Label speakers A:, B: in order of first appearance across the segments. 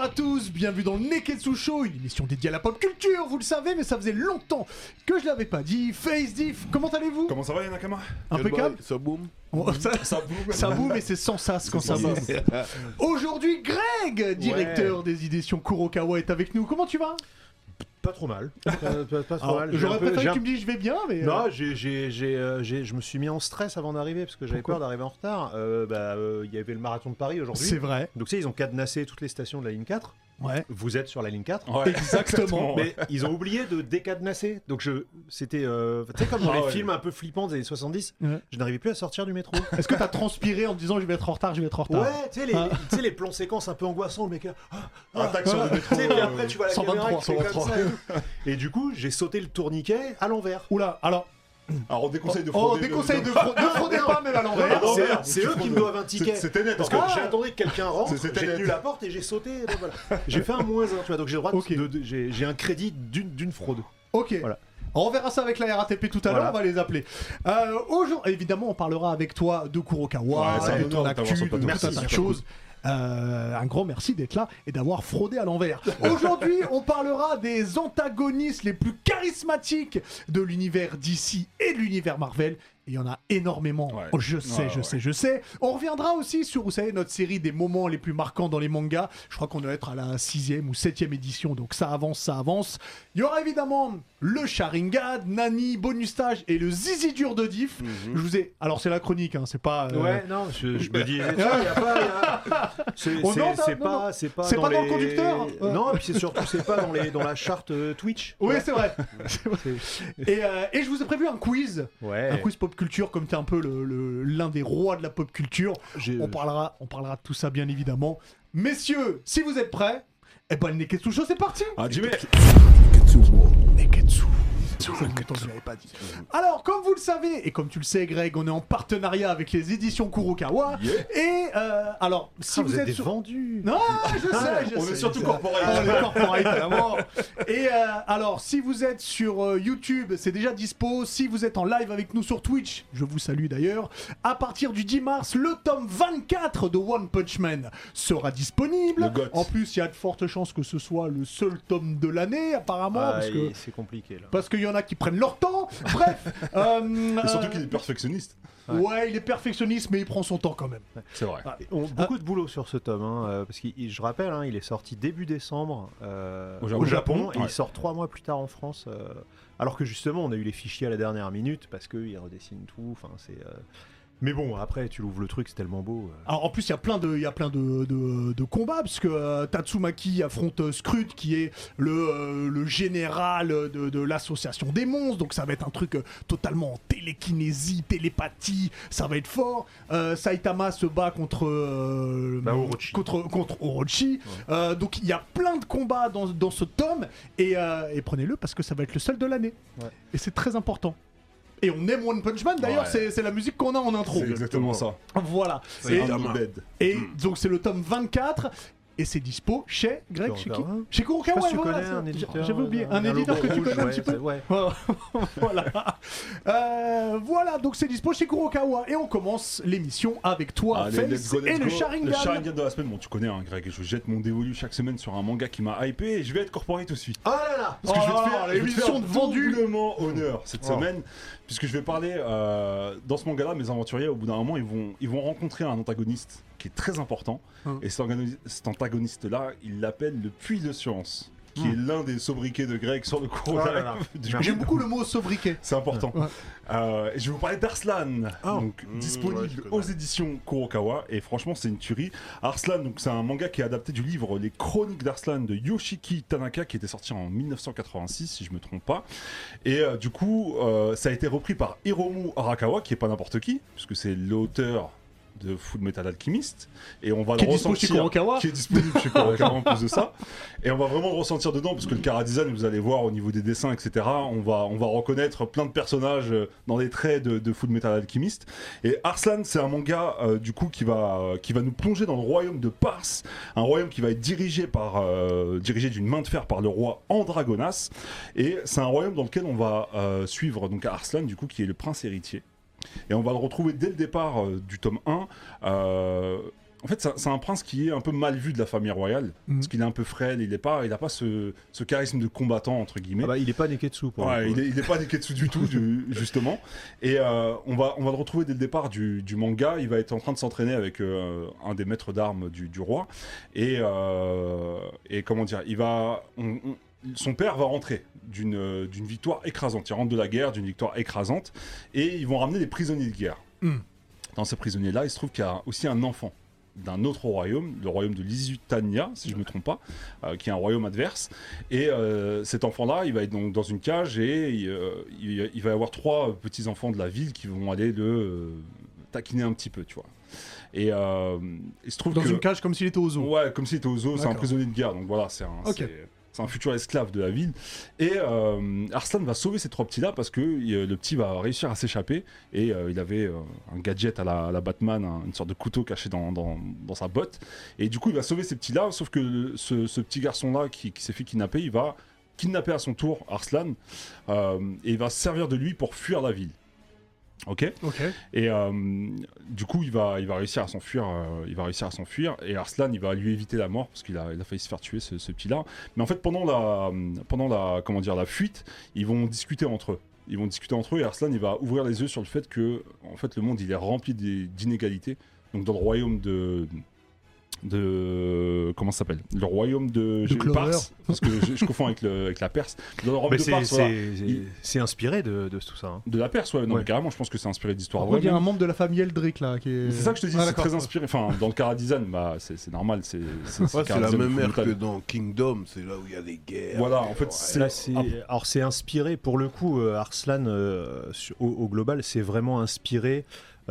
A: à tous, bienvenue dans le Neketsu Show, une émission dédiée à la pop culture, vous le savez, mais ça faisait longtemps que je l'avais pas dit. Face Diff, comment allez-vous
B: Comment ça va, Yanakama
A: Impeccable
C: Ça boum.
A: Oh, ça,
B: Ça boum
A: ça boue, mais c'est sans sas quand ça
B: sans
A: boue.
B: sas.
D: Ah,
A: Aujourd'hui, Greg, directeur des éditions Kurokawa, est avec nous. Comment tu vas
C: Pas trop mal. Pas, pas- pas trop
A: Alors,
C: mal. J'ai
A: J'aurais
C: un peu-
A: préféré
C: j'ai
A: que
C: un-
A: tu me dises je vais bien, mais.
C: Non,
A: euh,
C: j'ai, j'ai, j'ai, euh, j'ai- je me suis mis en stress avant d'arriver parce que j'avais
A: Pourquoi
C: peur d'arriver en retard. Euh, bah, euh, Il y avait le marathon de Paris aujourd'hui.
A: c'est vrai.
C: Donc, tu sais, ils ont cadenassé toutes les stations de la ligne 4.
A: Ouais.
C: Vous êtes sur la ligne 4.
B: Ouais,
A: Exactement.
C: Mais ils ont oublié de décadenasser. Donc, je, c'était. euh, tu sais, comme dans
B: Ah
C: les
B: ouais.
C: films un peu flippants des années 70,
A: Ouais.
C: je n'arrivais plus à sortir du métro.
A: Est-ce que t'as transpiré en te disant je vais être en retard, je vais être en retard
C: Ouais, tu sais, les,
A: Ah.
C: tu sais, les plans séquences un peu angoissants, le mec. là, Ah, ah,
B: Attaque sur le métro.
C: tu sais, puis après, tu vois la
A: 123,
C: caméra qui fait comme ça et tout. Et du coup, j'ai sauté le tourniquet à l'envers.
A: Oula, alors.
B: Alors on déconseille de
A: Oh,
B: frauder.
A: des conseils de fraude. Ne fraudez pas même à l'envers.
B: non,
C: C'est-
B: merde,
C: Ah, C'est
B: tu
C: eux qui me
B: prends-
C: doivent un ticket.
B: C'est- C'était net.
C: Parce que
B: encore.
C: j'ai attendu que quelqu'un rentre,
B: C'était
C: j'ai
B: net.
C: tenu la porte et j'ai sauté. donc voilà. J'ai fait un moins 1, tu vois, donc j'ai le droit de-
A: Ok.
C: de- de- j'ai j'ai un crédit d'une d'une fraude.
A: Ok.
C: Voilà.
A: On verra ça avec la RATP tout à l'heure,
C: Voilà.
A: on va les appeler. Euh, Aujourd'hui, évidemment, on parlera avec toi de Kurokawa,
B: Ouais,
A: de
B: ça fait
A: ton
B: longtemps
A: actu,
B: d'avoir son
A: de
B: plateau.
A: tout un
B: Merci,
A: tas de
B: super
A: choses. Euh, un grand merci d'être là et d'avoir fraudé à l'envers. Aujourd'hui, on parlera des antagonistes les plus charismatiques de l'univers DC et de l'univers Marvel. Et Il y en a énormément.
B: Ouais.
A: Oh, je sais,
B: Ouais,
A: je
B: ouais.
A: sais, je sais. On reviendra aussi sur, vous savez, notre série des moments les plus marquants dans les mangas. Je crois qu'on doit être à la sixième ou septième édition, donc ça avance, ça avance. Il y aura évidemment le Sharingan, Nani, bonus stage et le Zizi dur de Diff.
C: Mhm.
A: Je vous ai. Alors c'est la chronique, hein, c'est pas. euh,
C: non, je, je me dis, tu vois, y a pas- y a- c'est
A: Oh, non,
C: c'est- c'est
A: non, non.
C: pas, hein, c'est pas,
A: C'est pas dans le
C: les-
A: conducteur, ouais.
C: hein. Non, et puis c'est surtout, c'est pas dans les, dans la charte euh, Twitch.
A: Oui, c'est vrai. C'est vrai.
C: C'est-
A: Et, euh, et je vous ai prévu un quiz. Un
C: Ouais.
A: quiz pop culture, comme t'es un peu le- le- l'un des rois de la pop culture.
C: J'ai-
A: On parlera, on parlera de tout ça, bien évidemment. Messieurs, si vous êtes prêts, eh ben, le Neketsu Show, c'est parti
B: Ah, Jimmy
A: Neketsu. Longtemps que je l'avais pas dit. Alors, comme vous le savez, et comme tu le sais, Greg, on est en partenariat avec les éditions Kurokawa.
B: Yeah.
A: Et euh, alors, si
C: Ah, vous, êtes, des
A: sur-
C: vendus.
A: Non, je sais, je
B: Ah, On
A: sais,
B: est
A: je
B: surtout
A: sais.
B: corporate.
A: Ah, on est corporate à la mort. Et euh, alors, si vous êtes sur euh, YouTube, c'est déjà dispo. Si vous êtes en live avec nous sur Twitch, je vous salue d'ailleurs. À partir du 10 mars, le tome 24 de One Punch Man sera
B: Le
A: disponible.
B: goth.
A: En plus, il y a de fortes chances que ce soit le seul tome de l'année, apparemment,
C: Ah,
A: parce que
C: et c'est compliqué là.
A: parce qu'il y en a qui prennent leur temps. Bref. euh,
B: Et surtout
A: euh,
B: qu'il est perfectionniste.
A: ouais. il est perfectionniste, mais il prend son temps quand même.
B: C'est vrai.
C: On-
A: Ah.
C: beaucoup de boulot sur ce tome, hein, euh, parce que je rappelle, hein, il est sorti début décembre euh,
B: Au Japon.
C: et
B: Ouais.
C: il sort trois mois plus tard en France. euh, alors que justement, on a eu les fichiers à la dernière minute parce qu'ils redessinent tout. Enfin, c'est. euh, Mais bon, après, tu l'ouvres le truc, c'est tellement beau. euh.
A: Alors Ah, en plus il y a plein de, il y a plein de, de- de combats parce que euh, Tatsumaki affronte euh, Scrut qui est le, euh, le général de, de l'association des monstres donc ça va être un truc euh, totalement en télékinésie, télépathie, ça va être fort. Euh, Saitama se bat contre euh,
C: Bah, Orochi.
A: contre contre Orochi Euh, donc il y a plein de combats dans, dans ce tome et, euh, et prenez-le parce que ça va être le seul de l'année
C: Ouais.
A: et c'est très important. Et on aime One Punch Man d'ailleurs
B: Ouais.
A: c'est- c'est la musique qu'on a en intro.
B: C'est exactement ça.
A: Voilà.
B: C'est
A: Et-
B: un bed.
A: et donc c'est le tome 24 et c'est dispo chez Greg, chez qui
C: Kurokawa.
A: Chez
C: Je sais
A: Kurokawa,
C: pas si tu
A: voilà,
C: connais
A: ça.
C: un éditeur. euh,
A: J'avais oublié. Un,
C: logo
A: éditeur que tu
C: rouge,
A: connais un
C: ouais,
A: petit
C: ça-
A: peu
C: ouais.
A: Voilà. Euh, voilà, donc c'est dispo chez Kurokawa. Et on commence l'émission avec toi,
B: Allez, let's
A: Face
B: go, let's
A: et le
B: go.
A: Sharingan.
B: Le Sharingan de la semaine. Bon, tu connais, hein, Greg. Je jette mon dévolu chaque semaine sur un manga qui m'a hypé et je vais être corporate aussi.
C: Oh là là
B: Parce
A: Oh
B: que je vais
A: là
B: te
A: là,
B: faire, je vais te
A: l'émission
B: faire
A: de vendu.
B: doublement honneur cette
A: hein.
C: Oh.
B: semaine, puisque je vais parler euh, dans ce manga-là, mes aventuriers, au bout d'un moment, ils vont, ils vont rencontrer un antagoniste qui est très important,
C: Hein.
A: Hum.
B: et cet, organi- cet antagoniste-là, il l'appelle le puits de science, qui est l'un des sobriquets de Greg sur le cours.
C: Hein. Oh là là.
B: Du
C: Merci.
B: coup,
A: J'aime beaucoup le mot sobriquet.
B: C'est important.
A: Ouais.
B: Euh, et je vais vous parler d'Arslan,
A: Ah.
B: donc
C: Mmh, ouais, je
B: disponible
C: connais.
B: aux éditions Kurokawa. Et franchement, c'est une tuerie. Arslan, donc c'est un manga qui est adapté du livre Les Chroniques d'Arslan de Yoshiki Tanaka, qui était sorti en 1986, si je me trompe pas. Et euh, du coup, euh, ça a été repris par Hiromu Arakawa, qui est pas n'importe qui, puisque c'est l'auteur de Full Metal Alchemist et on va
A: Qui
B: le
A: est dispo
B: ressentir
A: chez Kurokawa.
B: qui est disponible chez Kurokawa en plus de ça et on va vraiment le ressentir dedans parce que le Cara Design, vous allez voir au niveau des dessins, etc. On va, on va reconnaître plein de personnages euh, dans les traits de, de Full Metal Alchemist. Et Arslan, c'est un manga euh, du coup qui va, euh, qui va nous plonger dans le royaume de Pars, un royaume qui va être dirigé par, euh, dirigé d'une main de fer par le roi Andragonas. Et c'est un royaume dans lequel on va euh, suivre donc Arslan du coup qui est le prince héritier. Et on va le retrouver dès le départ euh, du tome 1. euh, En fait, c'est un- c'est un prince qui est un peu mal vu de la famille royale,
A: Mhm.
B: parce qu'il est un peu frêle, il n'a pas, il a pas ce, ce charisme de combattant, entre guillemets.
C: Ah bah, il est pas Neketsu pour
B: Ouais,
C: le coup. hein.
B: il, est, il est pas Neketsu du tout, du- justement. Et euh, on, va, on va le retrouver dès le départ du, du manga. Il va être en train de s'entraîner avec euh, un des maîtres d'armes du, du roi. Et, euh, et comment dire, il va, on- on- son père va rentrer d'une euh, d'une victoire écrasante. Il rentre de la guerre, d'une victoire écrasante. Et ils vont ramener des prisonniers de guerre.
A: Hmm.
B: Dans ces prisonniers-là, il se trouve qu'il y a aussi un enfant d'un autre royaume, le royaume de Lisutania, si je ne me trompe pas, euh, qui est un royaume adverse. Et euh, cet enfant-là, il va être donc dans une cage et euh, il, il va y avoir trois petits enfants de la ville qui vont aller le euh, taquiner un petit peu, tu vois. Et euh, il se trouve
A: Dans
B: que
A: une cage comme s'il était au zoo.
B: ouais, comme s'il était au zoo, c'est un
A: D'accord.
B: prisonnier de guerre, donc voilà, c'est un.
A: Ok.
B: c'est- C'est un futur esclave de la ville. Et euh, Arslan va sauver ces trois petits-là parce que euh, le petit va réussir à s'échapper. Et euh, il avait euh, un gadget à la, à la Batman, un- une sorte de couteau caché dans, dans- dans sa botte. Et du coup, il va sauver ces petits-là. Sauf que le- ce, ce petit garçon-là qui, qui s'est fait kidnapper, il va kidnapper à son tour Arslan. euh, et il va se servir de lui pour fuir la ville. Ok
A: Ok.
B: et euh, du coup, il va, il va réussir à s'enfuir. euh, il va réussir à s'enfuir. Et Arslan, il va lui éviter la mort parce qu'il a, il a failli se faire tuer ce, ce petit-là. Mais en fait, pendant la, pendant la, comment dire, la fuite, ils vont discuter entre eux. Ils vont discuter entre eux. Et Arslan, il va ouvrir les yeux sur le fait que, en fait, le monde, il est rempli d'é- d'inégalités. Donc, dans le royaume de de comment ça s'appelle le royaume de, j'ai-
A: Clover.
B: Perse, parce que je, je confonds avec, le, avec la Perse dans le royaume
C: hein. Mais
B: de
C: c'est-
B: Perse voilà.
C: c'est- c'est-
B: Il-
C: C'est inspiré de, de tout ça. hein.
B: de la Perse ouais, non,
C: Ouais.
B: mais carrément je pense que c'est inspiré d'histoires
A: En gros,
B: vraies
A: il y a un membre de la famille Eldrick là qui est.
B: C'est ça que je te dis,
A: Ah,
B: c'est
A: d'accord.
B: très inspiré. Enfin, dans le Karadizan, bah, c'est c'est normal, c'est c'est
D: Ouais, c'est la
B: Karadizan
D: même ère
B: Fullmetal.
D: que dans Kingdom, c'est là où il y a des guerres.
B: Voilà,
D: des-
B: en fait,
D: ouais.
B: c'est-
C: Là, c'est- alors c'est inspiré pour le coup euh, Arslan euh, sur- au, au global c'est vraiment inspiré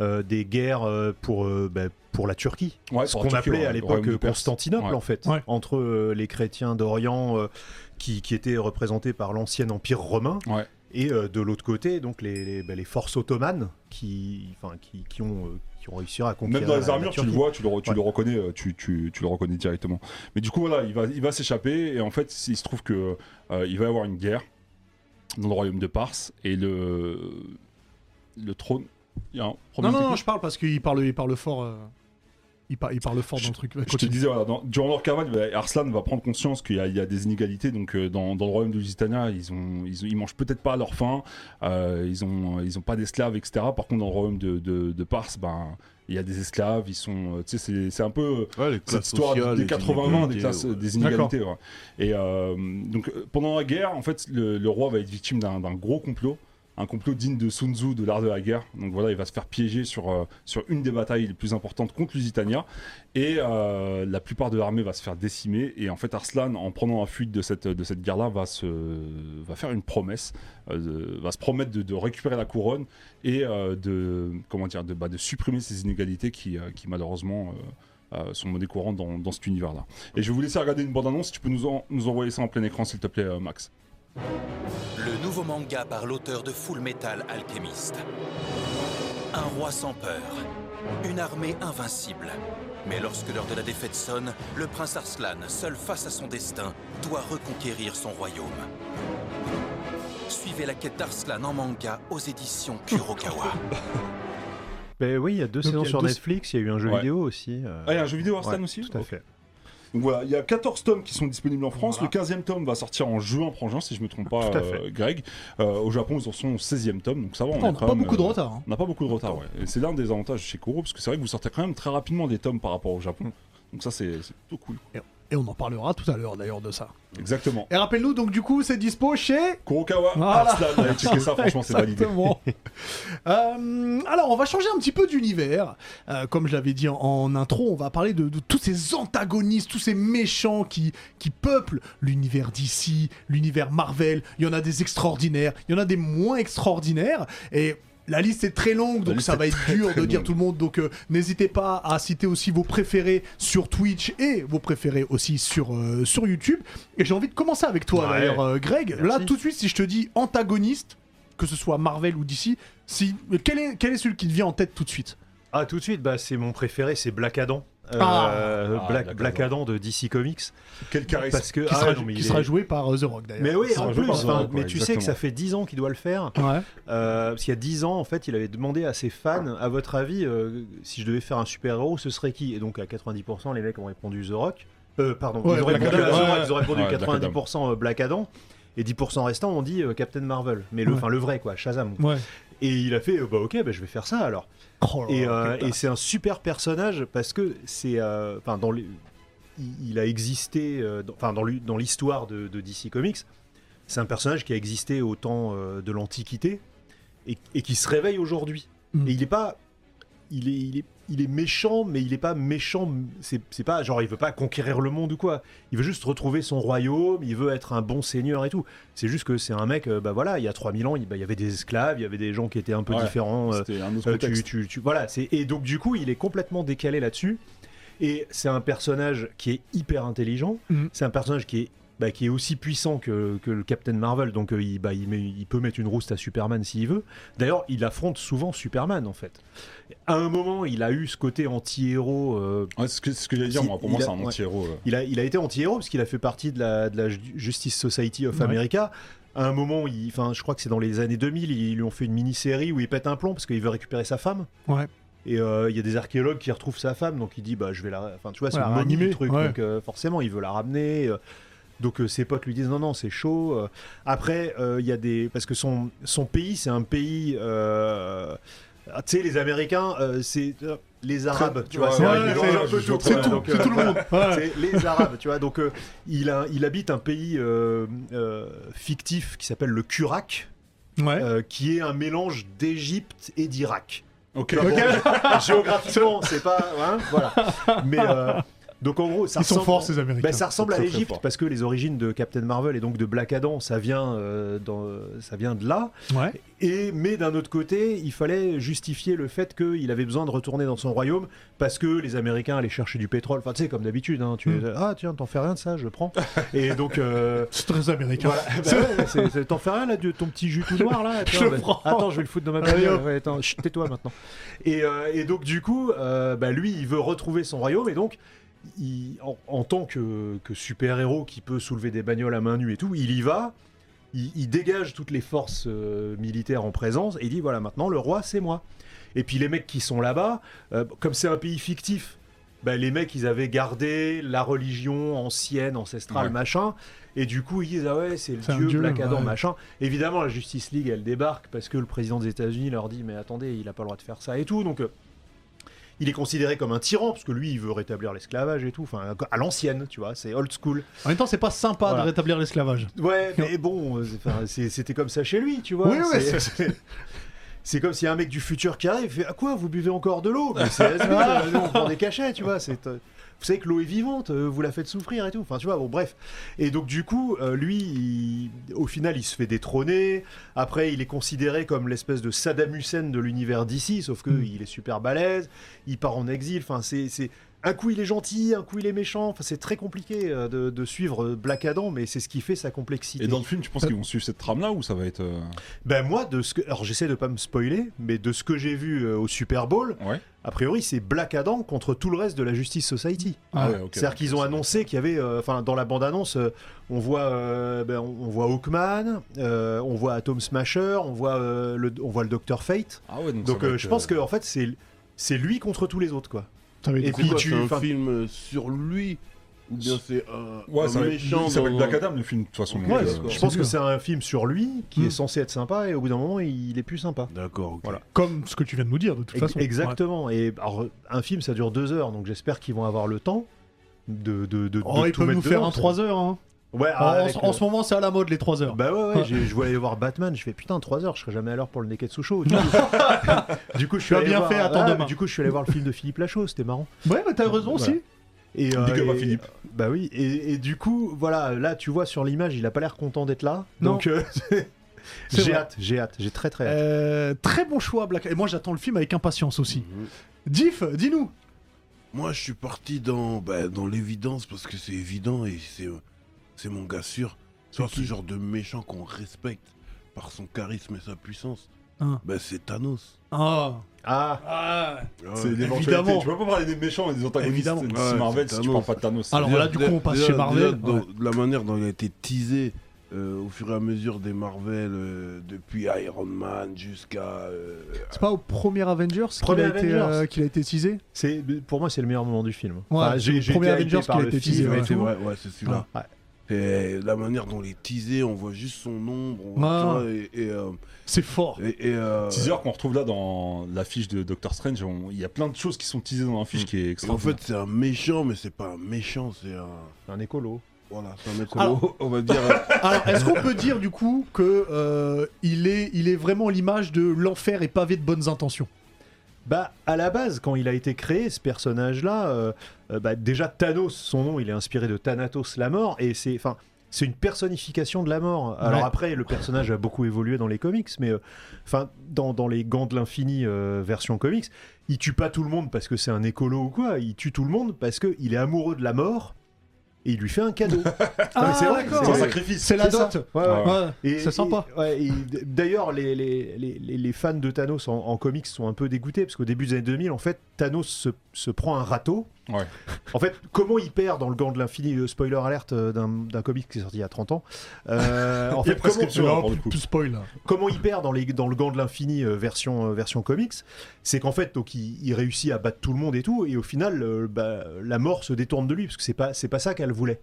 C: euh, des guerres euh, pour euh, bah, pour la Turquie
B: Ouais,
C: ce
B: pour
C: qu'on
B: Tokyo,
C: appelait
B: ouais,
C: à
B: le royaume de
C: l'époque
B: Perse.
C: Constantinople hein,
B: Ouais.
C: en fait
A: Ouais.
C: entre euh, les chrétiens d'Orient euh, qui, qui étaient représentés par l'ancien empire romain
B: Ouais.
C: et euh, de l'autre côté donc les, les- bah, les forces ottomanes qui enfin qui, qui ont euh, qui ont réussi à conquérir
B: Même dans
C: la-
B: les
C: la
B: armures, tu
C: Turquie.
B: le vois, tu le, re- tu
C: Ouais.
B: le reconnais, euh, tu, tu- tu le reconnais directement. Mais du coup, voilà, il va, il va s'échapper et en fait, il se trouve que euh, il va y avoir une guerre dans le royaume de Pars et le le trône. Il y a un
A: Non,
B: problème
A: non, non,
B: technique
A: je parle parce qu'il parle, il parle fort. euh, Il, par- il parle fort dans le truc.
B: Je te
A: Continue.
B: disais, voilà, dans- durant leur cavale, bah, Arslan va prendre conscience qu'il y, a- il y a des inégalités. Donc, euh, dans, dans le royaume de Lusitania, ils, ont, ils, ont- ils mangent peut-être pas à leur faim, euh, ils ont ils ont pas d'esclaves, etc. Par contre, dans le royaume de, de, de Pars, ben, il y a des esclaves, ils sont. euh, Tu sais, c'est- c'est un peu euh,
D: Ouais, les
B: cette
D: classes
B: histoire
D: sociales,
B: des
D: les
B: 80 des
D: inégalités,
B: classes,
D: ouais.
B: des inégalités. ouais. Et euh, donc euh, pendant la guerre, en fait, le, le roi va être victime d'un d'un gros complot, un complot digne de Sun Tzu, de l'art de la guerre. Donc voilà, il va se faire piéger sur euh, sur une des batailles les plus importantes contre Lusitania, et euh, la plupart de l'armée va se faire décimer. Et en fait, Arslan, en prenant la fuite de cette de cette guerre-là, va se va faire une promesse, euh, va se promettre de, de récupérer la couronne et euh, de comment dire, de bah, de supprimer ces inégalités qui euh, qui malheureusement euh, euh, sont monnaie courante dans, dans cet univers-là. Et je vais vous laisser regarder une bande-annonce, tu peux nous, en- nous envoyer ça en plein écran s'il te plaît euh, Max.
E: Le nouveau manga par l'auteur de Full Metal Alchemist. Un roi sans peur, une armée invincible. Mais lorsque l'heure de la défaite sonne, le prince Arslan, seul face à son destin, doit reconquérir son royaume. Suivez la quête d'Arslan en manga aux éditions Kurokawa.
C: Ben oui il y a deux
A: Donc, il y
C: saisons
A: a
C: sur
A: deux-
C: Netflix il y a eu un jeu
B: Ouais.
C: vidéo aussi euh,
B: Ah, il y a un jeu vidéo Arslan
C: ouais,
B: aussi
C: tout à
B: Ok.
C: fait
B: Donc voilà, il y a 14 tomes qui sont disponibles en France. Le 15e tome va sortir en juin prochain, si je me trompe pas,
C: Tout à
B: euh,
C: fait.
B: Greg. Euh, au Japon, ils en sont au 16e tome, donc ça va, on,
A: On
B: est
A: n'a
B: quand
A: pas
B: même,
A: beaucoup de
B: euh,
A: retard. hein.
B: On n'a pas beaucoup de retard, ouais. Et c'est l'un des avantages chez Kuro, parce que c'est vrai que vous sortez quand même très rapidement des tomes par rapport au Japon.
C: Hmm.
B: Donc ça, c'est c'est plutôt cool.
A: Et on en parlera tout à l'heure d'ailleurs de ça.
B: Exactement.
A: Et rappelle-nous donc du coup, c'est dispo chez.
B: Kurokawa,
C: Ah.
A: Voilà.
B: Arslan, allez checker ça, franchement, c'est validé.
A: Exactement. Euh, alors, on va changer un petit peu d'univers. Euh, comme je l'avais dit en, en intro, on va parler de, de tous ces antagonistes, tous ces méchants qui, qui peuplent l'univers d'ici, l'univers Marvel. Il y en a des extraordinaires, il y en a des moins extraordinaires. Et. La liste est très longue, donc
B: liste
A: ça
B: est
A: va être
B: très,
A: dur
B: très
A: de dire
B: longue.
A: tout le monde. Donc euh, n'hésitez pas à citer aussi vos préférés sur Twitch et vos préférés aussi sur, euh, sur YouTube. Et j'ai envie de commencer avec toi
C: Ouais.
A: d'ailleurs, euh, Greg. Là,
C: Merci.
A: tout de suite, si je te dis antagoniste, que ce soit Marvel ou DC, si, quel, est, quel est celui qui te vient en tête tout de suite
C: Ah, tout de suite, bah, c'est mon préféré, c'est Black Adam. euh,
A: Ah.
C: Black,
B: Ah, Black
C: Black Adam de DC Comics.
B: Quel charisme.
C: Parce que,
A: Qui,
C: ah,
A: sera,
C: non, mais
A: qui
C: il
A: sera
C: est-
A: joué par euh, The Rock d'ailleurs.
C: Mais oui,
B: Ça
C: en
B: rajoute
C: plus,
B: par
C: enfin,
B: rapport,
C: mais tu sais que
B: exactement.
C: ça fait 10 ans qu'il doit le faire.
A: Ouais.
C: Euh, parce qu'il y a 10 ans, en fait, il avait demandé à ses fans, à votre avis, euh, si je devais faire un super-héros, ce serait qui Et donc, à 90%, les mecs ont répondu The Rock. Euh, pardon,
A: Ouais,
C: ils, ont
A: Black
C: répondu à
A: Adam.
C: The
A: Ouais,
C: Rock, ils ont répondu
B: ouais, Black
C: 90% euh, Black Adam. Et 10% restants ont dit euh, Captain Marvel. Mais le,
A: Ouais.
C: enfin le vrai, quoi, Shazam.
A: Ouais.
C: Et il a fait, euh, bah ok, bah, je vais faire ça alors.
A: Oh là
C: Et,
A: là,
C: euh,
A: putain.
C: et c'est un super personnage parce que c'est. euh, Enfin, dans les- il, il a existé. euh, dans- Enfin, dans l'hu- dans l'histoire de, de DC Comics, c'est un personnage qui a existé au temps euh, de l'Antiquité et, et qui se réveille aujourd'hui.
A: Mm.
C: Et il n'est pas. Il est, il, est, il est méchant, mais il n'est pas méchant. C'est c'est pas genre il veut pas conquérir le monde ou quoi. Il veut juste retrouver son royaume, il veut être un bon seigneur et tout. C'est juste que c'est un mec, euh, bah voilà, il y a 3000 ans, il bah, il y avait des esclaves, il y avait des gens qui étaient un peu
B: Ouais.
C: différents. euh,
B: C'était un autre
C: euh, tu,
B: contexte.
C: tu- tu- voilà, c'est et donc du coup, il est complètement décalé là-dessus. Et c'est un personnage qui est hyper intelligent.
A: Mhm.
C: C'est un personnage qui est bah, qui est aussi puissant que, que le Captain Marvel, donc euh, il, bah, il, met- il peut mettre une rouste à Superman s'il veut. D'ailleurs, il affronte souvent Superman en fait. À un moment, il a eu ce côté anti-héros. euh,
B: Ouais, c'est ce que, c'est ce que j'allais dire,
C: Si,
B: moi. Pour moi,
C: il a-
B: c'est un
C: ouais.
B: anti-héros. euh. ouais.
C: il, a, il a été anti-héros parce qu'il a fait partie de la, de la Ju- Justice Society of
A: Ouais.
C: America. À un moment, il, enfin, je crois que c'est dans les années 2000, ils lui ont fait une mini-série où il pète un plomb parce qu'il veut récupérer sa femme.
A: Ouais.
C: Et euh, il y a des archéologues qui retrouvent sa femme, donc il dit bah je vais la, enfin tu vois c'est
A: Voilà,
C: le momie
A: ranimer,
C: du truc,
A: ouais.
C: donc euh, forcément il veut la ramener. euh. donc euh, ses potes lui disent non non c'est chaud. euh. Après euh, il y a des parce que son son pays c'est un pays euh, ah, tu sais les Américains euh, c'est euh, les Arabes tu vois
B: ouais,
C: c'est
A: ouais,
C: un
A: ouais,
C: mélange
A: c'est-
C: un peu
B: je
C: tout,
B: vois
A: C'est
B: très
C: quoi,
A: tout,
B: bien,
C: donc,
A: c'est
C: euh,
A: tout le monde. Ouais.
C: c'est les Arabes, tu vois. Donc, euh, il, a, il habite un pays euh, euh, fictif qui s'appelle le Kurak,
A: Ouais.
C: euh, qui est un mélange d'Égypte et d'Irak.
B: Ok.
C: Enfin, Euh, bon, Géographiquement, c'est pas. hein, voilà. Mais euh, donc, en gros, ça
A: Ils sont
C: ressemble-
A: forts ces Américains.
C: ben, ça ressemble à
B: Très, très
C: l'Égypte
B: fort.
C: parce que les origines de Captain Marvel et donc de Black Adam, ça vient, euh, dans- ça vient de là.
A: Ouais.
C: Et mais d'un autre côté, il fallait justifier le fait qu'il avait besoin de retourner dans son royaume parce que les Américains allaient chercher du pétrole. Enfin, tu sais, comme d'habitude, hein, tu
A: Mm.
C: ah tiens, t'en fais rien de ça, je prends. Et donc euh,
A: C'est très américain.
C: voilà, bah ouais, c'est- c'est- t'en fais rien là de ton petit jus tout noir là. Attends,
A: Je
C: bah,
A: prends.
C: attends, je vais le foutre dans ma
A: Allez,
C: bagnole.
A: hop.
C: Ouais, attends, chut, tais-toi maintenant. Et, euh, et donc du coup, euh, bah, lui, il veut retrouver son royaume et donc. il- en, en tant que, que super-héros qui peut soulever des bagnoles à main nue et tout, il y va, il, il dégage toutes les forces euh, militaires en présence et il dit voilà maintenant le roi c'est moi. Et puis les mecs qui sont là-bas, euh, comme c'est un pays fictif, bah, les mecs ils avaient gardé la religion ancienne, ancestrale,
B: Ouais.
C: machin. Et du coup ils disent ah ouais c'est le
A: C'est un
C: dieu,
A: dieu,
C: Black Adam
A: ouais.
C: machin. Évidemment la Justice League elle débarque parce que le président des États-Unis leur dit mais attendez il a pas le droit de faire ça et tout donc. euh, il est considéré comme un tyran parce que lui il veut rétablir l'esclavage et tout, enfin à l'ancienne, tu vois, c'est old school.
A: En même temps, c'est pas sympa
C: Voilà.
A: de rétablir l'esclavage.
C: Ouais, mais bon, euh, c'est- enfin, c'est- c'était comme ça chez lui, tu vois.
A: Oui, oui,
C: c'est- c'est- c'est comme s'il y a un mec du futur qui arrive, il fait Ah quoi, vous buvez encore de l'eau Mais c'est has-been, euh, nous, on prend des cachets, tu vois. c'est, euh, Vous savez que l'eau est vivante, euh, vous la faites souffrir et tout. Enfin, tu vois, bon, bref. Et donc, du coup, euh, lui, il- au final, il se fait détrôner. Après, il est considéré comme l'espèce de Saddam Hussein de l'univers d'ici, sauf que
A: Mm.
C: il est super balèze, il part en exil. Enfin, c'est. c'est- Un coup il est gentil, un coup il est méchant. Enfin, c'est très compliqué euh, de, de suivre euh, Black Adam, mais c'est ce qui fait sa complexité.
B: Et dans le film, tu penses qu'ils vont suivre cette trame-là ou ça va être. euh,
C: Ben moi, de ce que... alors j'essaie de pas me spoiler, mais de ce que j'ai vu euh, au Super Bowl,
B: Ouais.
C: a priori c'est Black Adam contre tout le reste de la Justice Society.
A: Ah,
B: ouais, ok.
C: C'est-à-dire qu'ils ont annoncé qu'il y avait, euh, enfin dans la bande-annonce, euh, on voit, euh, ben, on on voit Hawkman, euh, on voit Atom Smasher, on voit euh, le, on voit le Docteur Fate.
B: Ah ouais, donc. ça
C: Donc
B: va
C: euh,
B: être,
C: je pense que en fait c'est c'est lui contre tous les autres quoi.
A: Ça avait
C: Et
A: été
C: puis
D: Quoi,
C: tu-
D: c'est un
C: enfin-
D: film euh, sur lui ou bien c'est un,
B: Ouais,
D: un
B: ça va être.
D: méchant
B: Ça s'appelle
D: dans-
B: Black Adam, le film, de toute façon. donc,
C: Ouais,
B: euh,
C: je pense
A: C'est
C: que
A: dur.
C: c'est un film sur lui qui
A: Mm.
C: est censé être sympa et au bout d'un moment il est plus sympa.
D: D'accord, ok.
C: Voilà.
A: comme ce que tu viens de nous dire de toute
C: Ex-
A: façon.
C: Exactement. Et alors, un film, ça dure deux heures, donc j'espère qu'ils vont avoir le temps de, de, de,
A: Ouais. Oh,
C: de
A: ils
C: tout
A: peuvent
C: mettre
A: nous faire
C: dedans,
A: un
C: ça.
A: 3 heures. Hein.
C: Ouais,
A: en,
C: ah, avec
A: en
C: le-
A: ce moment, c'est à la mode les 3 heures.
C: Bah ouais, ouais,
A: Ouais.
C: j'ai- je voulais aller voir Batman, je fais putain, 3 heures, je serais jamais à l'heure pour le Neketsu Show. du coup, je suis
A: Tu as
C: allé
A: bien
C: voir-
A: fait, attends
C: ah,
A: demain.
C: Du coup, je suis allé voir le film de Philippe Lachaud, c'était marrant.
A: ouais, mais t'as raison
C: Voilà.
A: aussi.
C: Et, euh,
B: Big up à
C: et-
B: Philippe.
C: Bah oui, et, et du coup, voilà, là, tu vois sur l'image, il a pas l'air content d'être là.
A: Non.
C: Donc, euh,
A: C'est
C: j'ai
A: vrai.
C: hâte, j'ai hâte, j'ai très très hâte.
A: Euh, très bon choix, Black. Et moi, j'attends le film avec impatience aussi. Diff, dis-nous.
D: Moi, je suis parti dans, bah, dans l'évidence parce que c'est évident et c'est, c'est mon gars sûr. C'est ce genre de méchant qu'on respecte par son charisme et sa puissance.
B: Ah.
A: Hein.
D: Bah, c'est Thanos.
A: Ah,
C: Ah,
A: ah.
B: C'est
D: Ouais.
B: l'éventualité.
A: Évidemment.
B: Tu peux pas parler des méchants et des antagonistes
A: Évidemment.
B: de
D: Ouais,
B: Marvel
D: c'est
B: si tu parles
D: Thanos.
B: pas de Thanos.
A: Alors
D: Déjà-
A: là, du coup, on passe
D: déjà-
A: chez Marvel.
D: déjà, dans-
A: Ouais.
D: de la manière dont il a été teasé euh, au fur et à mesure des Marvel, euh, depuis Iron Man jusqu'à. euh,
A: C'est pas au premier Avengers qu'il
C: Premier
A: a, été,
C: Avengers.
A: euh, qu'il a été teasé
C: c'est pour moi c'est le meilleur moment du film.
A: Ouais,
C: Enfin, j'ai
A: le
C: j'ai
A: premier
C: été
A: Avengers
C: hypé par
A: qui a
C: le
A: été
C: film
A: teasé,
C: et
A: ouais.
C: tout.
D: ouais, ouais, c'est celui-là.
A: Ah,
C: Ouais.
D: Et la manière dont il est teasé, on voit juste son ombre. on
A: Ouais.
D: voit ça, et, et, euh,
A: C'est fort.
D: et- et, euh,
B: Teaser qu'on retrouve là dans l'affiche de Doctor Strange, on- il y a plein de choses qui sont teasées dans l'affiche qui est
D: et en
B: extraordinaire.
D: fait, c'est un méchant, mais c'est pas un méchant, c'est un.
C: Un écolo.
D: Voilà, c'est un méchant.
A: Alors-
D: on va dire.
A: Alors, est-ce qu'on peut dire du coup que euh, il, est, il est vraiment l'image de l'enfer est pavé de bonnes intentions
C: Bah, à la base, quand il a été créé, ce personnage-là, euh, euh, bah, déjà Thanos, son nom, il est inspiré de Thanatos, la mort, et c'est, enfin, c'est une personnification de la mort. Alors
A: Ouais.
C: après, le personnage a beaucoup évolué dans les comics, mais, euh, enfin, dans, dans les Gants de l'infini euh, version comics, il tue pas tout le monde parce que c'est un écolo ou quoi. Il tue tout le monde parce que il est amoureux de la mort et il lui fait un cadeau. Non, mais Ah, c'est vrai,
B: C'est un
C: ouais.
B: sacrifice.
A: C'est la
C: C'est ça.
A: dot
C: Ouais, ouais.
B: Ouais.
A: Ah, Ouais, C'est sympa.
C: et- ouais, et d- D'ailleurs, les, les, les- les- les fans de Thanos en, en comics sont un peu dégoûtés parce qu'au début des années 2000, en fait, Thanos se, se prend un râteau.
B: Ouais.
C: En fait, comment il perd dans le gant de l'infini euh, Spoiler alerte euh, d'un d'un comic qui est sorti il y a 30 ans. Euh, en
B: Il y a
C: fait, comment,
B: prescription là, pour le coup.
A: Plus spoil.
C: comment il perd dans, les, dans le gant de l'infini euh, version, euh, version comics C'est qu'en fait, donc, il, il réussit à battre tout le monde et tout, et au final, euh, bah, la mort se détourne de lui parce que c'est pas, c'est pas ça qu'elle voulait.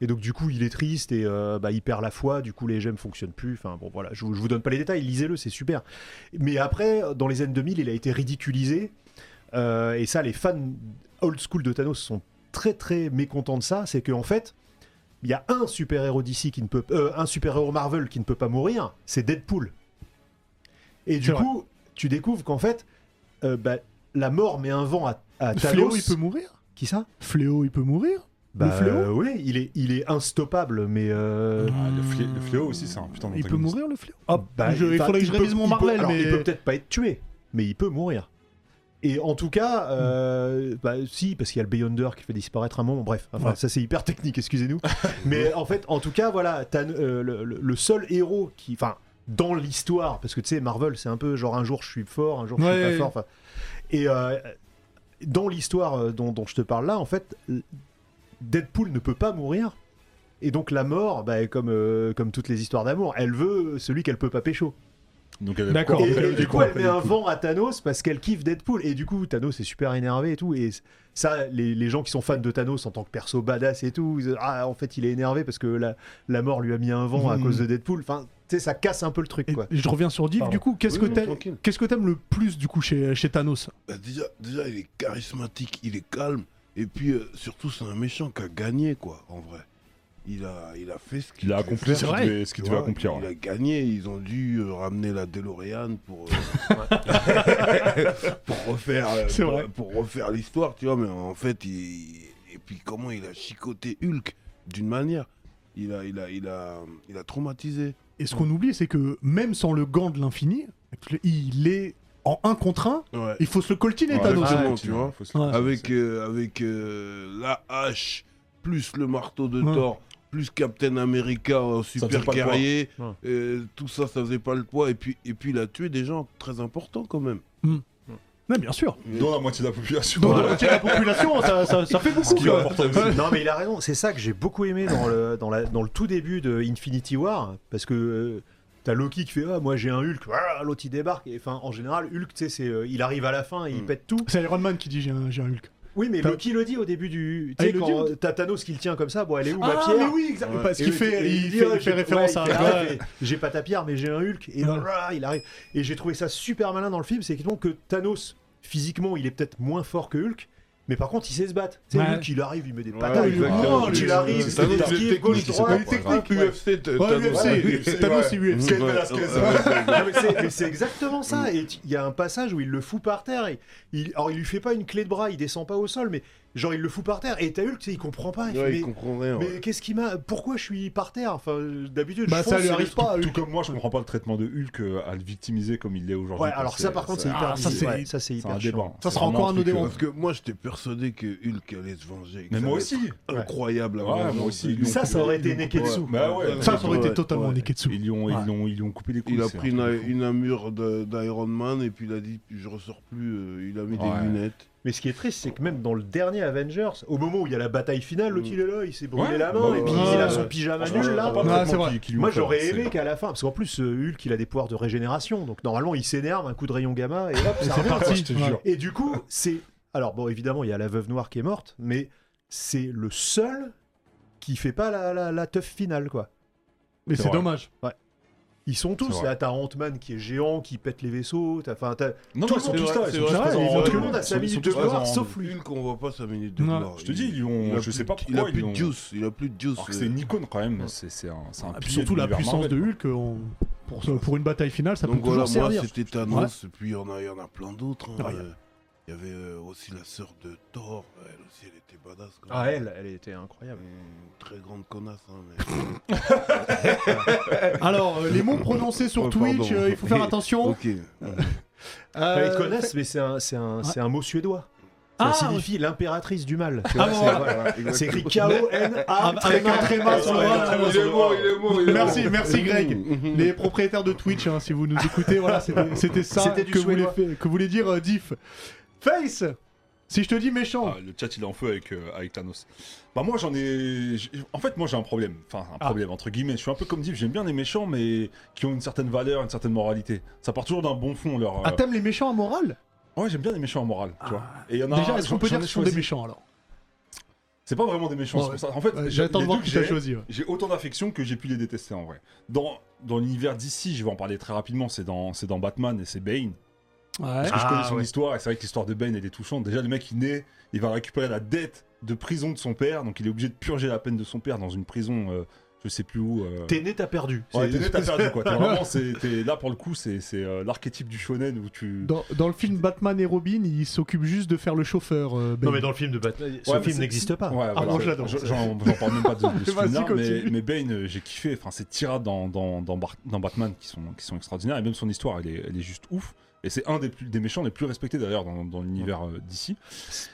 C: Et donc du coup, il est triste et euh, bah, il perd la foi. Du coup, les gemmes fonctionnent plus. Enfin bon, voilà, je, vous- je vous donne pas les détails. Lisez-le, c'est super. Mais après, dans les années 2000, il a été ridiculisé. Euh, et ça, les fans old school de Thanos sont très très mécontents de ça. C'est qu'en fait, il y a un super héros d'ici qui ne peut, euh, un super héros Marvel qui ne peut pas mourir. C'est Deadpool. Et du
A: C'est vrai.
C: coup, tu découvres qu'en fait, euh, bah, la mort met un vent à, à
A: Fléau,
C: Thanos.
A: il peut mourir
C: Qui ça
A: Fléau, il peut mourir
C: bah,
A: fléau
C: euh, Oui, il est, il est instoppable, mais. euh,
B: Ah, le, flé- le fléau aussi, c'est un putain
A: Il peut
B: d'antagoniste.
A: mourir le fléau Ah,
C: bah,
A: je- Il
C: enfin,
A: faudrait que je
C: peut-
A: révise mon
C: il peut-
A: Marvel,
C: alors,
A: mais.
C: Il peut peut-être pas être tué, mais il peut mourir. Et en tout cas, euh, bah, si, parce qu'il y a le Beyonder qui fait disparaître un moment, bref, enfin,
A: Ouais.
C: ça c'est hyper technique, excusez-nous. mais en fait, en tout cas, voilà, t'as, euh, le, le- le seul héros qui. Enfin, dans l'histoire, parce que tu sais, Marvel, c'est un peu genre un jour je suis fort, un jour je suis
A: Ouais.
C: pas fort. enfin. Et euh, dans l'histoire euh, dont, dont je te parle là, en fait, l- Deadpool ne peut pas mourir. Et donc la mort, bah, comme, euh, comme toutes les histoires d'amour, elle veut celui qu'elle peut pas pécho.
B: Donc elle a
A: D'accord.
B: le
C: Et,
B: corps,
C: et
B: elle a
C: du
B: le
C: coup,
B: corps,
C: elle
B: elle
C: met
B: a
C: un
B: le coup.
C: vent à Thanos parce qu'elle kiffe Deadpool. Et du coup, Thanos est super énervé et tout. Et ça, les, les gens qui sont fans de Thanos en tant que perso badass et tout, ils disent, ah, en fait, il est énervé parce que la, la mort lui a mis un vent à
A: Mhm.
C: cause de Deadpool. Enfin, tu sais, ça casse un peu le truc,
A: Et
C: quoi.
A: je reviens sur Div,
C: Pardon.
A: du coup, qu'est-ce
D: Oui,
A: que
D: non,
A: t'aimes
D: tranquille.
A: qu'est-ce que t'aimes le plus du coup chez, chez Thanos
D: Bah, déjà, déjà, il est charismatique, il est calme. Et puis, euh, surtout, c'est un méchant qui a gagné, quoi, en vrai. Il a, il a fait ce qu'il
B: Il a
D: devait
B: accompli ce
D: faire,
A: vrai.
B: qu'il devait- ce qu'il
D: tu
B: devait
D: vois.
B: accomplir.
D: Il
B: ouais.
D: a gagné, ils ont dû euh, ramener la DeLorean pour, euh, pour refaire, euh,
A: C'est
D: pour-
A: vrai.
D: pour refaire l'histoire, tu vois. Mais en fait, il- et puis comment il a chicoté Hulk d'une manière. Il a, il a, il a, il a traumatisé.
A: Et ce qu'on oublie, c'est que même sans le gant de l'infini, il est en un contre un,
D: Ouais.
A: il faut se le coltiner
B: Ouais,
A: Thanos.
D: exactement,
B: ouais,
D: tu vois.
B: faut se-
A: Ouais.
D: avec euh, avec euh, la hache plus le marteau de
A: Ouais.
D: Thor plus Captain America en
B: faisait
D: super
B: pas le poids.
D: guerrier
C: Ouais.
D: euh, tout ça ça faisait pas le poids et puis et puis il a tué des gens très importants quand même
A: Ouais, bien sûr.
B: Dont la moitié de la population.
A: Donc la moitié de la population, ça, ça- ça fait beaucoup.
B: Ce qui est
A: quoi.
B: important aussi.
A: Ouais.
C: non mais il a raison, c'est ça que j'ai beaucoup aimé dans le, dans, la- dans le tout début de Infinity War, parce que euh, t'as Loki qui fait ah moi j'ai un Hulk, Ah, l'autre il débarque, et enfin en général Hulk tu sais c'est euh, il arrive à la fin et il
D: Mm.
C: pète tout.
A: C'est Iron Man qui dit j'ai un, j'ai un Hulk.
C: Oui mais
A: T'as-
C: Loki le dit au début du,
A: Ah,
C: tu sais
A: il le dit
C: quand
A: au-
C: euh, t'as Thanos qui le tient comme ça, bon elle est où ma
A: Ah,
C: pierre
A: mais oui, exact-
D: Ouais.
A: parce
C: Et
A: qu'il
C: oui,
A: fait,
C: et
A: il,
C: dit,
A: fait,
C: ah,
A: il fait
C: j'ai-
A: référence
C: ouais,
A: à.
C: il fait, ah,
A: ouais.
C: il fait, J'ai pas ta pierre, mais j'ai un Hulk. Et
A: Ouais.
C: ah, il arrive. Et j'ai trouvé ça super malin dans le film. C'est effectivement que Thanos, physiquement, il est peut-être moins fort que Hulk. Mais par contre, il sait se battre. C'est
A: Ouais.
C: Hulk, il arrive, il met des Oh,
D: Ouais,
C: patates. il
D: exactement.
C: mange, il arrive,
B: C'est
C: il
B: ça,
C: fait des
B: il est
C: esquives,
D: technique,
C: gauche,
D: il sait
C: droite.
D: pas technique UFC de-
A: Ouais,
D: Thanos.
A: UFC, Thanos, c'est UFC.
B: Quel
D: Ouais.
B: Velasquez.
D: Ouais.
C: Non, mais c'est- mais c'est exactement ça. Et tu- il y a un passage où il le fout par terre. Et il, alors, il lui fait pas une clé de bras, il descend pas au sol, mais Genre, il le fout par terre. Et t'as Hulk, tu sais, il comprend pas. Il fait,
D: Ouais, il
C: mais-
D: comprend rien.
C: mais
D: ouais.
C: qu'est-ce qui m'a. Pourquoi je suis par terre Enfin, euh, d'habitude,
A: Bah, ça
C: je fonce,
A: lui
C: c'est
A: arrive
C: le-
A: pas,
B: Tout
A: Hulk.
B: comme moi, je comprends pas le traitement de Hulk euh, à le victimiser comme il l'est aujourd'hui.
C: Ouais, alors ça, par contre, c'est
B: un-
C: hyper.
A: Ah, ça,
C: bizarre.
A: c'est-
C: Ouais, ça, c'est
B: c'est un
C: hyper. chiant.
B: débat.
A: Ça
B: C'est
A: sera
B: vraiment
A: encore un
B: truc,
A: autre débat.
B: euh,
D: Parce que moi, j'étais persuadé que Hulk allait se venger. que
B: Mais
D: ça
B: moi
D: allait être
B: aussi.
D: Incroyable.
B: Ouais, moi aussi.
D: Ils
C: Ça,
D: l'ont-
C: ça aurait été
D: ils l'ont-
C: Neketsu.
B: Bah ouais.
A: Ça, ça aurait été
D: Ouais,
A: totalement
D: ouais.
A: Neketsu.
B: Ils lui ont,
A: Ouais.
B: ils l'ont, ils lui ont coupé les couilles.
D: Il a
B: c'est
D: pris
B: un
D: une,
B: truc de fou.
D: une amure de- d'Iron Man et puis il a dit je ressors plus. euh, il a mis
B: Ouais.
D: des lunettes.
C: Mais ce qui est triste, c'est que même dans le dernier Avengers, au moment où il y a la bataille finale, l'autre
D: Mm.
C: il est là, il s'est brûlé
B: Ouais.
C: la main,
B: Bah ouais.
C: et
B: Ah,
C: puis il a son pyjama
B: Franchement, je
C: nul là.
B: comprends
A: Ouais,
B: pas le
A: c'est
B: traitement
A: vrai.
B: qu'ils- qu'ils lui ont
C: Moi
B: fait,
C: j'aurais
B: c'est-
C: aimé qu'à la fin, parce qu'en plus euh, Hulk il a des pouvoirs de régénération, donc normalement il s'énerve, un coup de rayon gamma et hop,
A: C'est
C: ça repart.
A: parti.
B: jure.
A: Ouais.
C: Et du coup, c'est. Alors bon, évidemment, il y a la veuve noire qui est morte, mais c'est le seul qui fait pas la, la, la teuf finale quoi.
A: Mais
B: C'est
A: c'est
B: vrai.
A: dommage.
C: Ils sont
B: C'est
C: tous
B: vrai.
C: là, t'as Ant-Man qui est géant, qui pète les vaisseaux, t'as. Enfin, t'as-
B: Non,
C: Tout
B: non, ils sont
C: le
B: tous
C: monde-
B: là.
C: c'est
B: Ils sont tous
C: vrai,
B: là.
C: ils
B: dans-
C: ont- tout le monde a
B: ils
C: sa
B: sont
C: minute
B: tous
C: de
B: là
C: gloire,
B: dans-
C: sauf lui.
D: Hulk, on voit pas sa minute de
A: Non.
D: gloire.
B: Je te dis, ils
D: Il
B: ont.
D: a
B: Je
D: plus-
B: sais pas
D: Il a
B: pourquoi.
D: plus
B: ils l'ont-
D: de juice. Il a plus de juice. euh.
B: Alors que c'est une icône quand même. C'est c'est un. c'est un
A: Ah, puis
B: pilier
A: surtout la
B: l'univers
A: puissance
B: Marvel.
A: de Hulk euh, on- pour, pour une bataille finale, ça
D: Donc
A: peut
D: voilà,
A: toujours
D: moi
A: servir.
D: c'était Thanos, et puis il y, en a- il y en a plein d'autres. hein.
A: Ah, il y a-
D: Euh, Il y avait euh, aussi la sœur de Thor, elle aussi elle était badass. Quand
C: Ah
D: même.
C: elle, elle était incroyable.
D: Une très grande connasse, hein, mais.
A: Alors, euh, les mots prononcés sur
D: Oh,
A: Twitch,
D: pardon.
A: euh, il faut faire attention.
D: ok.
C: Enfin,
A: Euh,
C: Bah, ils connaissent, mais c'est un, c'est un, c'est un mot suédois. Ça
A: Ah,
C: signifie l'impératrice du mal. tu
A: Ah
C: vois,
A: bon,
C: c'est-
A: ouais.
C: voilà, voilà, exactement. C'est écrit
A: Ah, avec un
C: K-O-N-A.
A: tréma sur le bras, euh, là.
B: Il est mort, il est mort, il est mort. Mm,
A: Merci, merci Greg. Les propriétaires de Twitch, hein, si vous nous écoutez, voilà, c'était c'était ça
C: C'était du
A: que voulait,
C: suédois.
A: fa- que voulait dire euh, Diff. Face Si je te dis méchant,
B: Ah, le chat il est en feu avec, euh, avec Thanos. Bah moi j'en ai... j'ai- En fait moi j'ai un problème. Enfin un
A: Ah.
B: problème entre guillemets. Je suis un peu comme Div, j'aime bien les méchants mais qui ont une certaine valeur, une certaine moralité. Ça part toujours d'un bon fond leur... euh,
A: ah, t'aimes les méchants à morale
B: Ouais j'aime bien les méchants en morale. Tu vois. Et il y en a
A: Ah. Déjà, est-ce
B: j'en-
A: qu'on peut
B: j'en
A: dire
B: ai
A: que ce sont des
B: choisi.
A: méchants alors
B: C'est pas vraiment des méchants.
A: Ouais.
B: c'est pour ça. En fait
A: Ouais,
B: j'ai-
A: J'attends
B: les
A: de voir
B: deux
A: qui
B: que
A: t'a
B: j'ai-
A: choisi. ouais.
B: J'ai autant d'affection que j'ai pu les détester en vrai. Dans, dans l'univers d'ici, je vais en parler très rapidement, c'est dans, c'est dans Batman et c'est Bane. Parce que je
C: Ah,
B: connais son
C: ouais.
B: histoire, et c'est vrai que l'histoire de Bane, elle est touchante. Déjà, le mec, il naît, il va récupérer la dette de prison de son père, donc il est obligé de purger la peine de son père dans une prison, euh, je sais plus où. euh.
C: T'es né, t'as perdu.
B: Ouais, t'es
C: C'est-
B: né, t'as perdu, quoi. T'es vraiment, c'est- t'es- là, pour le coup, c'est c'est, euh, l'archétype du shonen où tu.
A: Dans, dans le film Batman et Robin, il s'occupe juste de faire le chauffeur. euh, Ben.
C: Non, mais dans le film de Batman,
B: Ouais,
C: ce
B: mais
C: film
B: c'est-
C: n'existe pas.
B: Ouais, voilà.
A: Ah, moi, je l'adore.
B: J'en- J'en j'en parle même pas de, de ce
A: Vas-y,
B: film-là, mais,
A: continue.
B: mais Bane, euh, j'ai kiffé. Enfin, ces tirades dans, dans, dans, Bar- dans Batman qui sont, qui sont extraordinaires, et même son histoire, elle est, elle est juste ouf. Et c'est un des, plus, des méchants les plus respectés d'ailleurs dans, dans l'univers euh, d'ici.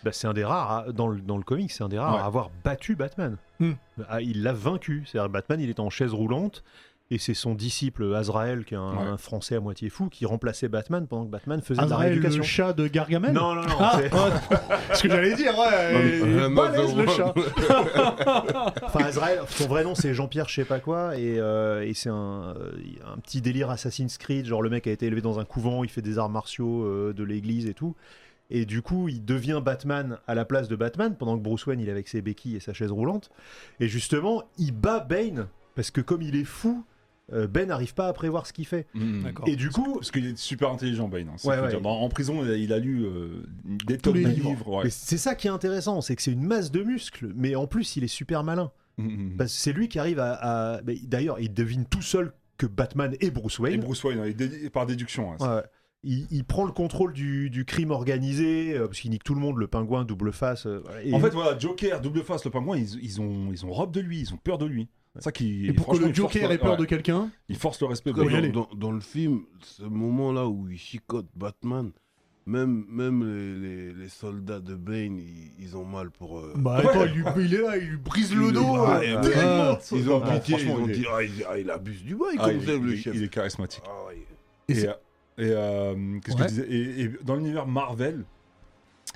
C: Bah, c'est un des rares, à- dans le, dans le comic, c'est un des rares
B: Ouais.
C: à avoir battu Batman.
A: Hmm.
C: Ah, il l'a vaincu. C'est-à-dire, Batman, il était en chaise roulante. Et c'est son disciple Azrael, qui est un,
B: Ouais.
C: un Français à moitié fou, qui remplaçait Batman pendant que Batman faisait de la
A: Azrael, le
C: rééducation.
A: chat de Gargamel
C: Non, non, non.
A: Ah,
C: c'est-
A: ce que j'allais dire, ouais. il
B: euh,
C: euh,
A: est Euh, balèze, le chat.
C: Enfin, Azrael, son vrai nom c'est Jean-Pierre, je sais pas quoi, et, euh, et c'est un, euh, un petit délire Assassin's Creed. Genre, le mec a été élevé dans un couvent, il fait des arts martiaux euh, de l'église et tout. Et du coup, il devient Batman à la place de Batman, pendant que Bruce Wayne il est avec ses béquilles et sa chaise roulante. Et justement, il bat Bane, parce que comme il est fou, euh, Ben n'arrive pas à prévoir ce qu'il fait.
A: D'accord.
C: Et du coup,
B: Parce qu'il est super intelligent, Bane. hein, c'est
C: Ouais,
B: ce que je veux dire.
C: ouais.
B: Dans- en prison, il a, il a lu euh, des
A: Tous
B: tonnes
A: les
B: de
A: livres.
B: livres. ouais.
C: mais c'est ça qui est intéressant, c'est que c'est une masse de muscles, mais en plus, il est super malin.
B: Mhm.
C: Parce que c'est lui qui arrive à. à- mais D'ailleurs, il devine tout seul que Batman est Bruce
B: Et
C: Wayne.
B: Bruce Wayne, hein, il dé- par déduction. hein, c'est-
C: Ouais. Il, il prend le contrôle du, du crime organisé, euh, parce qu'il nique tout le monde, le pingouin, double face. euh, voilà. Et-
B: En fait, voilà, Joker, double face, le pingouin, ils, ils ont, ils ont robe de lui, ils ont peur de lui. C'est Ça qui,
A: Et pour que
B: franchement,
A: le
B: il force
A: Joker
B: le-
A: ait peur
B: ouais,
A: de quelqu'un,
B: Il force le respect.
D: En tout cas,
B: Bane.
D: dans- dans, dans le film, ce moment-là où il chicote Batman, même, même les, les- les soldats de Bane, ils, ils ont mal pour. euh,
A: bah
B: Ouais.
A: attends, il, lui- il est là, il lui brise le
D: ils-
A: dos.
D: ah,
A: euh,
D: et-
A: terrible.
D: ah, ils ont
B: Ah,
D: pitié, ils
B: franchement,
D: ont
B: il est-
D: dit ah, il, ah, il abuse du boy
B: Ah,
D: comme
B: il,
D: ça, le
B: il-
D: chef.
B: il est charismatique.
D: Ah, ouais.
A: Et
B: Et,
A: c'est-
B: euh, et, euh, qu'est-ce
A: Ouais.
B: que je disais et, et dans l'univers Marvel,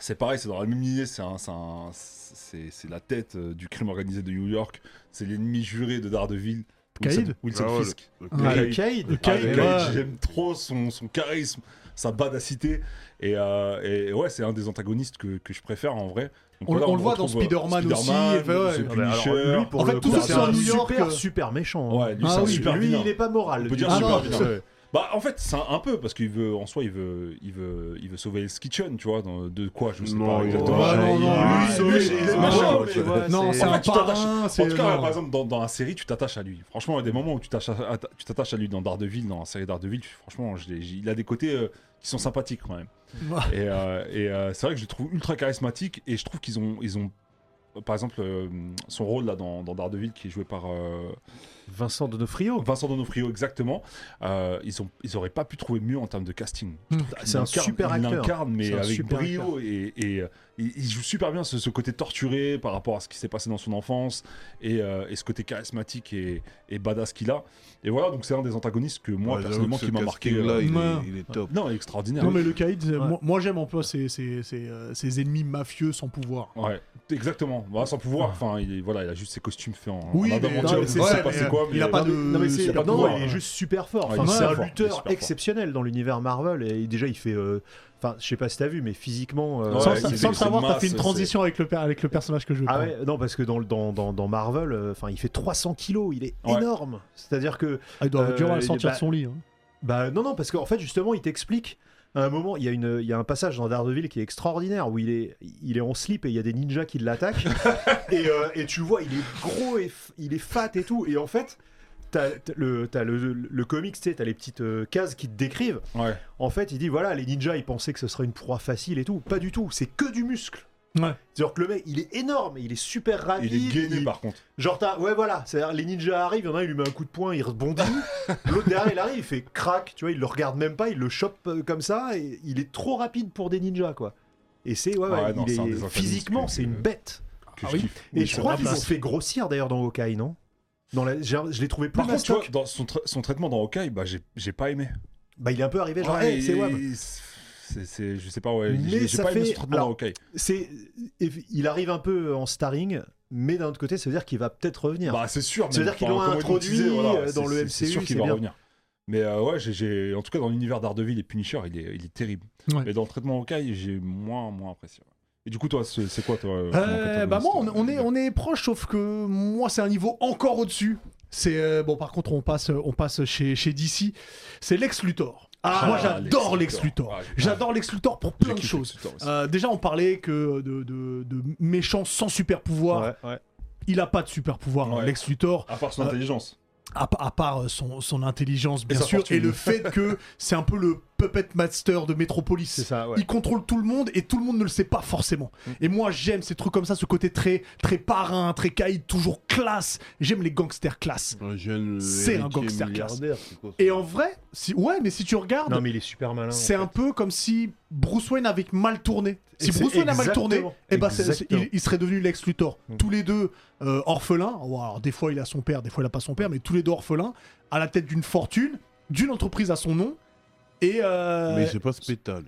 B: c'est pareil, c'est dans la même idée, c'est un- c'est un- c'est- c'est la tête euh, du crime organisé de New York, c'est l'ennemi juré de Daredevil, Wilson-
A: Caïd
B: Wilson
D: Ah ouais,
B: Fisk.
D: Le
A: Ah,
B: Caïd.
C: Et Cade,
A: Le
B: Ah,
A: Caïd,
B: le
A: ouais.
B: Caïd, J'aime trop son, son charisme, sa badacité. Et, euh, et ouais, c'est un des antagonistes que, que je préfère en vrai. Donc
A: On- on le voit dans
B: retrouve, euh,
A: Spider-Man aussi, et fait, ouais. Ah,
B: The
C: Ah bah, alors,
B: Punisher.
C: lui, pour
A: En
C: le
A: fait,
C: coup,
A: tout
C: c'est
A: ça,
C: un
A: New York,
C: super,
A: euh,
C: super méchant. hein.
B: Ouais, lui,
A: Ah
B: c'est un
A: oui,
B: super
C: lui,
B: vilain.
C: il est pas moral.
B: On peut dire
C: Ah
B: super
C: non,
B: vilain.
C: c'est-
B: Bah en fait c'est un, un peu parce qu'il veut en soi il veut il veut il veut sauver Hell's Kitchen tu vois dans- de quoi je sais
D: Non,
B: pas
D: il-
B: exactement.
A: Ouais, non, non,
B: Ah,
A: lui,
B: lui,
A: lui, il
B: c'est-
A: est
B: c'est
A: machin,
B: machin,
A: ouais,
B: mais-
A: ouais, Non, c'est
B: En
A: un
B: fait, tu t'attaches.
A: parrain, c'est
B: En tout cas,
A: non.
B: par exemple, dans, dans la série, tu t'attaches à lui. Franchement, il y a des moments où tu t'attaches à, à- tu t'attaches à lui dans Daredevil, dans la série Daredevil, tu- franchement, je l'ai- j'ai- il a des côtés euh, qui sont sympathiques quand même. Et, euh, et, euh, c'est vrai que je le trouve ultra charismatique et je trouve qu'ils ont, ils ont, par exemple, euh, son rôle là dans, dans Daredevil qui est joué par euh,
C: Vincent Donofrio.
B: Vincent Donofrio exactement. euh, ils ont, ils auraient pas pu trouver mieux en termes de casting. Il
C: C'est un
B: l'incarne-
C: super
B: il
C: acteur.
B: l'incarne, mais
C: C'est un
B: avec
C: super
B: brio et, et, euh, il il joue super bien ce, ce côté torturé par rapport à ce qui s'est passé dans son enfance et, euh, et ce côté charismatique et, et badass qu'il a. Et voilà, donc c'est un des antagonistes que moi
D: Ouais,
B: personnellement
D: j'avoue que
B: qui
D: ce
B: m'a marqué.
D: casting-là,
B: euh,
D: il,
A: Ouais.
D: est, il est top.
B: Non, extraordinaire.
A: Non, mais le Kaïd, c'est-
C: Ouais.
A: moi, moi, j'aime un peu ces, ces, ces, euh, ces ennemis mafieux sans pouvoir.
B: Ouais, exactement. Bah, sans pouvoir. Enfin, il est- voilà, il a juste ses costumes faits en.
A: Oui,
B: en
A: mais-
B: adamantium,
A: non, mais
B: je
A: c'est
B: sais
A: ça,
B: pas
A: mais,
B: c'est
A: euh,
B: quoi,
A: il a
B: mais-
A: pas de-
C: Non, mais c'est-
A: il a pas de
C: non,
A: pouvoir,
C: il
A: ouais.
C: est juste super fort.
B: Ouais,
C: Enfin,
B: il est
C: c'est
B: super
C: un
B: fort, il est
C: lutteur
B: super fort.
C: exceptionnel dans l'univers Marvel. Et déjà, il fait. euh, Enfin, je sais pas si t'as vu, mais physiquement. euh,
A: sans
B: Ouais, il
A: sans
B: fait-
A: le
B: c'est
A: savoir,
B: une
A: t'as fait une
B: masse,
A: transition avec le, per- avec le personnage que je veux
C: Ah
A: prendre.
C: ouais, non, parce que dans, le- dans, dans, dans Marvel, euh, enfin, il fait 300 kilos, il est
B: Ouais.
C: énorme. C'est-à-dire que
A: Ah, il doit avoir du mal à
C: Euh,
A: le sortir
C: bah-
A: de son lit. hein.
C: Bah non, non, parce qu'en fait, justement, il t'explique. À un moment, il y, a une, il y a un passage dans Daredevil qui est extraordinaire où il est, il est en slip et il y a des ninjas qui l'attaquent. et, euh, et tu vois, il est gros et f- il est fat et tout. Et en fait, t'as t'as le, t'as le, le comics, tu sais, t'as les petites euh, cases qui te décrivent.
B: Ouais.
C: En fait, il dit voilà, les ninjas, ils pensaient que ce serait une proie facile et tout. Pas du tout, c'est que du muscle.
A: Ouais.
C: C'est-à-dire que le mec, il est énorme, il est super rapide.
B: Il est gainé
C: il-
B: par contre.
C: Genre, t'as- ouais, voilà, c'est-à-dire, les ninjas arrivent, il y en a un, il lui met un coup de poing, il rebondit, l'autre derrière, il arrive, il fait crac, tu vois, il le regarde même pas, il le chope euh, comme ça, et il est trop rapide pour des ninjas, quoi. Et c'est, ouais, ouais,
B: Ouais, non,
C: il
B: c'est un
C: est-
B: des antagonistes
C: physiquement,
B: que-
C: c'est une bête.
B: Que
A: Ah
B: je
A: oui.
B: kiffe.
C: Et
B: Oui,
C: je
B: c'est
C: crois
B: vrai.
C: qu'ils ont fait grossir d'ailleurs dans Hawkeye, non dans la, j'ai- Je l'ai trouvé plus
B: Par contre, tu vois,
C: mastoc.
B: dans son, tra- son traitement dans Hawkeye, bah, j'ai j'ai pas aimé.
C: Bah, il est un peu arrivé, genre,
B: Ouais,
C: hey, c'est
B: il-
C: Wab.
B: il- c'est- c'est- Je sais pas, ouais.
C: Mais
B: J'ai j'ai
C: ça
B: pas aimé
C: fait-
B: son traitement
C: alors-
B: dans Hawkeye.
C: C'est- Il arrive un peu euh, en starring, mais d'un autre côté, ça veut dire qu'il va peut-être revenir.
B: Bah, c'est sûr. mais
C: C'est-à-dire
B: enfin,
C: qu'ils l'ont
B: comme on le
C: introduit,
B: disait, voilà,
C: euh, dans
B: c'est- c'est-
C: le
B: C'est
C: MCU,
B: sûr qu'il
C: c'est
B: va
C: bien.
B: revenir. Mais euh, ouais, j'ai- j'ai- en tout cas, dans l'univers d'Ardeville et Punisher, il est, il est terrible.
A: Ouais.
B: Mais dans le traitement Hawkeye, j'ai moins, moins apprécié. ouais. Et du coup, toi, c'est c'est quoi, toi euh, ton
A: Euh, bah
B: antagoniste,
A: moi, on,
B: euh,
A: on est, on est proche, sauf que moi, c'est un niveau encore au-dessus. C'est euh, bon, par contre, on passe, on passe chez, chez DC. C'est Lex Luthor.
B: Ah,
A: moi, j'adore
B: Lex
A: Lex Luthor.
B: Luthor. Ah, j'ai-
A: j'adore Lex Luthor pour
B: j'ai
A: plein de
B: kiffé
A: choses.
B: ce temps aussi.
A: Euh, déjà, on parlait que de, de- de méchants sans super pouvoir.
C: Ouais, ouais.
A: Il a pas de super pouvoir, hein,
B: Ouais.
A: Lex Luthor,
B: À part son
A: euh,
B: intelligence.
A: à, pa- à part euh, son, son intelligence, bien
B: sa
A: sûr,
B: fortune.
A: et le fait que c'est un peu le puppet master de Metropolis.
C: C'est ça, ouais. Mm.
A: Il contrôle tout le monde et tout le monde ne le sait pas forcément. Et moi, j'aime ces trucs comme ça, ce côté très, très parrain, très caïd, toujours classe. J'aime les gangsters classe.
D: Un jeune
A: C'est un
D: héritier
A: gangster
D: milliardaire, c'est quoi ça
A: Et en vrai, si, ouais, mais si tu regardes,
C: Non, mais il est super malin. en
A: c'est
C: fait.
A: un peu comme si Bruce Wayne avait mal tourné.
C: Et
A: Si
C: c'est
A: Bruce Wayne a mal tourné,
C: exactement-
A: eh ben c'est- c'est-
C: exactement.
A: il, il serait devenu Lex Luthor.
C: Mm.
A: Tous les deux euh, orphelins. Bon, alors, des fois il a son père, des fois il a pas son père, mais tous les deux orphelins, à la tête d'une fortune, d'une entreprise à son nom. Et euh,
D: Mais c'est pas ce pétale.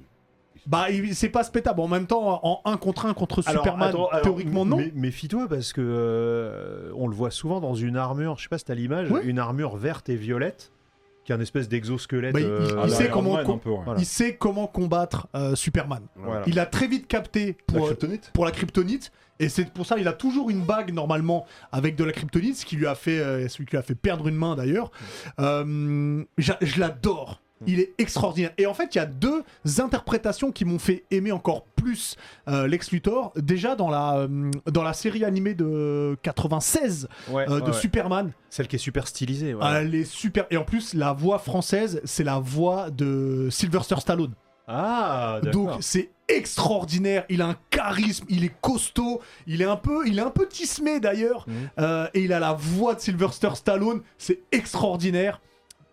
A: bah il- c'est pas spectacle. Bon, En même temps, en un contre un contre
C: Alors,
A: Superman,
C: attends, alors,
A: théoriquement non.
C: mais- Méfie-toi parce que euh, on le voit souvent dans une armure, je sais pas si t'as l'image,
A: Ouais.
C: une armure verte et violette, qui est un espèce d'exosquelette.
A: Bah, il-
C: euh,
A: il
B: Ah,
C: à
A: sait
B: Iron
A: comment
B: Man,
A: co-
B: un peu, ouais.
C: Voilà.
A: Il sait comment combattre euh, Superman.
C: Voilà.
A: Il a très vite capté
B: La
A: pour
B: kryptonite
A: pour la kryptonite. Et c'est pour ça il a toujours une bague normalement avec de la kryptonite, ce qui lui a fait, euh, ce qui lui a fait perdre une main d'ailleurs. Euh, j'a- je l'adore. Il est extraordinaire. Et en fait, il y a deux interprétations qui m'ont fait aimer encore plus euh, Lex Luthor. Déjà dans la, euh, dans la série animée de 96
C: Ouais,
A: euh, de
C: ouais, ouais.
A: Superman,
C: Celle qui est super stylisée. voilà.
A: elle est super. Et en plus, la voix française, c'est la voix de Sylvester Stallone.
C: Ah,
A: Donc
C: d'accord.
A: c'est extraordinaire, il a un charisme, il est costaud, il est un peu, il est un peu tismé d'ailleurs,
C: Mhm.
A: Euh, et il a la voix de Sylvester Stallone, c'est extraordinaire.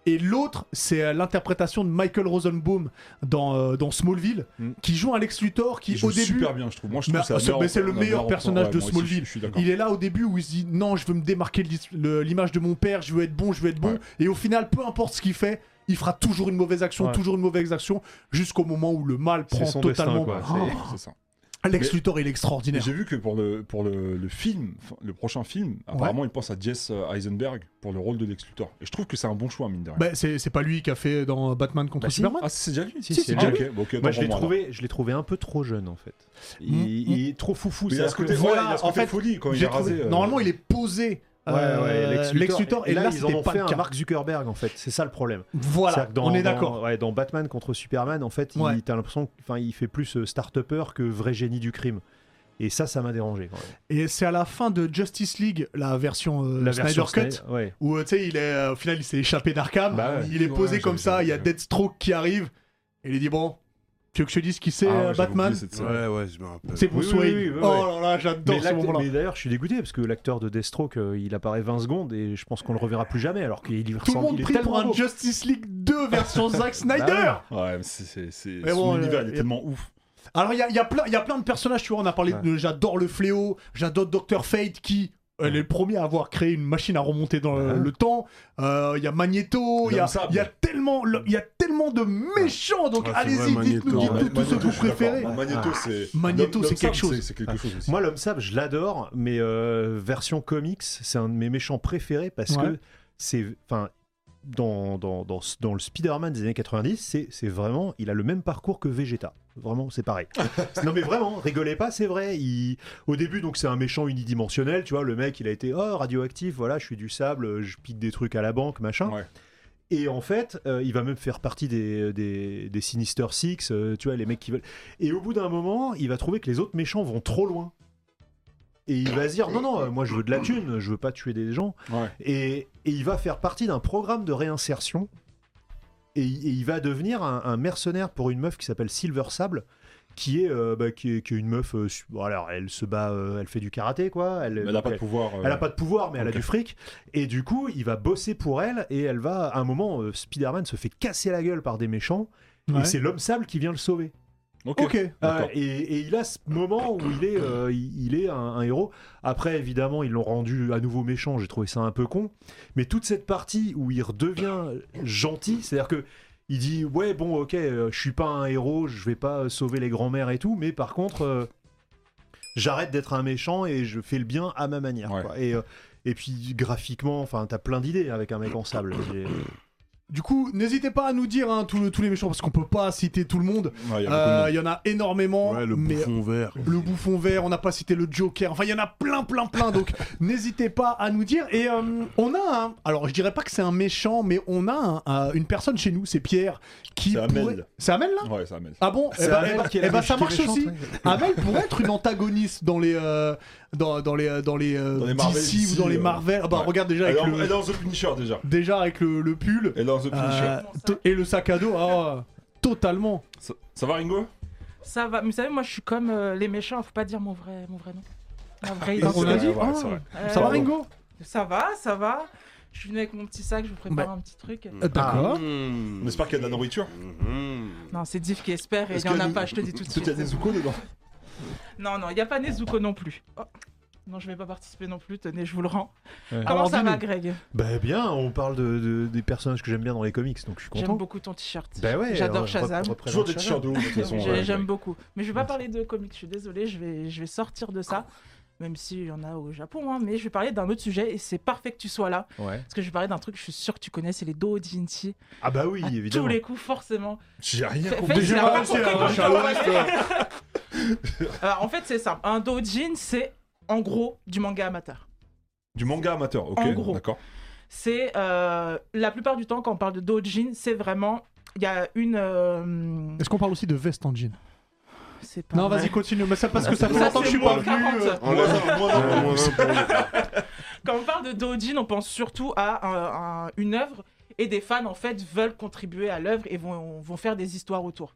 A: Et l'autre, c'est euh, l'interprétation de Michael Rosenbaum dans, euh, dans Smallville,
C: Mhm.
A: qui joue un Lex Luthor qui
B: Il joue
A: au début,
B: super bien, je trouve. Moi, je trouve
A: Mais-
B: que la
A: c'est-
B: meilleure-
A: mais c'est le
B: la
A: meilleur
B: meilleure
A: personnage
B: ouais,
A: de
B: moi aussi,
A: Smallville.
B: Je suis d'accord.
A: il est là au début où il se dit non, je veux me démarquer de l'is- le- l'image de mon père, je veux être bon, je veux être bon.
B: Ouais.
A: Et au final, peu importe ce qu'il fait, il fera toujours une mauvaise action,
C: Ouais.
A: toujours une mauvaise action, jusqu'au moment où le mal
C: C'est
A: prend
C: son
A: totalement.
C: destin, quoi.
A: Oh,
C: C'est-
B: C'est ça.
A: Lex
B: Mais-
A: Luthor, il est
B: Et
A: extraordinaire.
B: J'ai vu que pour le pour le, le film, enfin, le prochain film, apparemment, il pense à Jess euh, Eisenberg pour le rôle de Lex Luthor. Et je trouve que c'est un bon choix mine de rien.
A: Bah, c'est c'est pas lui qui a fait dans Batman contre
C: Bah si.
A: Superman
B: ah, c'est déjà lui.
A: si,
C: Si, c'est
A: c'est
B: Ah,
C: déjà
A: déjà
B: ok,
C: lui.
B: bon, ok,
C: Moi,
B: autant
C: je l'ai
B: pour
C: trouvé, je l'ai trouvé un peu trop jeune en fait. Il,
A: Mm, mm.
C: il est trop foufou.
B: Mais il y a
C: c'est-à-dire
B: ce côté,
C: que-
B: voilà,
A: Euh, voilà,
B: il y a ce
A: en
B: côté
A: fait,
B: folie quand il
A: J'ai
B: est rasé.
A: trouvé-
B: euh,
A: Normalement, il est posé
C: Ouais, ouais,
A: euh,
C: Lex Luthor.
A: Luthor,
C: Et, là, ils en
A: c'était
C: ont
A: pas
C: fait
A: le
C: un
A: cas.
C: Mark Zuckerberg, en fait. C'est ça le problème.
A: Voilà,
C: C'est-à-dire que dans-
A: on est
C: dans-
A: d'accord.
C: ouais, dans Batman contre Superman, en fait,
A: Ouais.
C: il, t'as l'impression qu'il fait plus euh, start-upper que vrai génie du crime. Et ça, ça m'a dérangé. quand même.
A: Et c'est à la fin de Justice League, la version euh,
C: La
A: Snyder
C: version
A: Cut,
C: Snyder- ouais.
A: où euh, tu sais, il est euh, au final, il s'est échappé d'Arkham,
B: Bah ouais.
A: il est posé
B: Ouais,
A: comme
B: j'ai-
A: ça,
B: j'ai-
A: il y a
B: j'ai-
A: Deathstroke qui arrive, et il dit bon, tu veux que je te dise qui c'est
B: Ah ouais,
A: euh,
B: j'avais
A: Batman
B: oublié cette scène.
D: Ouais, ouais, je me rappelle.
A: C'est Bruce
C: Oui, oui,
A: Wayne.
C: oui, oui,
A: Oh là là, j'adore
C: Mais,
A: ce
C: l'acte-
A: moment-là.
C: mais d'ailleurs, je suis dégoûté parce que l'acteur de Deathstroke, euh, il apparaît 20 secondes et je pense qu'on le reverra plus jamais. Alors qu'il y
A: Tout le
C: ressemble. il
A: monde
C: est
A: pris pour
C: tellement
A: un
C: beau.
A: Justice League 2 version Zack Snyder.
C: Bah
B: Ouais, mais c'est- c'est. c'est-
A: Mais
B: Son
A: bon,
B: univers, il
A: euh,
B: est tellement ouf.
A: Alors il y a, il y a plein, il y a plein de personnages, tu vois, on a parlé
C: Ouais.
A: de j'adore le fléau, j'adore Dr Fate qui elle est le premier à avoir créé une machine à remonter dans le,
C: Ouais.
A: le temps. Euh, Il y a Magneto, il y a,
B: L'homme sable.
A: il y a tellement, le- il y a tellement de méchants. Donc
D: Ouais, c'est
A: allez-y,
D: vrai,
A: dites-nous
D: Magneto,
A: dites-nous tous
D: ouais,
A: ceux que
B: Magneto,
A: vous
B: je suis d'accord.
A: préférez. Ah.
B: Magneto, c'est.
A: Magneto,
B: L'homme
A: c'est quelque
B: sable,
A: chose. Ah.
B: c'est- C'est quelque chose aussi.
C: Moi, l'homme sable, je l'adore, mais euh, version comics, c'est un de mes méchants préférés parce
A: Ouais.
C: que c'est. Enfin, dans, dans, dans, dans le Spider-Man des années 90, c'est- c'est vraiment. Il a le même parcours que Vegeta. Vraiment, c'est pareil. non, mais vraiment, rigolez pas, c'est vrai. Il- Au début, donc, c'est un méchant unidimensionnel, tu vois. Le mec, il a été oh, radioactif, voilà, je suis du sable, je pique des trucs à la banque, machin.
B: Ouais.
C: Et en fait, euh, il va même faire partie des, des, des Sinister Six, euh, tu vois, les mecs qui veulent. Et au bout d'un moment, il va trouver que les autres méchants vont trop loin. Et il va se dire non, non, euh, moi je veux de la thune, je veux pas tuer des gens.
B: Ouais.
C: Et, et il va faire partie d'un programme de réinsertion. Et, il- et il va devenir un, un mercenaire pour une meuf qui s'appelle Silver Sable, qui est, euh, bah, qui est, qui est une meuf. euh, su- bon, alors, elle se bat, euh, elle fait du karaté, quoi. Elle,
B: Elle a pas de pouvoir. euh,
C: elle a pas de pouvoir, mais elle a
B: Ok.
C: du fric. Et du coup, il va bosser pour elle. Et elle va, à un moment, euh, Spider-Man se fait casser la gueule par des méchants.
A: Ouais.
C: Et c'est l'homme sable qui vient le sauver.
B: Ok.
A: Ok.
B: D'accord.
C: Euh, et, et il a ce moment où il est, euh, il, il est un, un héros. Après, évidemment, ils l'ont rendu à nouveau méchant. J'ai trouvé ça un peu con. Mais toute cette partie où il redevient gentil, c'est-à-dire que il dit ouais bon ok, euh, je suis pas un héros, je vais pas euh, sauver les grands-mères et tout, mais par contre, euh, j'arrête d'être un méchant et je fais le bien à ma manière.
B: Ouais.
C: quoi. Et euh, et puis graphiquement, enfin, t'as plein d'idées avec un mec en sable. J'ai-
A: Eh Du coup, n'hésitez pas à nous dire hein, tous le- tous les méchants parce qu'on peut pas citer tout le monde.
B: Ouais, il y a beaucoup de
A: Euh,
B: monde.
A: Il y en a énormément.
D: Ouais, le
A: mais
D: bouffon vert.
A: Le bouffon vert, on n'a pas cité le Joker. Enfin, il y en a plein, plein, plein. Donc, n'hésitez pas à nous dire. Et euh, on a un. Alors, je dirais pas que c'est un méchant, mais on a un- un- une personne chez nous, c'est Pierre, qui.
B: C'est Amel.
A: pourrait- C'est Amel là
B: Ouais, ça amène.
A: Ah bon Eh
C: C'est
A: ben,
C: Amel
A: eh ben-
C: qui est la
A: eh ben,
C: mé-
A: ça
C: qui est
A: marche
C: méchante,
A: aussi.
C: ouais.
A: Amel pourrait être une antagoniste dans les. euh, dans, dans les. euh, Dans les, euh,
B: Dans les Marvel,
A: DC ou dans
B: euh,
A: les Marvel. Ah bah,
B: ouais.
A: regarde déjà
B: Elle
A: avec
B: est en-
A: le.
B: elle est dans The Punisher déjà.
A: Déjà avec le, le pull.
B: Elle est dans The
A: euh,
B: Punisher.
A: to- et le sac à dos. ah, totalement.
B: Ça- Ça va, Ringo
F: Ça va, mais vous savez, moi je suis comme euh, les méchants, faut pas dire mon vrai, mon vrai nom. Ma vraie
B: Et c'est
A: on a
B: vrai,
F: identité.
A: dit,
B: ouais,
A: ah,
B: c'est vrai.
F: Euh,
A: Ça va, Ringo
F: Ça va, ça va. Je suis venu avec mon petit sac, je vous prépare un petit truc.
A: Euh, D'accord.
D: Mmh.
B: On espère qu'il y a de la nourriture.
D: Mmh.
F: Ah. Non, c'est Div qui espère et il
B: Est-ce
F: y en
B: qu'il y
F: a
B: a
F: pas,
B: des-
F: je te dis tout de
B: Peut-être
F: suite.
B: qu'il y a des Zuko dedans.
F: Non, non, il n'y a pas Nezuko non plus. Oh. Non, je vais pas participer non plus, tenez, je vous le rends.
C: Ouais.
F: Comment
A: Alors,
F: ça va,
A: dis-nous.
F: Greg
C: Bah bien, on parle de, de- des personnages que j'aime bien dans les comics, donc je suis
F: J'aime
C: content.
F: beaucoup ton t-shirt.
C: Bah ouais,
F: J'adore
C: euh, rep-
F: Shazam.
C: représente
B: Toujours des
C: Shazam.
B: t-shirts de ouf, de toute façon.
F: J'ai-
B: ouais,
F: J'aime
B: ouais.
F: beaucoup. Mais je vais pas parler de comics, je suis désolée, je vais, je vais sortir de ça. Même s'il y en a au Japon, hein, mais je vais parler d'un autre sujet et c'est parfait que tu sois là. Parce que je vais parler d'un truc que je suis sûr que tu connais, c'est les Do Jinchi.
C: Ah bah oui,
F: Tous
C: évidemment.
F: les coups, forcément.
B: J'ai rien
F: Fais-
B: compris.
F: fais-
A: Déjà,
F: la
A: même si elle a
F: rencontre
A: un
F: que
A: chat à
F: je Alors, Euh, en fait, c'est simple. Un doujin, c'est en gros du manga amateur.
B: Du manga amateur,
F: En
B: ok,
F: gros.
B: d'accord.
F: C'est euh, la plupart du temps quand on parle de doujin, c'est vraiment il y a une. euh,
A: Est-ce qu'on parle aussi de veste en jean
F: c'est pas.
A: Non,
F: vrai.
A: vas-y, continue. Mais ça, parce que ça fait
F: Ça,
A: longtemps que je
F: c'est
A: suis pas
F: moins
A: venu.
F: 40.
A: euh,
D: On l'a dit.
B: Moi,
D: Ouais, moi, non, pour-
F: Quand on parle de doujin, on pense surtout à un- un- une œuvre et des fans en fait veulent contribuer à l'œuvre et vont, vont faire des histoires autour.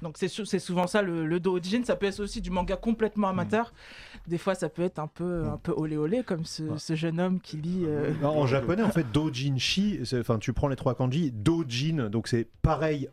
F: Donc c'est sou- c'est souvent ça le, le doujin. Ça peut être aussi du manga complètement amateur. Des fois, ça peut être un peu un peu olé olé comme ce, ce jeune homme qui lit. euh,
C: Non, en japonais, en fait, dojinshi, c'est- enfin, tu prends les trois kanji, dojin, donc c'est pareil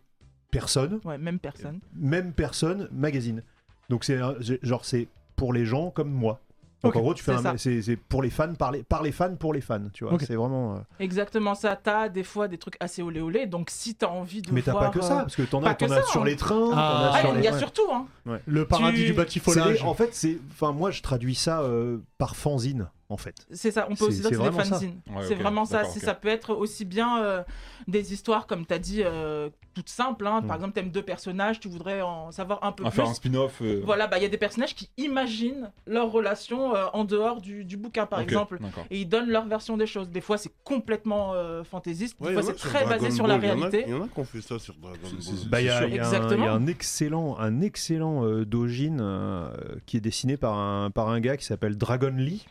C: personne,
F: Ouais, même personne.
C: même personne, magazine. Donc c'est un- c'est- genre c'est pour les gens comme moi. Donc
A: Ok,
C: en gros, tu fais
F: c'est
C: un-
F: ça.
C: c'est c'est pour les fans, par les, par les fans, pour les fans, tu vois.
A: Ok.
C: C'est vraiment. euh,
F: Exactement ça. T'as des fois des trucs assez olé olé. Donc si t'as envie de
C: Mais t'as
F: voir.
C: pas que ça,
F: euh,
C: parce que t'en
F: pas
C: as,
F: que
C: t'en as
F: ça, hein.
C: sur les trains,
A: Ah,
C: t'en
F: Ah,
C: as sur
F: il
C: les.
F: y a
C: ouais.
F: surtout. Hein.
A: Le paradis du
F: Tu-
A: Ah,
C: C'est des-
A: batifolage.
C: en fait, c'est. Enfin, moi, je traduis ça euh, par fanzine. en fait.
F: C'est ça, on peut
C: C'est-
F: aussi dire
C: c'est
F: que c'est des
C: vraiment ça.
F: fanzines.
B: Ouais,
F: c'est
B: ok,
F: vraiment ça.
B: d'accord,
F: C'est-
B: ok.
F: Ça peut être aussi bien euh, des histoires, comme tu as dit, euh, toutes simples. hein. Par
C: Mm.
F: exemple, tu aimes deux personnages, tu voudrais en savoir un peu
B: À
F: plus.
B: faire un spin-off. euh,
F: Voilà, bah, il y a des personnages qui imaginent leur relation euh, en dehors du, du bouquin, par
B: ok,
F: exemple.
B: d'accord.
F: Et ils donnent leur version des choses. Des fois, c'est complètement euh, fantaisiste. Des
D: Ouais,
F: fois,
D: il y en a
F: c'est
D: sur
F: très
D: Dragon
F: basé sur la
D: Ball, il y en a-
F: réalité.
D: Il y en a qui ont fait ça sur Dragon
B: C'est- c'est-
D: Ball.
B: Bah,
C: il y, a-
B: sûr.
C: il y a un- il y a un excellent, un excellent euh, Dojin euh, qui est dessiné par un, par un gars qui s'appelle Dragon Lee.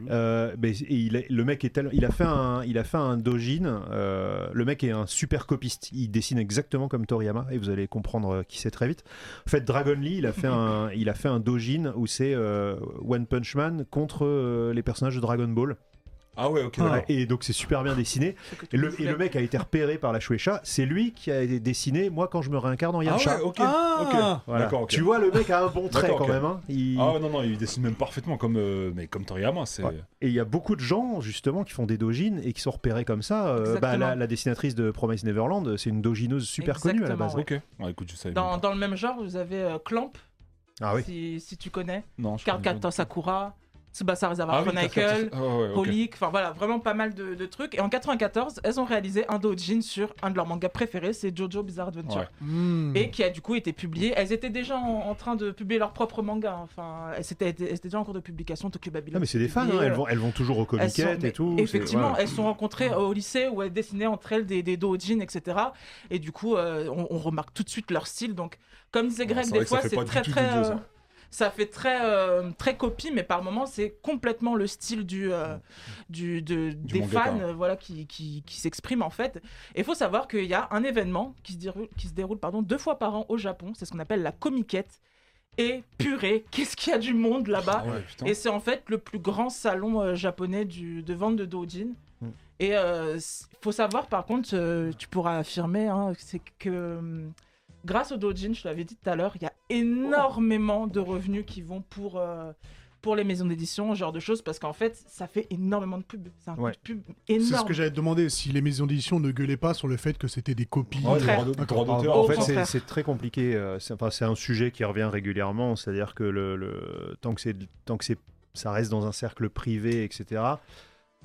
D: Mhm.
C: Euh, ben, et il est- le mec est tellement- il a fait un, il a fait un Dojin. euh, le mec est un super copiste. Il dessine exactement comme Toriyama et vous allez comprendre euh, qui c'est très vite. En fait, Dragon Lee, il a fait un, il a fait un Dojin où c'est euh, One Punch Man contre euh, les personnages de Dragon Ball.
B: Ah ouais, ok.
C: Ouais,
B: d'accord.
C: Et donc c'est super bien dessiné.
F: Ce que tu
C: Et le, et
F: voulais.
C: le mec a été repéré par la Shueisha. C'est lui qui a dessiné Moi quand je me réincarne en
B: Ah
C: Yamcha.
B: ouais, ok.
A: Ah.
B: ok.
C: Voilà.
B: D'accord, ok.
C: Tu vois, le mec a un bon trait
B: D'accord,
C: quand
B: ok.
C: même. hein. Il-
B: Ah ouais, non, non, il dessine même parfaitement comme, euh, mais comme Toriyama. C'est...
C: Ouais. Et il y a beaucoup de gens justement qui font des dojines et qui sont repérés comme ça. Euh,
F: Exactement.
C: bah, la, la dessinatrice de Promise Neverland, c'est une dogineuse super connue à la
F: Exactement,
C: base.
F: ouais.
B: ah, Ok. Ouais, écoute, je savais
F: Dans,
B: même pas.
F: dans le même genre, vous avez euh, Clamp,
C: Ah oui.
F: si, si tu connais,
B: Non, je connais pas.
F: Karkata Sakura, Tsubasa Reservoir
B: Ah oui,
F: Chronicle,
B: Karkata- ah ouais, ok.
F: Holic, enfin voilà, vraiment pas mal de, de trucs. Et en 94, elles ont réalisé un doujin sur un de leurs mangas préférés, c'est Jojo Bizarre Adventure.
B: Ouais.
A: Hmm.
F: Et qui a du coup été publié. Elles étaient déjà en, en train de publier leur propre manga. hein. Enfin, elles étaient, elles étaient déjà en cours de publication. Tokyo Babylon.
C: Ah, mais c'est des fans, hein.
F: publié,
C: elles,
F: euh,
C: vont, elles vont toujours aux
F: elles sont-
C: comiquettes
F: mais
C: et tout. c'est-
F: Effectivement,
C: voilà.
F: elles se sont rencontrées au lycée où elles dessinaient entre elles des, des doujins, etc. Et du coup, euh, on, on remarque tout de suite leur style. Donc, comme disait
B: Ouais,
F: Greg,
B: c'est vrai
F: des
B: que ça
F: fois,
B: fait
F: c'est
B: pas du
F: très,
B: tout
F: très.
B: vidéo, ça.
F: euh, ça fait très, euh, très copie, mais par moments, c'est complètement le style du, euh, du, de- des
B: mangaka.
F: fans euh, voilà, qui, qui, qui s'expriment en fait. Et il faut savoir qu'il y a un événement qui se déroule, qui se déroule pardon, deux fois par an au Japon, c'est ce qu'on appelle la comiquette. Et purée, qu'est-ce qu'il y a du monde là-bas
B: Ah ouais, putain.
F: et c'est en fait le plus grand salon euh, japonais du, de vente de doujin.
C: Mm.
F: Et il faut savoir par contre, euh, tu pourras affirmer, hein, c'est que euh, grâce au doujin, je te l'avais dit tout à l'heure, il y a énormément de revenus qui vont pour, euh, pour les maisons d'édition, ce genre de choses, parce qu'en fait, ça fait énormément de pubs. C'est un coup
C: Ouais.
F: de pub
A: C'est ce
F: énorme.
A: que j'allais te demander, si les maisons d'édition ne gueulaient pas sur le fait que c'était des copies.
B: Ouais,
F: contraire.
B: le droit d'au- droit d'auteur.
C: En
F: Au
C: fait, c'est-
F: contraire.
C: c'est très compliqué. euh, C'est enfin, c'est un sujet qui revient régulièrement. C'est-à-dire que le, le- tant que, c'est- tant que c'est- ça reste dans un cercle privé, etc.,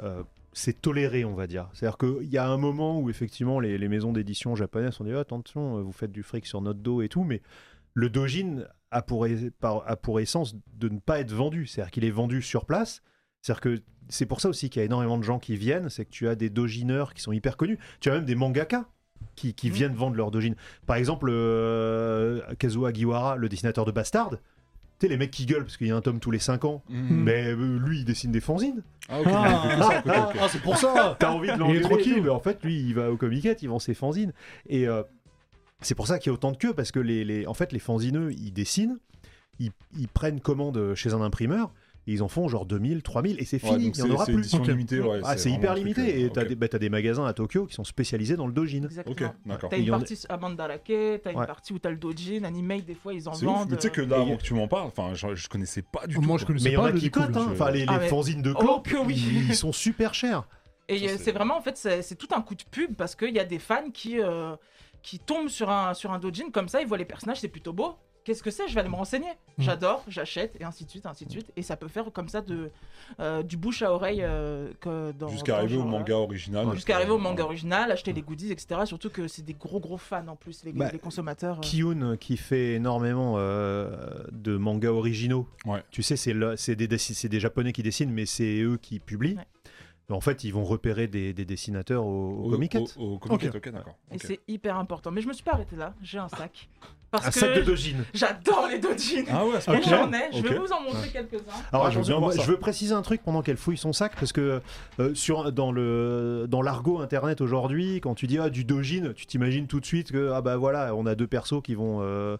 C: euh, c'est toléré, on va dire. C'est-à-dire qu'il y a un moment où, effectivement, les, les maisons d'édition japonaises ont dit Oh, attention, euh, vous faites du fric sur notre dos et tout, mais le dojin a pour, es- par- a pour essence de ne pas être vendu. C'est-à-dire qu'il est vendu sur place. C'est-à-dire que c'est pour ça aussi qu'il y a énormément de gens qui viennent, c'est que tu as des dojineurs qui sont hyper connus. Tu as même des mangaka qui, qui
F: Mhm.
C: viennent vendre leurs dojins. Par exemple, euh, Kazuo Agiwara, le dessinateur de Bastard, tu sais, les mecs qui gueulent parce qu'il y a un tome tous les 5 ans,
B: Mm.
C: mais euh, lui, il dessine des fanzines. ah,
B: Ah, ok, d'accord, ok, ok.
A: c'est pour ça
C: T'as envie de
A: Il est
C: l'enlever
A: tranquille.
C: mais en fait, lui, il va au comiquette, il vend ses fanzines. Et euh, c'est pour ça qu'il y a autant de queues, parce que les, les- en fait, les fanzineux, ils dessinent, ils, ils prennent commande chez un imprimeur, et ils en font genre 2000, 3000, et c'est
B: Ouais,
C: fini,
B: donc
C: il n'y
B: c'est-
C: en aura
B: c'est
C: plus.
B: édition
A: Ok.
B: limitée, ouais,
C: Ah, c'est
B: vraiment un
C: hyper
B: truc,
C: limité,
B: euh,
C: et t'as
B: ok.
C: des, bah, t'as des magasins à Tokyo qui sont spécialisés dans le dojin.
F: Exactement.
B: Ok, d'accord.
F: T'as
C: Et il
F: une
C: y en a-
F: partie à Mandarake, t'as une
C: Ouais.
F: partie où t'as le doujin, anime, des fois ils en
B: C'est ouf,
F: vendent.
B: mais tu sais que
F: euh,
B: là,
C: Et-
B: avant que tu m'en parles, enfin, je, je connaissais pas du tout.
A: Moi
B: quoi.
A: je connaissais
C: Mais il y en
A: pas
C: a
A: je
C: qui
A: découvre,
C: cotent, hein.
A: je-
C: enfin les, les
F: Ah ouais.
C: fanzines de clan,
F: Oh que oui.
C: ils sont super chers.
F: Et
B: Ça,
F: euh,
B: c'est-
F: c'est vraiment, en fait, c'est c'est tout un coup de pub parce qu'il y a des fans qui, euh, qui tombent sur un, sur un doujin comme ça, ils voient les personnages, c'est plutôt beau. Qu'est-ce que c'est Je vais aller me renseigner.
B: Mm.
F: J'adore, j'achète, et ainsi de suite, ainsi de suite. Et ça peut faire comme ça de, euh, du bouche à oreille euh, que dans.
B: Jusqu'à
F: dans
B: arriver
F: ce
B: au
F: genre-là.
B: manga original. Mm.
F: Jusqu'à arriver au manga original, acheter les goodies, etc. Surtout que c'est des gros gros fans en plus, les,
C: Bah,
F: les consommateurs. euh.
C: Kiyun qui fait énormément euh, de mangas originaux.
B: Ouais.
C: Tu sais, c'est le- c'est des, dessi- c'est des Japonais qui dessinent, mais c'est eux qui publient.
F: Ouais.
C: En fait, ils vont repérer des, des dessinateurs au, au
B: Au
C: Comiket.
B: Au, au Comiket, ok, d'accord.
F: Et
B: ok.
F: c'est hyper important. Mais je me suis pas arrêtée là, j'ai un sac. Parce
C: Un
F: que
C: sac de dojin.
F: j'adore les doujins.
B: Ah ouais, c'est
F: Et j'en ai, je vais
B: Ok.
F: vous en montrer quelques-uns.
C: Alors,
B: Ah, je veux
C: attention,
B: bien
C: moi,
B: voir
C: je,
B: ça.
C: veux préciser un truc pendant qu'elle fouille son sac, parce que euh, sur, dans le dans l'argot internet aujourd'hui, quand tu dis ah, du dojin, tu t'imagines tout de suite que ah bah voilà, on a deux persos qui vont euh,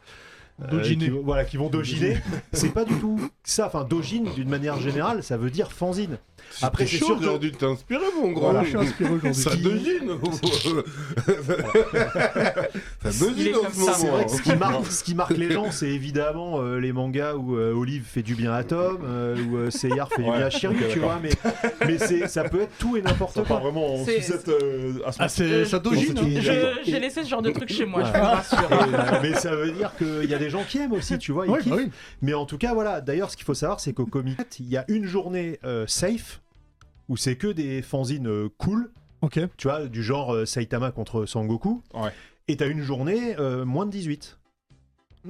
C: euh,
A: Dojiner.
C: qui vont- voilà, qui vont dojiner. C'est pas du tout ça. Enfin, dojin d'une manière générale, ça veut dire fanzine. Après, c'est
D: chaud
C: sûr que-
D: aujourd'hui de t'inspirer, mon gros.
A: Voilà, je suis inspiré aujourd'hui.
D: Ça devine. ça
F: Il est
D: devine en
F: comme
D: ce
F: ça.
D: moment.
F: C'est
C: vrai que ce qui marque, ce qui marque les gens, c'est évidemment euh, les mangas où euh, Olive fait du bien à Tom, euh, où euh, Seyar fait du
B: Ouais,
C: bien à Shiryu,
B: ok,
C: tu vois, mais, mais c'est- ça peut être tout et n'importe
B: Ça part
C: quoi.
B: vraiment en
F: C'est-
B: suzette euh, à ce
A: Ah,
B: moment
A: c'est
F: Euh,
A: ça dojine
C: Et-
F: Je-
C: et-
F: J'ai laissé ce genre de truc chez moi, je
C: Ouais.
F: vous rassure.
C: Et, euh, mais ça veut dire qu'il y a des gens qui aiment aussi, tu vois. ils
A: Oui, bah
C: kiffent.
A: oui.
C: Mais en tout cas, voilà. D'ailleurs, ce qu'il faut savoir, c'est qu'au Comic, il y a une journée euh, safe où c'est que des fanzines euh, cool,
A: Ok.
C: tu vois, du genre euh, Saitama contre Sangoku.
B: Ouais.
C: Et t'as une journée euh, moins de 18.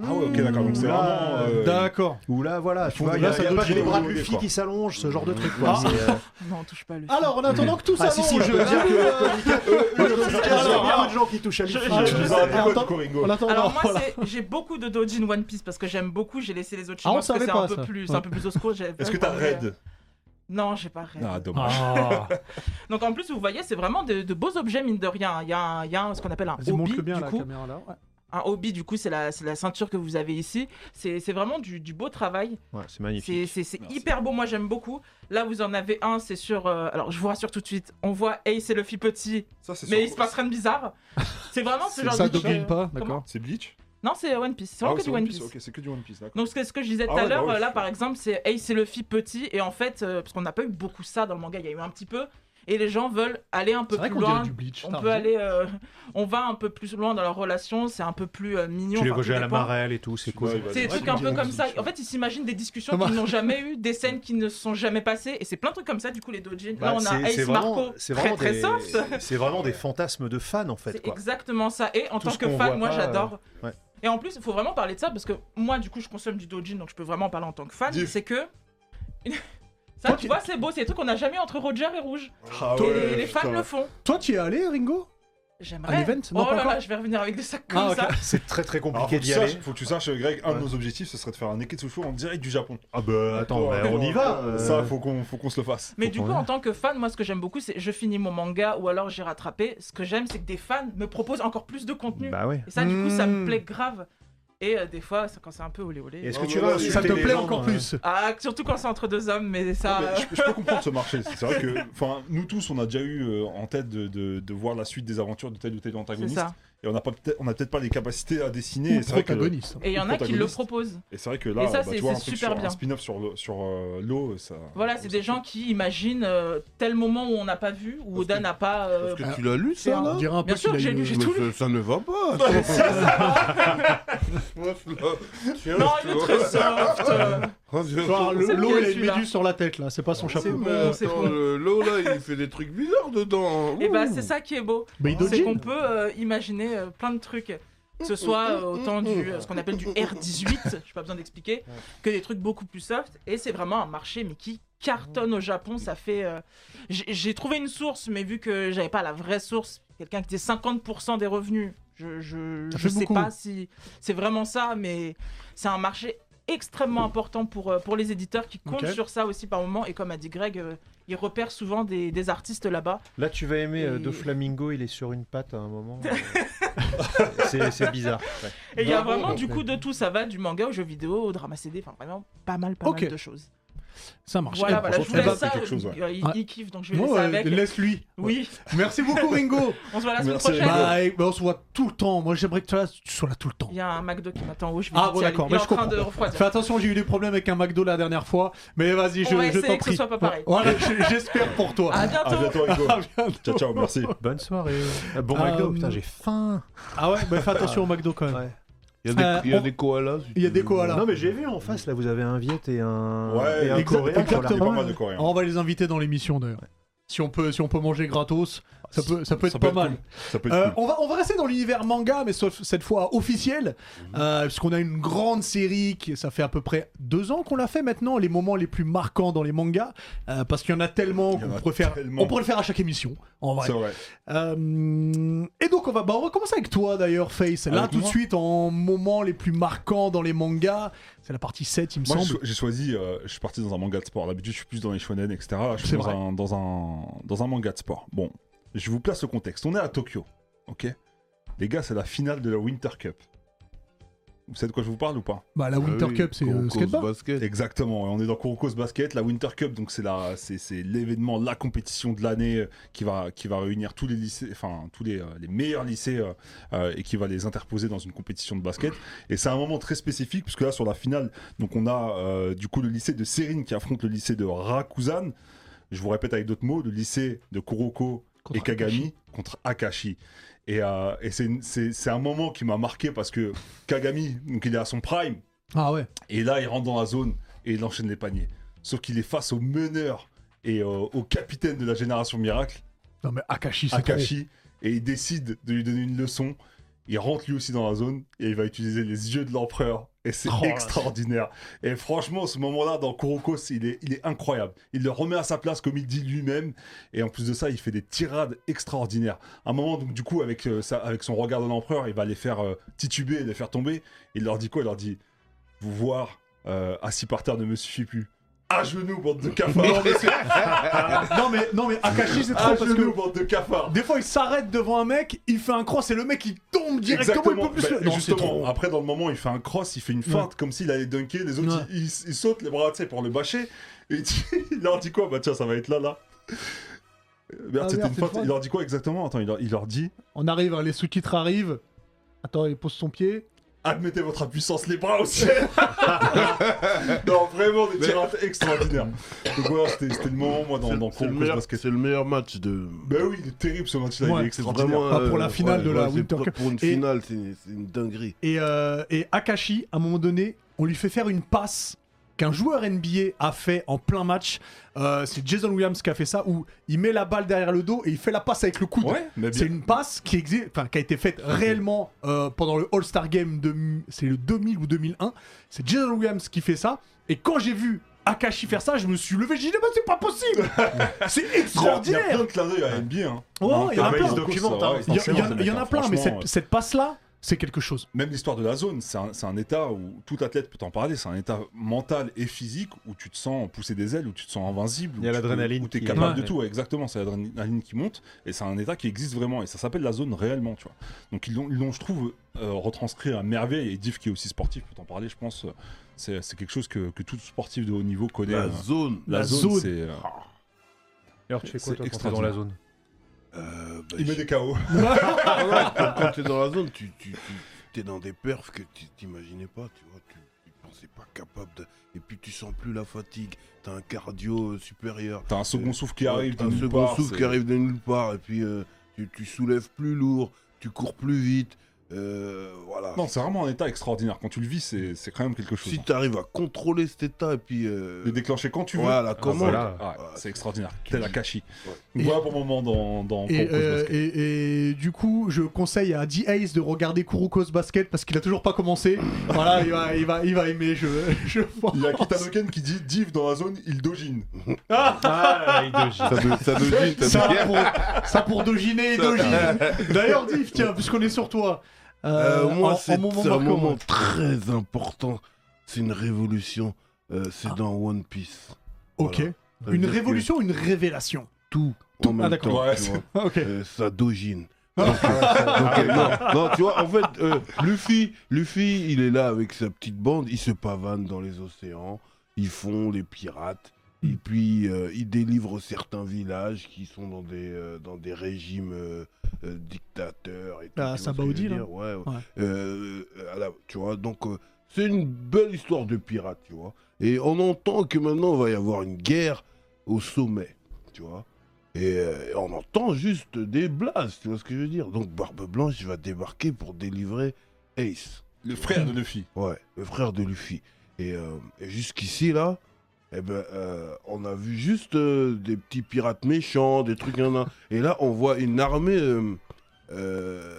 B: Ah ouais, ok, d'accord. Donc c'est
C: Là,
B: vraiment. euh,
A: Ah, D'accord.
C: Où là, voilà, tu vois, il y
A: là,
C: a,
A: ça
C: y a
A: doit
C: pas que
A: être
C: les bras de
B: rigolo,
C: Luffy
B: quoi.
C: qui s'allongent, ce genre de truc. Quoi.
A: Ah.
C: C'est, euh,
F: Non, on touche pas le
A: Alors, en attendant que tout
C: Ah,
A: ça euh,
C: si, si, on peut dire que le Comic- le Comic- il y a
A: alors,
C: bien peu de gens qui touchent à
F: je-
C: Luffy.
F: je-
B: Ah,
C: euh,
B: tu nous as appris quoi
A: Attends.
B: du Coringo
A: En attendant,
F: Alors moi,
A: voilà.
F: c'est- j'ai beaucoup de Dojin One Piece parce que j'aime beaucoup. J'ai laissé les autres chez
A: Ah, on
F: moi parce que
A: savait
F: c'est
A: pas
F: un peu
A: ça.
F: plus,
A: Ouais.
F: un peu plus au secours. j'ai-
B: Est-ce que t'as
F: vraiment-
B: Red
F: Non, j'ai pas raid.
B: Ah, dommage.
A: Ah,
F: Donc en plus, vous voyez, c'est vraiment de, de beaux objets mine de rien. Il y a, un- il y a un- ce qu'on appelle un
A: vas-y,
F: hobby
A: montre bien
F: du
A: la
F: coup.
A: caméra là. ouais.
F: Un hobby du coup, c'est la, c'est la ceinture que vous avez ici. C'est c'est vraiment du, du beau travail.
C: Ouais, c'est magnifique.
F: C'est- C'est c'est
B: Merci.
F: hyper beau, moi j'aime beaucoup. Là, vous en avez un, c'est sur... euh, Alors, je vous rassure tout de suite, on voit Ace et Luffy petit,
B: Ça, c'est
F: mais il
B: sur-
F: se passe rien de bizarre. C'est vraiment ce
B: C'est
F: genre
A: Ça
F: de...
A: domine pas, d'accord.
B: C'est Bleach
F: Non, c'est One Piece, c'est
B: Ah
F: vraiment
B: ouais,
F: que du One Piece.
B: Ok, c'est que du One Piece, d'accord.
F: Donc ce que, ce que je disais tout
B: Ah
F: à
B: ouais,
F: l'heure,
B: bah ouais,
F: euh, là
B: je-
F: par exemple, c'est Ace et Luffy petit, et en fait, euh, parce qu'on n'a pas eu beaucoup ça dans le manga, il y a eu un petit peu, et les gens veulent aller un peu
A: C'est vrai
F: plus
A: qu'on dirait
F: loin.
A: du hein, bleach.
F: On
A: t'as
F: peut
A: raison.
F: aller, euh, on va un peu plus loin dans leur relation, c'est un peu plus euh, mignon.
C: Tu les
F: enfin,
C: vois
F: tout
C: à la
F: dépend.
C: marelle et tout, c'est cool.
F: C'est des
A: Ouais,
F: trucs
A: c'est
F: un
A: bien
F: peu comme
A: dit,
F: ça.
A: tu
F: En fait, ils s'imaginent des discussions
A: Bah.
F: qu'ils n'ont jamais eues, des scènes qui ne se sont jamais passées, et c'est plein de trucs comme ça, du coup, les Dojin.
C: Bah,
F: Là, on a
C: c'est- c'est
F: Ace
C: vraiment-
F: Marco,
C: c'est
F: très
C: vraiment
F: très
C: des-
F: soft.
C: C'est vraiment des fantasmes de fans en fait.
F: C'est
C: Quoi.
F: exactement ça. Et en
C: Tout
F: tant
C: ce
F: que
C: qu'on voit
F: fan, moi
C: pas,
F: j'adore.
C: euh, ouais.
F: Et en plus, il faut vraiment parler de ça parce que moi, du coup, je consomme du Dojin, donc je peux vraiment en parler en tant que fan.
B: Dis.
F: C'est que. ça, tu vois, c'est beau, c'est des trucs qu'on n'a jamais entre Roger et Rouge.
B: Ah
F: et
B: ouais,
F: les, les fans
B: putain.
F: le font.
A: Toi, tu y es allé, Ringo
F: J'aimerais.
A: Un event Non,
F: oh
A: pas
F: là
A: encore.
F: là, je vais revenir avec des sacs comme
A: Ah, ok.
F: ça.
C: C'est très très
B: Alors,
C: compliqué
B: faut, que tu
C: d'y aller.
B: saches, faut que tu saches, Greg, un
C: Ouais.
B: de nos objectifs, ce serait de faire un Neketsufu en direct du Japon.
C: Ah bah attends,
B: Toi,
C: bah, on y va.
B: euh,
C: euh,
B: Ça, faut qu'on faut qu'on se le fasse.
F: Mais du
C: qu'on
F: coup,
C: y
F: en
C: aille.
F: tant que fan, moi, ce que j'aime beaucoup, c'est je finis mon manga ou alors j'ai rattrapé. Ce que j'aime, c'est que des fans me proposent encore plus de contenu.
C: Bah ouais.
F: Et ça, du coup, ça
A: Mm.
F: me plaît grave. Et euh, des fois, c'est- quand c'est un peu olé olé.
C: Est-ce
B: Ah
C: que tu
B: bah
C: vas
B: ouais,
A: Ça
C: insulter
A: te
C: les
A: plaît
C: gens,
A: encore
C: euh,
A: plus
F: Ah, surtout quand c'est entre deux hommes, mais ça. euh,
B: Mais je, je peux comprendre ce marché. C'est vrai que, enfin, nous tous, on a déjà eu euh, en tête de, de- de voir la suite des aventures de tel ou tel
F: c'est
B: antagoniste.
F: ça.
B: Et on n'a pas peut-être- on a peut-être pas les capacités à dessiner.
A: Ou
B: Et c'est vrai que,
A: protagoniste.
F: Et il y en a qui le
B: protagoniste.
F: proposent.
B: et c'est vrai que là,
F: Et ça,
B: bah,
F: c'est-
B: tu vois, un,
F: c'est
B: truc
F: super
B: sur- un
F: bien.
B: spin-off sur, le- sur euh, l'eau, ça.
F: Voilà, c'est des gens qui imaginent euh, tel moment où on n'a pas vu, où
D: Parce
F: Oda
D: que-
F: n'a pas. euh,
D: Parce que tu l'as lu,
F: c'est
D: ça,
F: un-
A: On
D: là
A: dirait un
F: Bien
A: peu
F: sûr
A: qu'il
F: que
A: a
F: j'ai
A: une-
F: lu, j'ai
D: Mais
F: tout lu.
D: ça, ça ne va pas.
F: Non, il est très soft. euh,
A: Genre,
D: L'eau,
A: le-
F: C'est
A: L'eau,
F: bien,
A: elle a une
F: celui-là.
A: méduse sur la tête là, c'est pas son chapeau. Euh,
F: c'est bon.
D: là, il fait des trucs bizarres dedans.
F: Et bah, c'est ça qui est beau.
A: Mais il
F: C'est
A: dodgine.
F: qu'on peut euh, imaginer euh, plein de trucs. Que ce soit euh, autant du, euh, ce qu'on appelle du R18, j'ai pas besoin d'expliquer, que des trucs beaucoup plus soft. Et c'est vraiment un marché, mais qui cartonne au Japon. Ça fait. euh, J'ai j'ai trouvé une source, mais vu que j'avais pas la vraie source, quelqu'un qui disait 50% des revenus. Je, je,
A: Ça
F: je
A: fait
F: sais
A: beaucoup.
F: pas si c'est vraiment ça, mais c'est un marché extrêmement important pour, euh, pour les éditeurs qui comptent
A: Ok.
F: sur ça aussi par moment. Et comme a dit Greg, euh, ils repèrent souvent des, des artistes là-bas.
C: Là, tu vas aimer euh,
F: Et-
C: De Flamingo, il est sur une patte à un moment. euh, c'est c'est bizarre. ouais.
F: Et il y a
D: Bravo.
F: vraiment du coup de tout, ça va du manga au jeux vidéo, au drama CD, enfin vraiment pas mal, pas
A: Ok.
F: mal de choses.
A: Ça marche.
F: Voilà,
A: Eh,
F: voilà, je vous
A: franchement,
F: laisse
A: eh
F: ça.
B: quelque chose, ouais.
F: euh, il,
A: Ouais.
F: il kiffe, donc je
A: ben,
F: vais
A: bon,
F: laisser
A: euh,
F: avec.
A: Laisse-lui.
F: Oui,
A: Merci beaucoup Ringo.
F: on se voit la semaine
B: Merci,
F: prochaine.
A: Bah, eh, bah, on se voit tout le temps. Moi j'aimerais que tu sois là- tu sois là tout le temps.
F: Il y a un McDo qui m'attend en haut, je vais
A: Ah
F: vite
A: bon
F: y aller.
A: d'accord,
F: Il est
A: mais je
F: en train
A: comprends.
F: de refroidir.
A: Fais attention, j'ai eu des problèmes avec un McDo la dernière fois, mais vas-y, je,
F: On va
A: je
F: essayer
A: t'en
F: que ce
A: prie.
F: soit pas pareil. Ah,
A: Voilà, j- j'espère pour toi.
F: À
B: À
F: bientôt.
B: bientôt, Ah, Hugo.
A: À bientôt.
B: ciao, ciao, merci.
C: Bonne soirée. Ah, Bon
A: Euh,
C: McDo, putain, j'ai faim.
A: Ah ouais, mais fais attention au McDo quand même.
C: Ouais.
D: Il y a
A: Euh,
D: des- il y a
A: on-
D: des koalas. si
A: Il y a
D: tu
A: des
D: veux.
A: koalas.
C: Non, mais j'ai vu en face, là, vous avez un Viet et un,
B: Ouais,
C: et un
A: exa-
C: Coréen.
A: exactement.
B: Il y a pas mal de Coréens.
A: Alors, on va les inviter dans l'émission d'ailleurs. Si on peut, si on peut manger gratos, ça peut, ça peut être
B: Ça
A: pas
B: peut être
A: mal.
B: cool. Ça peut être
A: Euh,
B: cool.
A: on, va, on va rester dans l'univers manga, mais sauf cette fois officiel,
B: Mhm.
A: euh, puisqu'on a une grande série qui, ça fait à peu près deux ans qu'on l'a fait maintenant, les moments les plus marquants dans les mangas, euh, parce qu'il y en a tellement
B: Il y en
A: qu'on
B: a
A: préfère.
B: tellement.
A: On pourrait le faire à chaque émission, en vrai.
B: C'est vrai.
A: Euh, et donc on va, bah, on va commencer avec toi d'ailleurs, Face. Là
B: Avec
A: tout de
B: moi
A: suite en moments les plus marquants dans les mangas, c'est la partie 7 il me
B: Moi, j'ai
A: semble.
B: cho- j'ai choisi, euh, je suis parti dans un manga de sport. D'habitude, je suis plus dans les shonen, etc. Là, je
A: C'est
B: suis dans
A: vrai.
B: un, dans, un, dans un manga de sport. Bon, je vous place le contexte. On est à Tokyo, ok Les gars, c'est la finale de la Winter Cup. Vous savez de quoi je vous parle ou pas
A: Bah la Winter
D: Ah oui,
A: Cup c'est
D: Kuroko
A: euh, skateboard.
D: basket.
B: Exactement. On est dans Kuroko's Basket. La Winter Cup, donc c'est la- c'est c'est l'événement, la compétition de l'année euh, qui va, qui va réunir tous les lycées, enfin tous les, euh, les meilleurs lycées euh, euh, et qui va les interposer dans une compétition de basket. Et c'est un moment très spécifique puisque là sur la finale, donc on a euh, du coup le lycée de Serine qui affronte le lycée de Rakuzan. Je vous répète avec d'autres mots, le lycée de Kuroko
A: Contre
B: et Kagami contre Akashi. Et, euh, et c'est une- c'est c'est un moment qui m'a marqué parce que Kagami, donc il est à son prime,
A: Ah ouais.
B: et là il rentre dans la zone et il enchaîne les paniers. Sauf qu'il est face au meneur et euh, au capitaine de la génération miracle,
A: Non mais Akashi, c'est trop.
B: Akashi, et il décide de lui donner une leçon. Il rentre lui aussi dans la zone et il va utiliser les yeux de l'empereur. Et c'est
A: Oh, la vache.
B: extraordinaire. Et franchement, ce moment-là dans Kurokos, il est, il est incroyable. Il le remet à sa place comme il dit lui-même. Et en plus de ça, il fait des tirades extraordinaires. À un moment, donc, du coup, avec, euh, sa- avec son regard de l'empereur, il va les faire euh, tituber, les faire tomber. Il leur dit quoi Il leur dit Vous voir euh, assis par terre ne me suffit plus. À genoux, bande de cafards
A: non mais non mais Akashi, c'est trop
B: À
A: parce que
B: genoux, bande de cafards
A: Des fois, il s'arrête devant un mec, il fait un cross et le mec il tombe directement. Il peut plus
B: Bah,
A: le- Non, c'est
B: justement,
A: trop.
B: après dans le moment, il fait un cross, il fait une feinte comme s'il allait dunker, les autres
A: Ouais.
B: ils, ils- ils sautent les bras tu sais pour le bâcher et il dit- il leur dit quoi Bah tiens, ça va être là là. Euh, Merde,
A: Ah,
B: c'était
A: merde,
B: une
A: c'est une
B: feinte. Il leur dit quoi exactement Attends, il leur, il leur dit
A: On arrive, hein, les sous-titres arrivent. Attends, il pose son pied.
B: Admettez votre impuissance, les bras au ciel Non, vraiment des tirades extraordinaires. Donc voilà, c'était c'était le moment, moi, dans,
D: C'est-
B: dans
D: C'est le,
B: Concours
D: meilleur-
B: Basket.
D: c'est le meilleur match de.
B: Bah oui, il est terrible ce match-là, il
A: Ouais,
B: est
D: C'est
B: extraordinaire.
D: vraiment.
A: Ah, pour
D: euh,
A: la finale de la
D: c'est
A: Winter
D: pour-
A: Cup.
D: Pour une
A: Et-
D: finale, c'est c'est une dinguerie.
A: Et, euh, et Akashi, à un moment donné, on lui fait faire une passe qu'un joueur NBA a fait en plein match. Euh, c'est Jason Williams qui a fait ça, où il met la balle derrière le dos et il fait la passe avec le coude.
B: Ouais, mais bien-
A: C'est une passe qui, exi- enfin, qui a été faite réellement euh, pendant le All-Star Game, de... c'est le 2000 ou 2001. C'est Jason Williams qui fait ça. Et quand j'ai vu Akashi faire ça, je me suis levé, j'ai dit, mais c'est pas possible C'est
B: Il y a- il y a
A: extraordinaire
B: plein de clins d'œil à NBA. hein.
A: Ouais,
B: Dans
A: il y en a
B: Concours,
A: plein.
B: ça,
C: Documente,
B: ouais,
C: hein,
A: Il y, a- il y a-
B: forcément,
A: il y en a
B: mec,
A: plein, mais
B: franchement,
A: cette, cette passe-là, c'est quelque chose.
B: même l'histoire de la zone, c'est un, c'est un état où tout athlète peut en parler, c'est un état mental et physique où tu te sens pousser des ailes, où tu te sens invincible,
C: Il y a
B: où tu peux-
C: l'adrénaline
B: où tu es
C: qui-
B: capable de
C: Ouais.
B: tout, ouais, exactement, c'est l'adrénaline qui monte, et c'est un état qui existe vraiment, et ça s'appelle la zone réellement, tu vois. Donc ils l'ont, ils l'ont, je trouve, euh, retranscrit à merveille, et Diff qui est aussi sportif peut en parler, je pense, euh, c'est, c'est quelque chose que, que tout sportif de haut niveau connaît.
D: La
B: euh,
D: zone. Ah,
B: la
A: la
B: zone,
A: zone.
B: c'est... euh,
C: Alors, tu fais quoi,
B: C'est
C: toi, quand t'es dans la zone
D: Euh, bah,
B: il met
D: je-
B: des KO.
D: Ah ouais, quand- quand t'es dans la zone, tu, tu, tu es dans des perfs que tu t'imaginais pas, tu vois, tu, tu pensais pas capable de... Et puis tu sens plus la fatigue, t'as un cardio euh, supérieur.
B: T'as un second souffle qui
D: Ouais,
B: arrive,
D: t'as
B: de
D: un
B: nulle
D: second
B: part,
D: souffle
B: c'est-
D: qui arrive de nulle part, et puis euh, tu, tu soulèves plus lourd, tu cours plus vite, euh, voilà.
B: Non, c'est vraiment un état extraordinaire. Quand tu le vis, c'est, c'est quand même quelque chose. hein.
D: si t'arrives à contrôler cet état, et puis... euh,
B: Le déclencher quand tu veux.
D: voilà, comment
C: voilà.
B: Ah,
D: Ah,
B: c'est
D: c'est-
B: extraordinaire, tel Akashi.
D: Ouais.
B: Donc
A: Et-
B: Voilà pour le moment dans, dans
A: Et,
B: Concours
A: euh,
B: Basket.
A: et- et du coup, je conseille à D. Ace de regarder Kurokos Basket parce qu'il a toujours pas commencé. voilà, il va, il va, il va aimer, je, je pense.
B: Il y a Kitanoken qui dit Div dans la zone, il dogine.
C: Ah, Hidoji.
D: Ça de- ça de dit, ça
A: Ça
D: de-
A: pour, ça pour Doginer et Dogine. D'ailleurs, Div, tiens, puisqu'on est sur toi.
D: Euh, moi,
A: en- en
D: c'est
A: moment
D: c'est un
A: marquant,
D: moment très important. C'est une révolution. Euh, c'est dans One Piece.
A: Ok.
D: Voilà. Ça
A: Ah.
D: veut
A: Une
D: dire que
A: révolution, une révélation.
D: Tout.
A: Tout-
D: En
A: Ah,
D: même
A: d'accord.
D: temps,
B: Ouais,
D: tu
B: c'est-
D: vois.
A: Ah, Ok.
D: Euh, ça dogine. Donc, euh, donc, euh, non, non, tu vois, en fait, euh, Luffy, Luffy, il est là avec sa petite bande, il se pavane dans les océans, ils font les pirates, et puis euh, ils délivrent certains villages qui sont dans des, euh, dans des régimes euh, euh, dictateurs. Et tout,
A: Ah,
D: tu vois ce que je veux
A: Sabaody, là.
D: dire Ouais, ouais.
A: Ouais.
D: Euh, euh, à la- tu vois, donc euh, c'est une belle histoire de pirates, tu vois. Et on entend que maintenant, il va y avoir une guerre au sommet, tu vois. Et euh, on entend juste des blases, tu vois ce que je veux dire. Donc Barbe Blanche il va débarquer pour délivrer Ace,
B: Le frère de Luffy.
D: ouais, le frère de Luffy. Et, euh, et jusqu'ici là, eh ben, euh, on a vu juste euh, des petits pirates méchants, des trucs, nan, nan. et là on voit une armée euh, euh,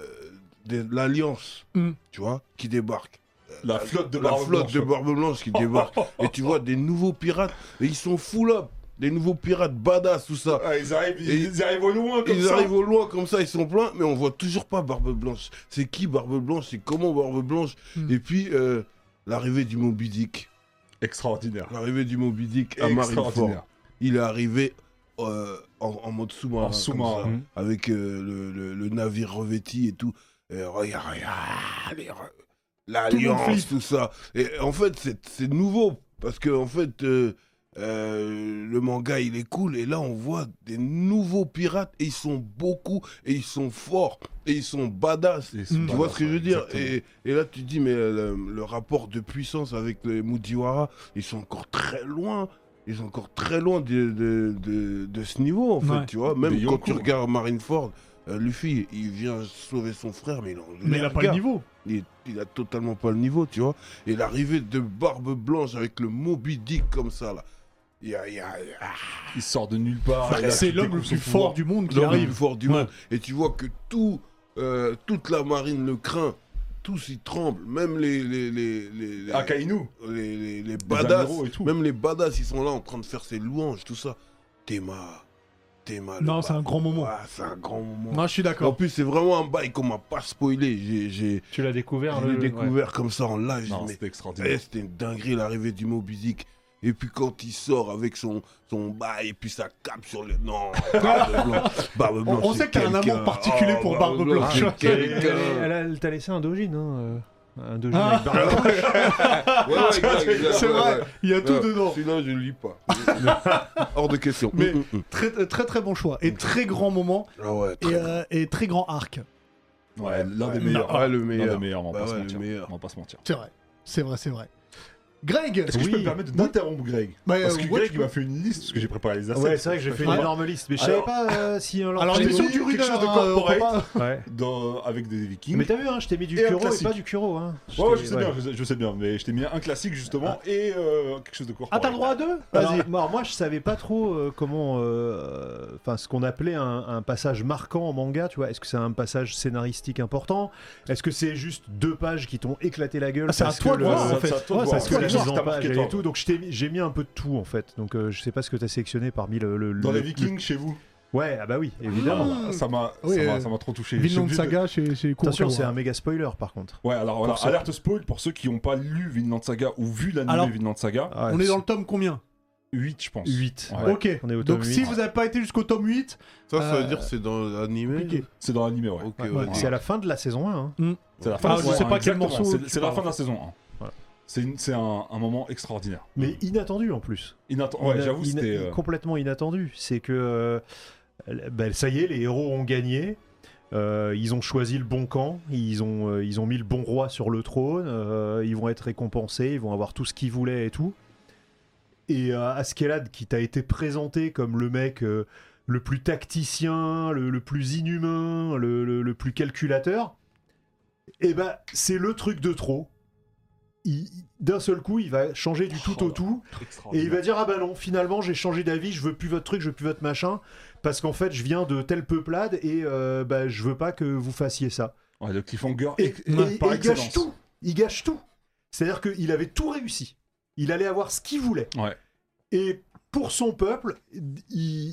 D: de l'Alliance,
A: Mm.
D: tu vois, qui débarque.
B: La flotte de
D: la
B: Barbe
D: flotte de
B: Blanche.
D: Barbe Blanche qui débarque. et tu vois des nouveaux pirates, et ils sont full up, des nouveaux pirates badass, tout ça.
B: Ah, ils, arrivent, ils,
D: Et-
B: ils arrivent au loin comme
D: Ils
B: ça.
D: arrivent au loin comme ça, ils sont pleins, mais on voit toujours pas Barbe Blanche. C'est qui Barbe Blanche C'est comment Barbe Blanche
A: Hmm.
D: Et puis euh, l'arrivée du Moby Dick.
B: Extraordinaire.
D: L'arrivée du Moby Dick à Marineford.
B: Extraordinaire.
D: Il est arrivé euh, en, en mode
B: En
D: sous-marin. comme
B: sous-marin.
D: ça,
B: Mhm.
D: Avec euh, le, le- le navire revêti et tout. Et regarde, regarde, les re-
A: Tout le monde
D: l'alliance,
A: flippe.
D: tout, ça. Et en fait, c'est- c'est nouveau. Parce que, en fait, euh, euh, le manga, il est cool. Et là, on voit des nouveaux pirates. Et ils sont beaucoup. Et ils sont forts. Et ils sont badass.
B: Ils
A: Tu
B: sont
D: Tu
B: badass,
D: vois ce que je veux
B: ouais,
D: dire
B: exactement.
D: et, et là, tu euh, te dis, mais le, le rapport de puissance avec les Mujiwara, ils sont encore très loin ils sont encore très loin de, de, de- de ce niveau, en fait,
A: Ouais.
D: tu vois. Même
B: Des
D: quand
B: Yonko.
D: tu regardes Marineford, euh, Luffy, il vient sauver son frère, mais il en
A: Mais il a pas le
D: gars.
A: niveau.
D: Il, il a totalement pas le niveau, tu vois. Et l'arrivée de Barbe Blanche avec le Moby Dick comme ça, là. Il y a, il y a- il y a-
B: Il sort de nulle
D: ah,
B: part. et là,
A: C'est
B: tu
A: l'homme le
B: découvres son
A: plus
B: pouvoir.
A: fort du monde qui
D: l'homme le
A: arrive.
D: plus fort du
A: Ouais.
D: monde. Et tu vois que tout, euh, toute la marine le craint. Tous ils tremblent, même les les les les, les,
A: Ah,
B: Akainu.
D: les- les- les badass,
B: amiraux et tout.
D: même les badass, ils sont là en train de faire ses louanges, tout ça. Théma, Théma. le
A: Non, c'est
D: bad-
A: un grand moment.
D: Ah, c'est un grand moment.
A: Non, je suis
D: En
A: d'accord.
D: plus, c'est vraiment un bail qu'on m'a pas spoilé. J'ai, j'ai,
C: Tu l'as découvert,
D: je
C: le
D: l'ai découvert comme ça en live.
B: Non,
D: mais-
B: c'était extraordinaire.
D: Eh, c'était une dinguerie l'arrivée du Moby Dick. Et puis quand il sort avec son, son bail et puis sa cape sur le. Non, Barbe Blanche. Barbe Blanche,
A: on sait
D: c'est
A: que t'as un
D: quelqu'un. Oh,
A: amour particulier pour Barbe Blanche.
D: c'est
C: ouais. Elle,
D: quelqu'un.
C: elle- elle t'a laissé un dogine, hein. euh, Un dogine
A: Ah.
C: avec Barbe Blanche.
D: Ouais, ouais, exact, exact,
A: C'est
D: ouais,
A: vrai,
D: ouais.
A: il y a tout
D: Ouais,
A: dedans.
D: Sinon, je ne lis pas. Hors de question.
A: Mais-
D: Mm, mm, mm.
A: Très euh, très très bon choix et très grand moment
D: Ah ouais,
A: et,
D: très-
A: euh, et très grand arc.
B: Ouais, l'un des
D: ouais,
B: meilleurs.
D: ouais, le
B: L'un des
D: meilleur.
B: meilleurs, on va
D: Bah
B: pas se
D: ouais,
B: mentir.
D: le meilleur.
B: On va pas se mentir.
A: C'est vrai, c'est vrai, c'est vrai. Greg,
B: Est-ce que je peux me permettre d'interrompre Greg
A: Bah,
B: Parce
A: euh,
B: que
A: ouais,
B: Greg
A: tu
B: il m'a fait une liste parce que j'ai préparé les assets.
C: Ouais, c'est vrai que j'ai fait une
A: Ouais.
C: énorme liste, mais je savais
B: Ah. Alors-
C: pas euh, si un
A: Alors,
B: J'ai
A: t'es sur
B: mis
A: du
B: quelque
A: runner,
B: chose de
A: hein, euh, on peut
B: corporate.
A: pas-
C: Ouais.
B: Dans- avec des vikings.
C: Mais t'as vu, hein, je t'ai mis du
B: Et un
C: Kuro et
B: classique.
C: pas du Kuro. Hein.
B: Ouais, ouais,
C: t'ai-
B: je sais bien, je sais, je sais bien, mais je t'ai mis un classique justement et euh, quelque chose de court.
C: Ah, t'as le droit à deux
A: Vas-y.
C: Alors, moi, moi, je savais pas trop euh, comment. euh, Enfin, ce qu'on appelait un, un passage marquant en manga, tu vois. Est-ce que c'est un passage scénaristique important Est-ce que c'est juste deux pages qui t'ont éclaté la gueule
A: Ah, c'est à
C: parce
A: toi
C: que
A: de
C: le-
A: voir, en
B: ça-
A: fait.
B: ça te voit,
A: Ouais, c'est à
B: parce
C: Parce que
A: toi de
B: que
C: les
B: déjà,
A: voir.
B: t'as
C: gens pas,
B: marqué,
C: j'avais
B: toi.
C: tout, donc je t'ai mis- j'ai mis un peu de tout en fait. Donc euh, je sais pas ce que t'as sélectionné parmi le. le-
B: Dans
C: le-
B: les vikings chez vous.
C: Ouais, ah bah oui, évidemment.
A: Mmh.
B: Ça m'a
A: Oui,
B: ça m'a-
A: euh,
B: ça m'a trop touché. Je suis
A: Vinland
B: obligé de-
A: Saga chez chez
C: Attention, c'est
A: Kurokawa.
C: un méga spoiler par contre.
B: Ouais, alors voilà,
C: Pour ceux-
B: alerte spoil pour ceux qui n'ont pas lu Vinland Saga ou vu l'anime
A: Alors-
B: Vinland Saga.
C: Ah,
A: On est dans le tome combien
B: 8, je pense.
C: 8.
B: Ouais.
A: Ok.
C: On est au tome
A: Donc
C: huit.
A: si vous n'avez pas été jusqu'au tome 8,
D: Ça, ça veut
A: Euh,
D: dire que c'est dans l'animé.
A: compliqué.
B: C'est dans l'anime, ouais.
D: Ok,
A: Ouais,
D: ok.
C: C'est à la fin de la saison 1. hein.
B: C'est la
A: Ah,
B: de la
A: je
B: saison
A: sais
B: un,
A: pas quel
B: exactement.
A: morceau
B: C'est-
A: tu
B: C'est la
A: parles.
B: fin de la saison 1.
C: Voilà.
B: C'est une- c'est un, un moment extraordinaire.
C: Mais
A: Mm.
C: inattendu en plus.
B: Inatten- Ouais,
C: Ina-
B: j'avoue,
C: ina-
B: c'était. euh,
C: Complètement inattendu. C'est que. euh, ben, ça y est, les héros ont gagné. Euh, ils ont choisi le bon camp, ils ont, euh, ils ont mis le bon roi sur le trône, euh, ils vont être récompensés, ils vont avoir tout ce qu'ils voulaient et tout. Et euh, Askeladd, qui t'a été présenté comme le mec euh, le plus tacticien, le, le plus inhumain, le, le- le plus calculateur, eh ben, c'est le truc de trop. Il- il- D'un seul coup, il va changer du tout
B: Oh
C: au
B: là.
C: tout. Et il
B: extraordinaire.
C: va dire ah bah non finalement j'ai changé d'avis je veux plus votre truc je veux plus votre machin parce qu'en fait je viens de telle peuplade et euh, bah je veux pas que vous fassiez ça
B: Ouais, le cliffhanger
C: et,
B: ex-
C: et- et
B: par
C: il gâche
B: excellence.
C: tout il gâche tout c'est à dire qu'il avait tout réussi il allait avoir ce qu'il voulait
B: Ouais.
C: et pour son peuple il,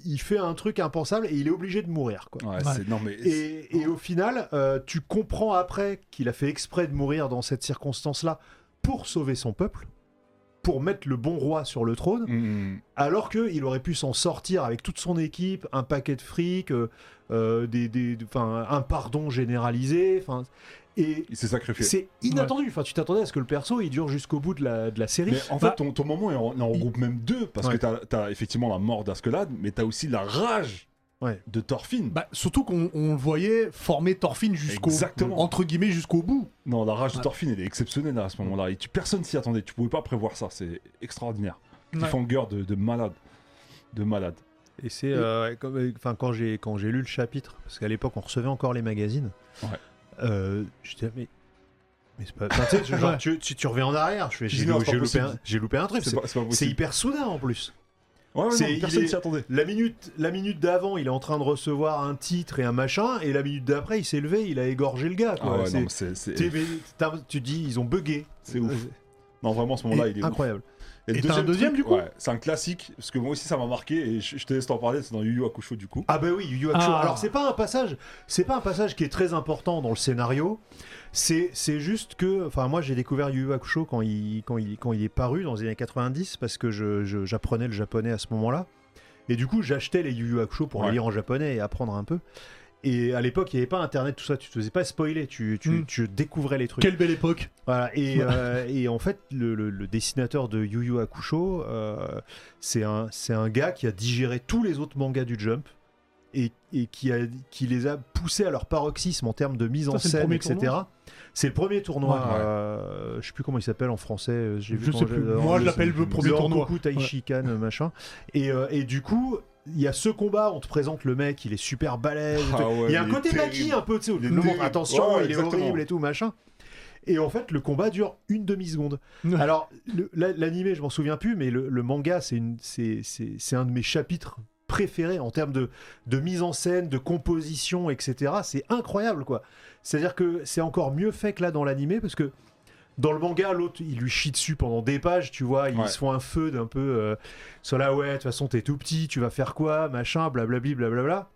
C: il fait un truc impensable et il est obligé de mourir quoi
B: Ouais, c'est- non, mais
C: et, et au final, euh, tu comprends après qu'il a fait exprès de mourir dans cette circonstance-là pour sauver son peuple, pour mettre le bon roi sur le trône,
B: Mm.
C: alors qu'il aurait pu s'en sortir avec toute son équipe, un paquet de fric, euh, euh, des, des- enfin, un pardon généralisé. enfin, Et
B: il s'est sacrifié.
C: c'est inattendu. Enfin, tu t'attendais à ce que le perso il dure jusqu'au bout de la, de la série.
B: Mais en fait, ton, ton moment, il en, il en regroupe même deux, parce
C: Ouais.
B: que t'as as effectivement la mort d'Askelad, mais t'as aussi la rage
C: Ouais.
B: de Thorfinn.
A: bah, surtout qu'on on le voyait former Thorfinn jusqu'au
B: Exactement.
A: entre guillemets jusqu'au bout.
B: non, la rage de
A: Ouais.
B: Thorfinn, elle est exceptionnelle à ce moment-là. Et tu- Personne s'y attendait, tu pouvais pas prévoir ça, c'est extraordinaire. Cliffhanger de, de malade. De malade.
C: Et c'est, euh, ouais, comme- euh, enfin, quand j'ai quand j'ai lu le chapitre, parce qu'à l'époque on recevait encore les magazines.
B: Ouais.
C: euh, j'étais là, mais mais c'est pas. enfin, tu sais, ce genre,
A: Ouais.
C: tu, tu, tu reviens en arrière, je fais, j'ai,
B: Non,
C: lou-
B: c'est pas
C: j'ai loupé
B: possible.
C: un, j'ai loupé un truc.
B: C'est
C: C'est,
B: pas, c'est pas
C: c'est
B: possible.
C: hyper soudain en plus.
B: Ouais, ouais, non,
C: c'est-
B: personne
C: il est-
B: s'y attendait.
C: La minute, la minute d'avant, il est en train de recevoir un titre et un machin, et la minute d'après, il s'est levé, il a égorgé le gars.
B: Ah
C: Quoi.
B: ouais,
C: C'est-
B: non, mais c'est- c'est-
C: t'es- mais t'as- tu te dis, ils ont bugué.
B: C'est ouf. Non, vraiment, ce moment-là,
C: Et-
B: il est ouf.
C: incroyable.
B: le
A: Et t'as un deuxième,
B: truc,
A: du coup
B: ouais, C'est un classique, parce que moi aussi, ça m'a marqué, et je, je te laisse t'en parler, c'est dans Yu Yu Hakusho, du coup.
C: Ah bah oui, Yu Yu Hakusho.
A: Ah.
C: Alors c'est pas un passage, c'est pas un passage qui est très important dans le scénario. C'est c'est juste que, enfin moi j'ai découvert Yu Yu Hakusho quand il quand il quand il est paru dans les années 90 parce que je- je- j'apprenais le japonais à ce moment-là. Et du coup j'achetais les Yu Yu Hakusho pour
B: Ouais.
C: les lire en japonais et apprendre un peu. Et à l'époque, il n'y avait pas internet, tout ça, tu te faisais pas spoiler, tu, tu,
A: Mm.
C: tu découvrais les trucs.
A: Quelle belle époque.
C: Voilà, et, euh, et en fait, le, le- le dessinateur de Yu Yu Hakusho, euh, c'est un, c'est un gars qui a digéré tous les autres mangas du Jump et, et qui, a, qui les a poussés à leur paroxysme en termes de mise en
A: Ça, c'est le
C: scène,
A: premier
C: etc.
A: tournoi
C: C'est le premier tournoi.
A: Ouais.
C: euh, je sais plus comment il s'appelle en français. euh, J'ai vu
A: Je sais
C: comment-
A: plus.
C: euh,
A: Moi, je
C: le-
A: l'appelle le premier
C: le
A: tournoi.
C: Rengoku Taishi Kan, machin. Et, euh, et du coup, il y a ce combat. On te présente le mec, il est super balèze.
B: Ah ouais,
C: il y a un
B: il est
C: côté
B: terrible.
C: maquis un peu, tu sais, où
B: Il est
C: le monde,
B: terrible.
C: attention,
B: Ouais,
C: il est
B: exactement.
C: horrible et tout, machin. Et en fait, le combat dure une demi-seconde.
A: Ouais.
C: Alors, le- la- l'animé, je m'en souviens plus, mais le, le manga, c'est une- c'est- c'est- c'est un de mes chapitres préférés en termes de, de mise en scène, de composition, etc. C'est incroyable, quoi. C'est-à-dire que c'est encore mieux fait que là dans l'animé, parce que dans le manga, l'autre, il lui chie dessus pendant des pages, tu vois. Ils
B: Ouais.
C: se font un feu d'un peu. Euh, sur la, ouais, de toute façon, t'es tout petit, tu vas faire quoi, machin, blablabli, blablabla.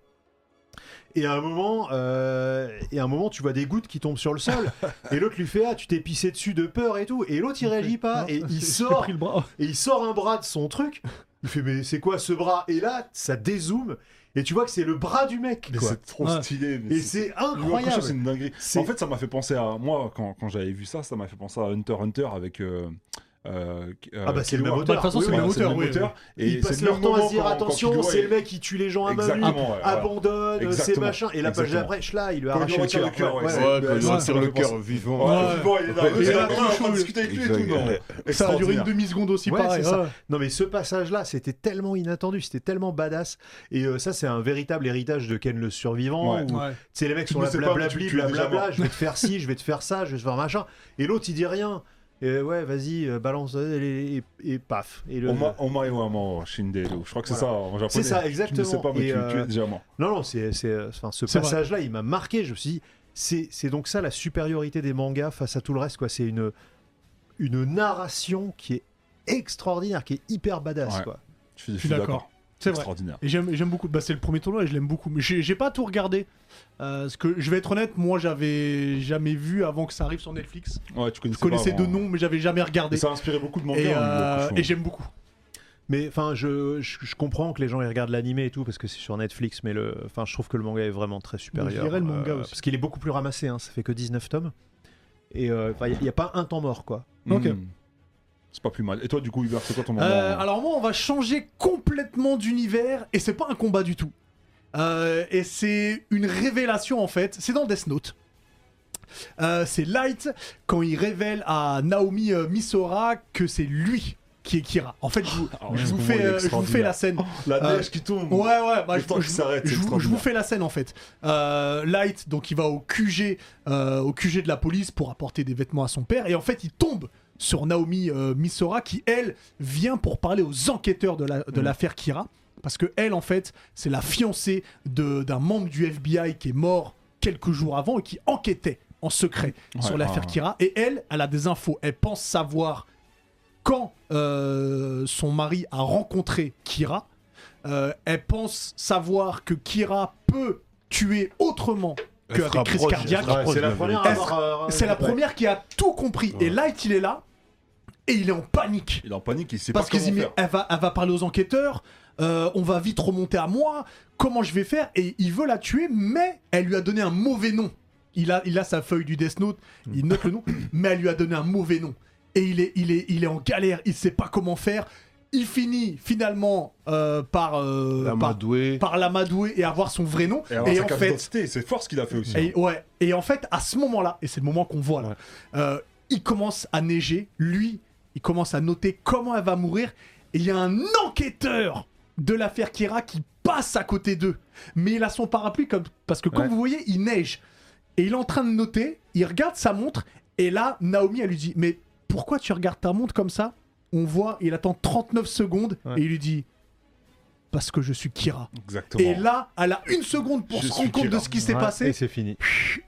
C: Et à un moment, euh, et à un moment, tu vois des gouttes qui tombent sur le sol. et l'autre lui fait ah, tu t'es pissé dessus de peur et tout. Et l'autre il réagit pas
A: Non,
C: et il
A: j'ai
C: sort
A: pris le bras.
C: et il sort un bras de son truc. Il fait mais c'est quoi ce bras Et là, ça dézoome et tu vois que c'est le bras du mec.
B: Mais
C: quoi.
B: c'est trop
A: Ouais.
B: stylé. mais
C: Et
B: Yu
C: c'est
B: Yu Hakusho,
C: incroyable.
B: C'est une dinguerie.
C: C'est-
B: En fait, ça m'a fait penser à. Moi, quand, quand j'avais vu ça, ça m'a fait penser à Hunter x Hunter avec. euh, euh,
C: Ah bah c'est le même
B: Killua.
C: auteur.
A: Bah, de toute façon,
C: Oui,
A: c'est le
C: oui.
B: Voilà,
A: même
B: c'est le
A: auteur,
B: même
A: oui,
B: auteur. Et
C: Ils
B: c'est
C: passent
B: le
C: leur
B: même
C: temps à
B: moment
C: se dire
B: quand- quand
C: attention,
B: Killua
C: c'est
B: est-
C: le mec qui tue les gens à main nue,
B: Exactement, ouais, voilà.
C: abandonne, c'est
B: Exactement.
C: machin. Et la page
B: Exactement.
C: d'après, là, il lui
B: Quand il
C: arrache
B: lui
C: le
B: retire
C: cœur.
B: le cœur, ouais,
C: ouais, ouais. bah,
B: c'est-
D: Ouais, quand il
A: Ouais.
D: retire le cœur
B: Ouais,
D: vivant.
A: Ouais.
B: bon, il est là,
D: Ouais.
B: il est
A: Ouais.
B: là, on est en train de discuter avec lui et tout.
A: Ça
B: non.
D: Exactement.
A: a duré une
B: Extraordinaire.
A: demi-seconde aussi,
C: Ouais,
A: pareil.
C: c'est ça.
A: ouais.
C: Non mais ce passage-là, c'était tellement inattendu, c'était tellement badass. Et euh, ça, c'est un véritable héritage de Ken le survivant.
B: Ouais.
C: où,
A: Ouais.
C: Tu sais, les mecs
B: Tu
C: sont
B: ne
C: là,
B: sais pas, mais
C: blablabli,
B: tu- tu es déjà
C: blablabla,
B: mort.
C: je vais te faire ci, je vais te faire ça, je vais te faire machin. Et l'autre, il dit rien. Et ouais, vas-y, euh, balance, euh, et, et- et paf. Et le-
B: Oma- Omae wa Mao Shinderu. Je crois que c'est ça
C: Voilà.
B: en japonais.
C: C'est ça,
B: Tu ne sais
C: exactement.
B: pas, mais
C: Et,
B: tu, tu
C: euh,
B: es déjà mort.
C: Non, non, c'est, c'est, euh, enfin, ce
A: C'est vrai.
C: passage-là, il m'a marqué. Je me suis dit, c'est, c'est donc ça la supériorité des mangas face à tout le reste, quoi. C'est une, une narration qui est extraordinaire, qui est hyper badass,
B: Ouais.
C: quoi.
B: Je suis, je
A: Je
B: suis
A: suis d'accord. C'est vrai.
B: Extraordinaire.
A: Et j'aime j'aime beaucoup. Bah, c'est le premier tournoi et je l'aime beaucoup. Mais j'ai j'ai pas tout regardé. Euh, parce que je vais être honnête, moi j'avais jamais vu avant que ça arrive sur Netflix.
B: Ouais, tu connaissais,
A: Je connaissais
B: pas,
A: de
B: vraiment.
A: nom, mais j'avais jamais
B: Et
A: regardé.
B: ça a inspiré beaucoup de mangas.
A: Et,
B: hein,
A: euh,
B: Yu Yu Hakusho.
A: et j'aime beaucoup.
C: Mais enfin, je, je, je comprends que les gens ils regardent l'animé et tout parce que c'est sur Netflix, mais le, enfin, je trouve que le manga est vraiment très supérieur. euh,
A: dirais le manga aussi.
C: Parce qu'il est beaucoup plus ramassé, hein, ça fait que 19 tomes. Et euh, enfin, il n'y a, pas un temps mort, quoi.
A: Ok.
B: Hmm. C'est pas plus mal. Et toi, du coup, Hubert, c'est quoi ton moment
A: Euh, alors moi, on va changer complètement d'univers et c'est pas un combat du tout. Euh, et c'est une révélation en fait. C'est dans Death Note. Euh, c'est Light quand il révèle à Naomi euh, Misora que c'est lui qui est Kira. En fait, je vous,
B: alors,
A: je
B: ce
A: vous
B: moment,
A: fais,
B: il est
A: euh, je vous fais la
B: extraordinaire.
A: scène.
B: La
A: euh,
B: neige qui tombe.
A: Ouais, ouais, bah,
B: Le
A: je,
B: temps
A: je-
B: qui s'arrête, c'est
A: je vous- je vous
B: extraordinaire.
A: fais la scène en fait. Euh, Light, donc il va au QG, euh, au QG de la police pour apporter des vêtements à son père, et en fait il tombe sur Naomi euh, Misora qui, elle, vient pour parler aux enquêteurs de la- de
B: Mm.
A: l'affaire Kira, parce que elle, en fait, c'est la fiancée de- d'un membre du FBI qui est mort quelques jours avant et qui enquêtait en secret sur
B: Ouais,
A: l'affaire
B: ouais.
A: Kira, et elle, elle a des infos, elle pense savoir quand euh, son mari a rencontré Kira, euh, elle pense savoir que Kira peut tuer autrement qu'avec crise cardiaque.
C: Ouais, c'est la première à
A: Est-ce-
C: avoir, euh,
A: C'est la
C: ouais.
A: première qui a tout compris. Et Light, il est là et il est en panique.
B: Il est en panique, il sait
A: Parce
B: pas
A: qu'il
B: comment
A: dit, mais
B: faire.
A: elle va, elle va parler aux enquêteurs, euh, on va vite remonter à moi, comment je vais faire Et il veut la tuer, mais elle lui a donné un mauvais nom. Il a, il a sa feuille du Death Note, il note le nom, mais elle lui a donné un mauvais nom. Et il est, il est, il est en galère, il sait pas comment faire. Il finit finalement euh, par, euh,
D: La
A: par,
D: Madouée.
A: par l'amadouer et avoir son vrai nom.
B: Et, alors,
A: Et
B: sa
A: en
B: carte
A: fait,
B: d'identité, c'est fort ce qu'il a fait aussi.
A: et, ouais, et en fait, à ce moment-là, et c'est le moment qu'on voit là, euh, il commence à neiger, lui, il commence à noter comment elle va mourir, et il y a un enquêteur de l'affaire Kira qui passe à côté d'eux. Mais il a son parapluie, comme, parce que comme
C: Ouais.
A: vous voyez, il neige. Et il est en train de noter, il regarde sa montre, et là, Naomi, elle lui dit Mais pourquoi tu regardes ta montre comme ça On voit, il attend 39 secondes,
C: Ouais.
A: et il lui dit Parce que je suis Kira.
B: Exactement.
A: Et là, elle a une seconde pour
B: Je
A: se
B: suis
A: rendre compte
B: Kira.
A: de ce qui s'est
C: Ouais,
A: passé
C: Et c'est fini.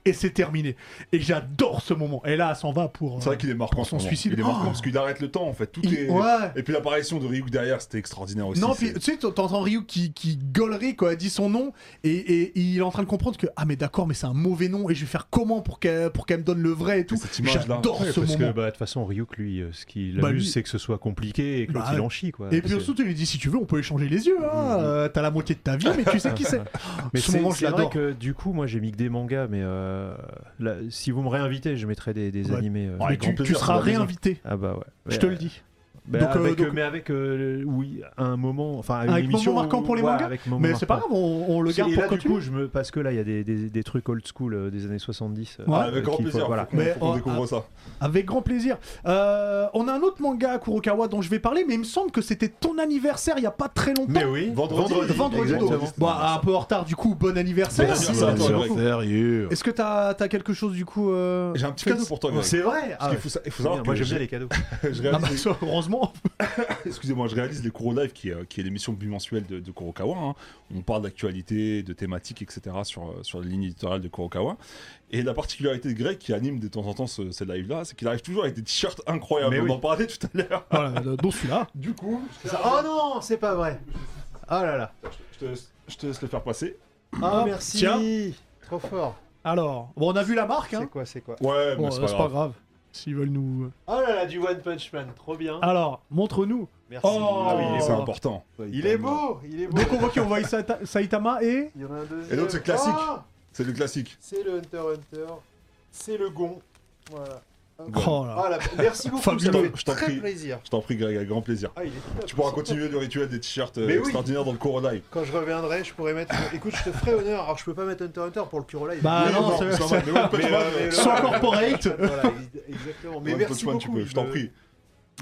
A: et c'est terminé. Et j'adore ce moment. Et là, elle s'en va pour.
B: C'est vrai qu'il est marquant.
A: Pour son
B: ce moment.
A: suicide.
B: Il est marquant
A: Oh.
B: parce qu'il arrête le temps en fait. Tout
A: Il-
B: est.
A: ouais.
B: Et puis l'apparition de Ryuk derrière, c'était extraordinaire aussi.
A: non,
B: c'est-
A: puis tu sais, t'entends Ryu qui, qui gueulerie quand elle dit son nom et, et- et il est en train de comprendre que ah mais d'accord mais c'est un mauvais nom et je vais faire comment pour qu'elle pour qu'elle me donne le vrai et tout.
B: cette image-là.
A: J'adore
C: Ouais,
A: ce
C: parce
A: moment.
C: que bah, de toute façon, Ryuk, lui, euh, ce qui l'amuse,
A: Bah, lui-
C: c'est que ce soit compliqué et que
A: Bah,
C: l'autre, il en chie. Quoi.
A: Et puis
C: C'est-
A: surtout, il lui dit si tu veux, on peut échanger les yeux. Hein. euh, T'as la moitié de ta vie, mais tu sais qui c'est.
C: Mais
A: ce
C: c'est-
A: moment, je
C: c'est vrai
A: l'adore.
C: que du coup, moi, j'ai mis que des mangas, mais euh, là, si vous me réinvitez, je mettrai des, des
A: Ouais.
C: animés. euh,
A: Mais
C: avec
A: tu,
C: grand
A: tu
C: plaisir,
A: seras
C: sur la maison.
A: réinvité.
C: Ah bah ouais.
A: Je
C: Ouais,
A: te le dis.
C: Bah,
A: Donc, euh,
C: avec,
A: donc-
C: euh, mais avec euh, oui, à un moment, enfin à une
A: Avec
C: émission
A: moment marquant
C: où-
A: pour les
C: ouais,
A: mangas.
C: avec moment
A: Mais c'est pas
C: marquant.
A: grave, on, on le garde
C: et
A: pour
C: là, du
A: continuer.
C: coup, je me... parce que là, il y a des, des- des trucs old school euh, des années 70. euh,
A: Ouais.
B: Ah, avec grand
C: qu'il faut-
B: plaisir,
C: voilà.
B: faut qu'on
A: Mais
B: faut qu'on
A: on-
B: découvre ça.
A: Avec grand plaisir. Euh, on a un autre manga à Kurokawa dont je vais parler, mais il me semble que c'était ton anniversaire il y a pas très longtemps.
C: Mais oui,
B: Vendredi,
A: Ah Vendredi,
C: exactement.
A: donc. Bon, un peu en retard du coup, bon anniversaire.
B: Bon anniversaire.
A: Merci.
B: à toi,
D: Ouais,
B: Greg.
D: Sérieux.
A: Est-ce que t'as as quelque chose du coup euh,
B: J'ai un petit
A: Félix
B: cadeau pour toi, Greg.
C: C'est vrai. Ah
B: Parce qu'il faut, sa- il faut savoir
C: moi
B: que
C: j'aime
B: je-
C: bien les cadeaux.
B: je
A: Ah
B: réalise
A: bah, ça, heureusement.
B: Excusez-moi, je réalise les Kuro Live, qui est, euh, qui est l'émission bimensuelle de, de Kurokawa. hein. On parle d'actualité, de thématiques, etc. sur, euh, sur la ligne éditoriale de Kurokawa. Et la particularité de Greg, qui anime de temps en temps ce, ces lives-là, c'est qu'il arrive toujours avec des t-shirts incroyables.
C: Mais
B: on
C: oui.
B: en parlait tout à l'heure.
A: voilà, euh, dont celui-là.
B: Du coup, je te,
A: Ah,
C: Oh non, c'est pas vrai. Oh là là.
B: je te laisse- je te laisse le faire passer.
C: Ah merci.
A: tiens.
C: Trop fort.
A: Alors, bon, on a vu la marque.
C: C'est
A: Hein.
C: quoi, c'est quoi
B: Ouais,
A: Bon, euh,
B: mais c'est pas grave.
A: S'ils veulent nous. euh,
C: Oh là là, du One Punch Man, trop bien.
A: Alors, montre-nous.
C: Merci.
A: Oh.
B: Ah oui, il est- c'est
A: Oh.
B: important.
C: Il est beau, il est beau.
A: Donc, on voit qu'on voit Saita- Saitama et.
C: Il y en a un deuxième.
B: Et l'autre, c'est classique.
C: Ah
B: C'est le classique.
C: c'est le Hunter x Hunter. C'est le Gon. Voilà.
A: Oh là.
C: Ah, la- Merci beaucoup,
A: Fabuleux,
C: ça me fait
B: je t'en
C: très
B: prie.
C: plaisir.
B: Je t'en prie, Greg, avec grand plaisir.
C: Ah, il est top.
B: Tu pourras continuer le rituel des t-shirts euh,
C: Mais oui.
B: extraordinaires dans le Kuro Live.
C: Quand je reviendrai, je pourrais mettre. Écoute, je te ferai honneur. Alors, je peux pas mettre Hunter x Hunter pour le Curo Live.
A: Bah, Ah
B: Oui,
A: non, c'est-
B: c'est normal, mais One Punch
C: Mais,
B: Man,
C: euh, mais
B: euh,
C: le-
A: Sois corporate.
C: Voilà, ex- exactement. Mais
B: One Punch
C: merci
B: Man,
C: beaucoup.
B: tu peux,
C: il
B: je t'en
C: me-
B: prie.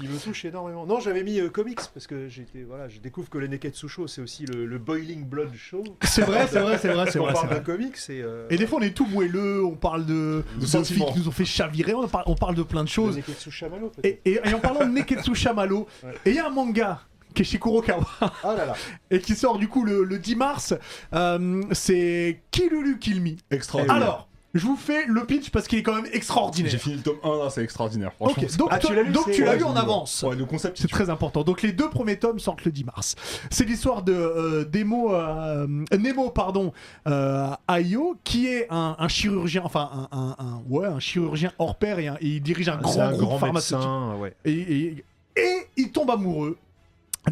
C: Il me touche énormément. Non, j'avais mis euh, comics parce que j'étais voilà, je découvre que le Neketsu Show, c'est aussi le, le Boiling Blood Show.
A: C'est vrai, c'est vrai, c'est vrai, c'est
C: on
A: vrai. c'est
C: parle
A: vrai.
C: de comics, c'est euh,
A: Et des fois, on est tout moelleux, on parle de,
B: De
A: de filles
B: sentiments.
A: qui nous ont fait chavirer, on, par- on parle de plein de
C: le
A: choses.
C: Neketsu Shamalo. peut-être.
A: Et, et- et en parlant de Neketsu Shamalo,
C: Ouais.
A: et il y a un manga qui est chez Kurokawa
C: Ah là là.
A: et qui sort du coup le, le 10 mars, euh, c'est Killulu Kill Me.
B: Extraordinaire.
A: Alors, je vous fais le pitch parce qu'il est quand même
B: J'ai
A: extraordinaire.
B: fini le tome 1 là, c'est extraordinaire.
A: Ok,
B: Franchement, c'est-
A: donc
C: Ah,
A: toi-
C: tu l'as lu,
A: donc
C: c'est-
A: tu l'as
C: ouais,
A: lu en
B: je l'ai lu.
A: avance.
B: Ouais, le concept,
A: C'est très important. Donc les deux premiers tomes sortent le 10 mars. C'est l'histoire de euh, Demo, euh, Nemo pardon, euh, Ayo, qui est un, un chirurgien, enfin un, un- un- ouais, un chirurgien hors pair et, un- et il dirige un grand groupe pharmaceutique.
C: ouais.
A: Et, et- et il tombe amoureux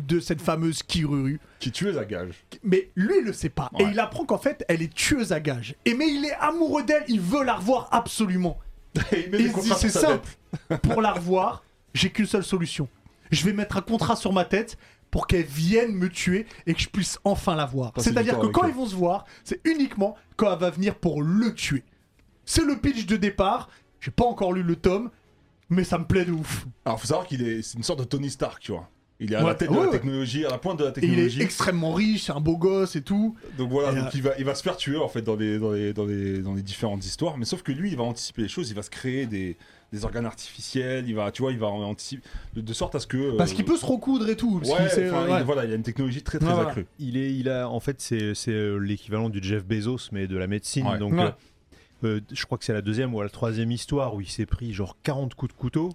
A: de cette fameuse Kiruru.
B: qui tuait la gage.
A: Mais lui, il le sait pas. Et
B: Ouais.
A: il apprend qu'en fait, elle est tueuse à gages. Et mais il est amoureux d'elle, il veut la revoir absolument.
B: Et il met
A: Et
B: des
A: il se dit,
B: contrats
A: c'est
B: sur sa
A: simple. Pour la revoir, j'ai qu'une seule solution. Je vais mettre un contrat sur ma tête pour qu'elle vienne me tuer et que je puisse enfin la voir.
B: Passer du
A: C'est-à-dire
B: temps
A: que
B: avec
A: quand
B: elle.
A: ils vont se voir, c'est uniquement quand elle va venir pour le tuer. C'est le pitch de départ. J'ai pas encore lu le tome, mais ça me plaît de ouf.
B: Alors faut savoir qu'il est, c'est une sorte de Tony Stark, tu vois. Il est à
A: Ouais,
B: la tête de
A: ouais,
B: la
A: ouais.
B: technologie, à la pointe de la
A: Et il est
B: technologie.
A: extrêmement riche, c'est un beau gosse et tout.
B: Donc voilà,
A: Et,
B: donc
A: euh,
B: il, va, il va se faire tuer en fait dans les, dans, les, dans, les, dans les différentes histoires. Mais sauf que lui, il va anticiper les choses, il va se créer des, des organes artificiels, il va, tu vois, il va en anticiper de, de sorte à ce que. euh,
A: Parce qu'il peut se recoudre et tout. parce
B: Ouais,
A: qu'il sait- euh,
B: enfin, il-
A: ouais.
B: voilà, il a une technologie très très
A: Ouais, voilà.
B: accrue.
C: Il est, il a, en fait, c'est c'est, euh, l'équivalent du Jeff Bezos, mais de la médecine.
B: Ouais.
C: Donc,
A: Ouais.
C: euh, euh, je crois que c'est la deuxième ou la troisième histoire où il s'est pris genre 40 coups de couteau.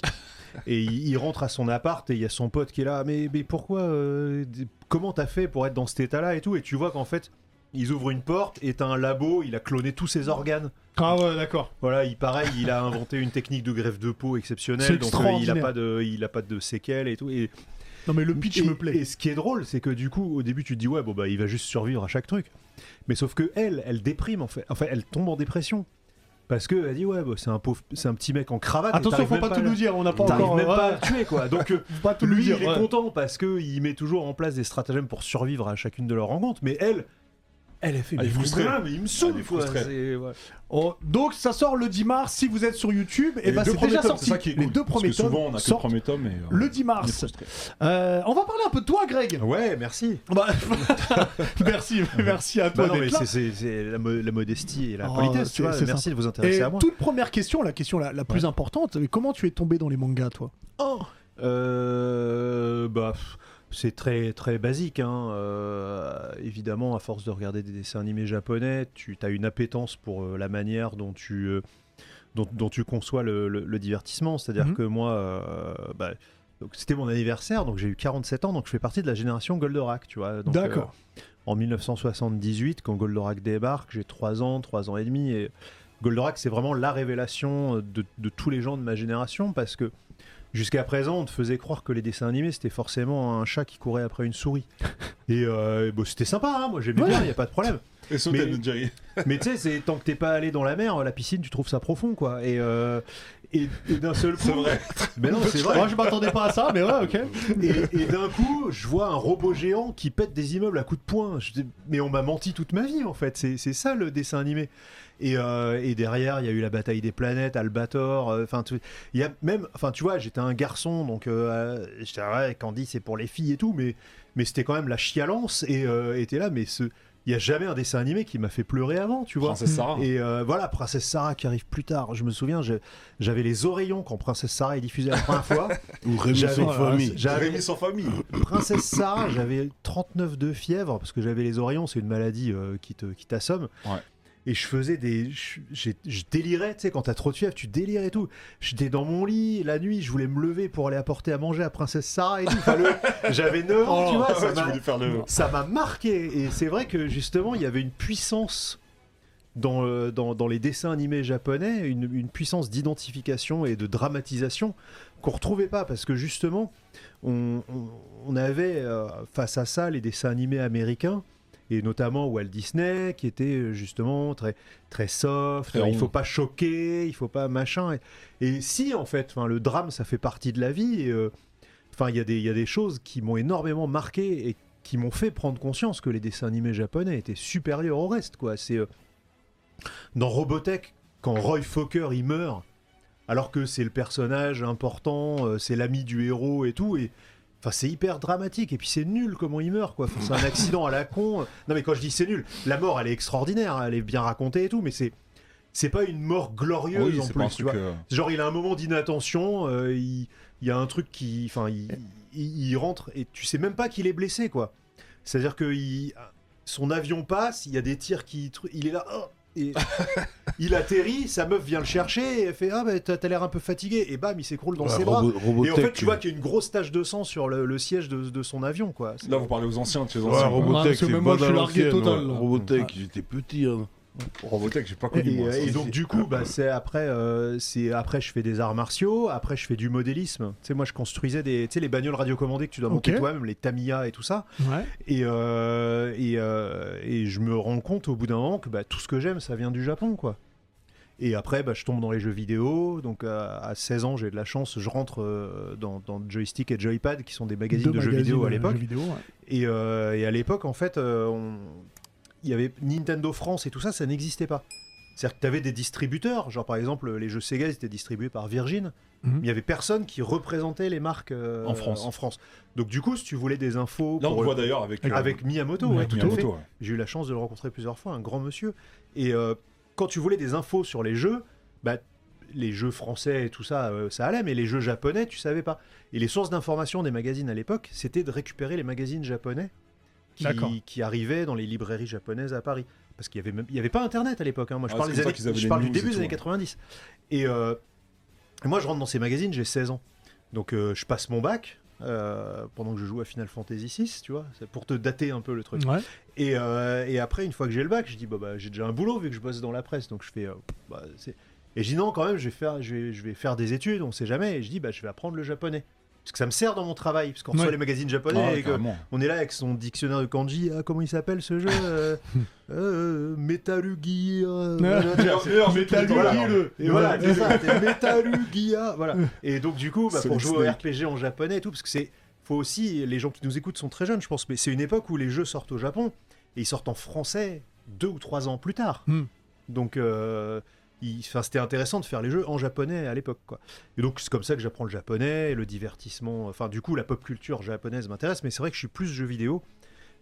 C: et il, il rentre à son appart et il y a son pote qui est là. Mais, mais pourquoi euh, d- Comment t'as fait pour être dans cet état-là et tout Et tu vois qu'en fait, ils ouvrent une porte et t'as un labo, il a cloné tous ses organes.
A: Ah ouais, d'accord.
C: Voilà, il pareil, il a inventé une technique de greffe de peau
A: C'est
C: exceptionnelle. Donc, euh, il, a
A: extraordinaire.
C: pas de, il a pas de séquelles et tout. Et
A: Non mais le pitch
C: et,
A: me plaît.
C: et ce qui est drôle, c'est que du coup, au début, tu te dis ouais, bon bah il va juste survivre à chaque truc. Mais sauf que elle, elle déprime en fait. Enfin, elle tombe en dépression parce que elle dit ouais, bah, c'est un pauvre, c'est un petit mec en cravate. et
A: Attention,
C: t'arrives
A: faut
C: même
A: pas tout
C: à-
A: nous dire, on n'a pas
C: t'arrives
A: encore.
C: même
A: ouais,
C: pas à le tuer quoi. Donc euh,
A: faut pas tout nous
C: lui,
A: dire.
C: il est
A: ouais.
C: content parce que il met toujours en place des stratagèmes pour survivre à chacune de leurs rencontres. Mais elle. Elle a fait
B: Elle est
C: mais
B: frustrée.
C: voilà, mais Ah, il me saoule
B: Elle est
C: quoi.
B: frustrée.
C: C'est- ouais.
A: Oh, donc ça sort le 10 mars si vous êtes sur YouTube et
B: les
A: bah
B: deux
A: c'est
B: premiers
A: déjà
B: tomes,
A: sorti.
B: c'est ça qui est
A: les
B: cool,
A: deux premiers
B: Parce que
A: tomes
B: souvent on a que le
A: sortent
B: premier tome et. euh,
A: le 10
B: on est
A: mars.
B: frustré.
A: Euh, on va parler un peu de toi Greg.
C: Ouais, merci.
A: Bah, merci, merci à
C: Bah
A: toi
C: non, mais
A: d'être là.
C: c'est- c'est c'est la, mo- la modestie et la
A: Oh,
C: politesse,
A: c'est-
C: tu vois.
A: c'est
C: Merci de vous
A: Et
C: intéresser à moi.
A: toute première question, la question la, la plus importante, mais comment tu es tombé dans les mangas toi
C: Euh, bah, pff, c'est très très basique. Hein. Euh, évidemment, à force de regarder des dessins animés japonais, tu as une appétence pour euh, la manière dont tu euh, dont, dont tu conçois le, le- le divertissement. C'est-à-dire
A: Mhm.
C: que moi, euh, bah, donc, c'était mon anniversaire, donc j'ai eu 47 ans, donc je fais partie de la génération Goldorak, tu vois. Donc,
A: D'accord.
C: euh, en 1978, quand Goldorak débarque, j'ai 3 ans, 3 ans et demi, et Goldorak, c'est vraiment la révélation de, de tous les gens de ma génération, parce que jusqu'à présent, on te faisait croire que les dessins animés, c'était forcément un chat qui courait après une souris. Et euh, bon, c'était sympa, hein, moi j'aimais
A: Ouais.
C: bien, il n'y a pas de problème.
B: Et sauter
C: Mais-
B: de Jerry.
C: Mais tu sais, c'est- tant que t'es pas allé dans la mer, la piscine, tu trouves ça profond, quoi. Et, euh, et, et d'un seul coup.
B: C'est vrai.
C: Mais non, c'est vrai.
G: Moi, je m'attendais pas à ça, mais ouais, ok.
C: Et, et d'un coup, je vois un robot géant qui pète des immeubles à coups de poing. Je dis, mais on m'a menti toute ma vie, en fait. C'est c'est ça le dessin animé. Et, euh, et derrière, il y a eu la bataille des planètes, Albator. euh, Enfin, tu- il y a même. Enfin, tu vois, j'étais un garçon, donc euh, j'étais ouais, Candy, c'est pour les filles et tout, mais mais c'était quand même la chialance. Et euh, et t'es là, mais ce. Il y a jamais un dessin animé qui m'a fait pleurer avant, tu vois.
B: Princesse Sarah.
C: Et euh, voilà, Princesse Sarah qui arrive plus tard. Je me souviens, je- j'avais les oreillons quand Princesse Sarah est diffusée la première fois.
D: Ou Rémi
C: J'avais- euh,
D: sans famille.
C: J'avais
B: Rémi sans famille.
C: Princesse Sarah, j'avais 39 de fièvre parce que j'avais les oreillons, c'est une maladie euh, qui te- qui t'assomme.
B: Ouais.
C: Et je faisais des. Je, j'ai- je délirais, tu sais, quand t'as trop de fièvre, tu délires et tout. J'étais dans mon lit la nuit, je voulais me lever pour aller apporter à manger à Princesse Sarah et tout. Enfin, le- j'avais 9 ans, tu vois.
B: Ah
C: ça
B: ouais, tu
C: m'a-
B: voulais faire le.
C: ça m'a marqué et c'est vrai que justement il y avait une puissance dans, euh, dans, dans les dessins animés japonais, une, une puissance d'identification et de dramatisation qu'on retrouvait pas parce que justement on, on- on avait euh, face à ça les dessins animés américains et notamment Walt Disney qui était euh, justement très très soft, euh,
B: Très
C: il
B: rond.
C: faut pas choquer, il faut pas machin et, et si en fait enfin, le drame ça fait partie de la vie et, euh, Enfin, il y, a des- il y a des choses qui m'ont énormément marqué et qui m'ont fait prendre conscience que les dessins animés japonais étaient supérieurs au reste, quoi. C'est euh, dans Robotech quand Roy Fokker il meurt, alors que c'est le personnage important, euh, c'est l'ami du héros et tout, et enfin c'est hyper dramatique. Et puis c'est nul comment il meurt, quoi. Enfin, c'est un accident à la con. Non mais quand je dis c'est nul, la mort elle est extraordinaire, hein, elle est bien racontée et tout, mais c'est c'est pas une mort glorieuse
B: Oui,
C: en
B: c'est
C: plus,
B: pas un
C: tu
B: truc.
C: vois.
B: euh,
C: Genre, il a un moment d'inattention, euh, il, il y a un truc qui. Enfin, il, il- il rentre et tu sais même pas qu'il est blessé, quoi. C'est-à-dire que il- son avion passe, il y a des tirs qui. tru- Il est là. oh, et il atterrit, sa meuf vient le chercher et elle fait Ah, bah, t'as t'as l'air un peu fatigué. Et bam, il s'écroule dans
D: Ouais,
C: ses bras.
D: Robo-
C: Et en fait,
D: Robotech,
C: tu vois qu'il y a une grosse tache de sang sur le, le siège de, de son avion, quoi. C'est-
B: Là, vous parlez aux anciens, tu sais, aux
D: Ouais,
B: anciens.
A: Ouais,
D: Robotech,
A: Ah, parce que
D: c'est
A: même
D: une
A: moi, je
D: bonne
A: suis
D: à
A: largué
D: l'ancienne,
A: total,
D: ouais.
A: là. Ah.
D: Robotech, j'étais petit. hein.
B: Robotech, j'ai pas connu
C: Et,
B: moi.
C: euh,
B: ça.
C: et donc du coup, bah, c'est après, euh, c'est après je fais des arts martiaux, après je fais du modélisme. Tu sais, moi je construisais des, tu sais, les bagnoles radiocommandées que tu dois monter
A: Ok.
C: toi-même, les Tamiya et tout ça.
A: Ouais.
C: Et euh, et, euh, et je me rends compte au bout d'un moment que bah, tout ce que j'aime, ça vient du Japon, quoi. Et après, bah, je tombe dans les jeux vidéo. Donc à, à 16 ans, j'ai de la chance, je rentre euh, dans, dans Joystick et Joypad, qui sont des magazines
A: Deux
C: de jeux vidéo
A: magazines,
C: à
A: euh,
C: l'époque.
A: jeux vidéo, ouais.
C: Et, euh, et à l'époque, en fait, euh, on- il y avait Nintendo France et tout ça, ça n'existait pas. C'est-à-dire que tu avais des distributeurs, genre par exemple, les jeux Sega ils étaient distribués par Virgin,
A: Mhm.
C: mais il n'y avait personne qui représentait les marques euh,
B: En France.
C: Donc du coup, si tu voulais des infos
B: Là, on
C: pour-
B: le voit d'ailleurs avec. euh,
C: avec Miyamoto,
A: Ouais,
C: ouais, tout à fait.
B: Miyamoto, ouais.
C: J'ai eu la chance de le rencontrer plusieurs fois, un grand monsieur. Et euh, quand tu voulais des infos sur les jeux, bah, les jeux français et tout ça, euh, ça allait, mais les jeux japonais, tu savais pas. Et les sources d'information des magazines à l'époque, c'était de récupérer les magazines japonais qui,
A: D'accord.
C: qui arrivaient dans les librairies japonaises à Paris. Parce qu'il y avait, même- il y avait pas Internet à l'époque. hein. Moi, je
B: Ouais,
C: parle,
B: Ah, c'est
C: des
B: pour ça
C: années-
B: qu'ils avaient
C: je
B: les
C: parle du
B: news
C: début
B: et
C: des
B: tout,
C: années
B: ouais.
C: 90. Et euh, moi, je rentre dans ces magazines, j'ai 16 ans. Donc, euh, je passe mon bac euh, pendant que je joue à Final Fantasy VI, tu vois, c'est pour te dater un peu le truc.
A: Ouais.
C: Et, euh, et après, une fois que j'ai le bac, je dis bah, bah, j'ai déjà un boulot vu que je bosse dans la presse, donc je fais. euh, bah, c'est- et je dis non, quand même, je vais faire, je vais, je vais faire des études, on sait jamais. Et je dis bah, je vais apprendre le japonais parce que ça me sert dans mon travail, parce qu'on reçoit
A: Ouais.
C: les magazines japonais
B: Ah,
C: et
B: ouais,
C: que
B: carrément.
C: on est là avec son dictionnaire de kanji. Ah, comment il s'appelle ce jeu euh, euh, Metal Gear, euh, voilà, tu vois, c'est-
B: Meilleur jeu de
C: Metal
B: tous les temps,
C: Gear,
B: alors.
C: le- Et voilà, c'est ça, t'es Metal Gear, voilà. Et donc du coup, bah, pour
B: Solid
C: jouer au
B: Snake.
C: RPG en japonais et tout, parce que c'est, faut aussi, les gens qui nous écoutent sont très jeunes, je pense, mais c'est une époque où les jeux sortent au Japon et ils sortent en français deux ou trois ans plus tard.
A: Hmm.
C: Donc, euh, il- enfin, c'était intéressant de faire les jeux en japonais à l'époque, quoi. Et donc c'est comme ça que j'apprends le japonais, le divertissement, enfin du coup la pop culture japonaise m'intéresse, mais c'est vrai que je suis plus jeux vidéo,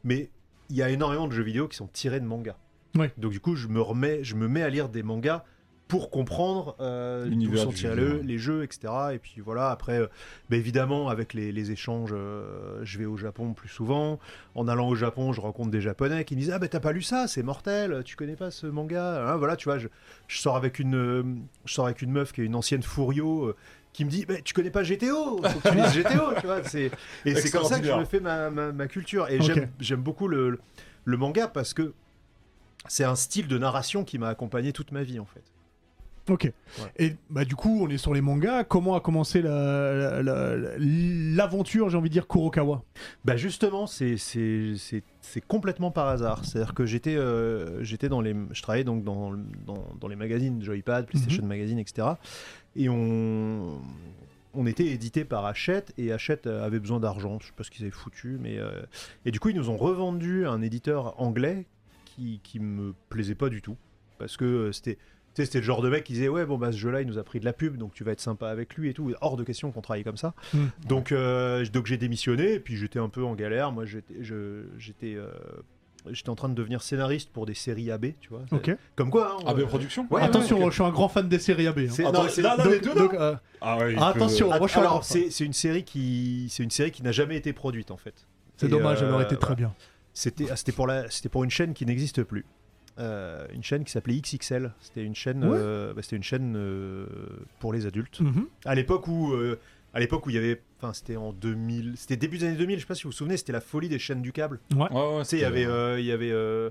C: mais il y a énormément de jeux vidéo qui sont tirés de mangas.
A: Ouais.
C: Donc du coup je me remets, je me mets à lire des mangas pour comprendre euh, d'où
B: L'univers
C: sont
B: du
C: tirés
B: jeu,
C: le-
B: ouais.
C: les jeux, etc. Et puis voilà, après, euh, bah, évidemment, avec les, les échanges, euh, je vais au Japon plus souvent. En allant au Japon, je rencontre des Japonais qui me disent Ah, ben t'as pas lu ça, c'est mortel, tu connais pas ce manga. Hein, voilà, tu vois, je, je sors avec une, euh, je sors avec une meuf qui est une ancienne Furio euh, qui me dit bah, tu connais pas GTO faut que tu lises GTO tu vois c'est et c'est comme ça que je me fais ma, ma- ma culture et
A: Ok.
C: j'aime- j'aime beaucoup le, le- le manga parce que c'est un style de narration qui m'a accompagné toute ma vie en fait
A: Ok. Et bah, du coup, on est sur les mangas. Comment a commencé la- la- la- l'aventure, j'ai envie de dire, Kurokawa
C: Bah justement, c'est c'est- c'est- c'est complètement par hasard. C'est-à-dire que j'étais euh, j'étais dans les je travaillais donc dans, dans, dans les magazines Joypad, PlayStation Magazine, etc. Et on on était édité par Hachette et Hachette euh, avait besoin d'argent. Je sais pas ce qu'ils avaient foutu, mais euh, et du coup ils nous ont revendu un éditeur anglais qui qui me plaisait pas du tout parce que euh, c'était tu sais, c'était le genre de mec qui disait ouais bon bah ce jeu-là il nous a pris de la pub donc tu vas être sympa avec lui et tout hors de question qu'on travaille comme ça
A: Mm.
C: donc euh, donc j'ai démissionné et puis j'étais un peu en galère moi j'étais je- j'étais euh, j'étais en train de devenir scénariste pour des séries AB tu vois
A: Ok. Ah,
C: comme quoi hein,
B: AB
C: euh,
B: Production
C: ouais,
G: Attention,
C: ouais,
G: je suis un grand fan des séries AB. hein.
C: c'est-
B: Attends,
C: non, c'est-
B: là, là,
C: donc-
B: les deux, là
G: Donc, euh,
B: Ah ouais, il
G: attention, moi, je suis un grand
C: alors
G: fan.
C: c'est c'est une série qui c'est une série qui n'a jamais été produite en fait
A: C'est
C: Et,
A: dommage, elle aurait été
C: euh,
A: très bien.
C: C'était ah, c'était pour, la- c'était pour une chaîne qui n'existe plus. Euh, une chaîne qui s'appelait XXL. C'était une chaîne,
A: Ouais.
C: euh, bah, c'était une chaîne euh, pour les adultes.
A: Mhm.
C: À l'époque où, euh, à l'époque où il y avait, enfin c'était en 2000, c'était début des années 2000. Je sais pas si vous vous souvenez, c'était la folie des chaînes du câble.
B: peut- Ouais, ouais,
C: Tu sais, il y
B: c'était-
C: avait, euh, il y avait, euh,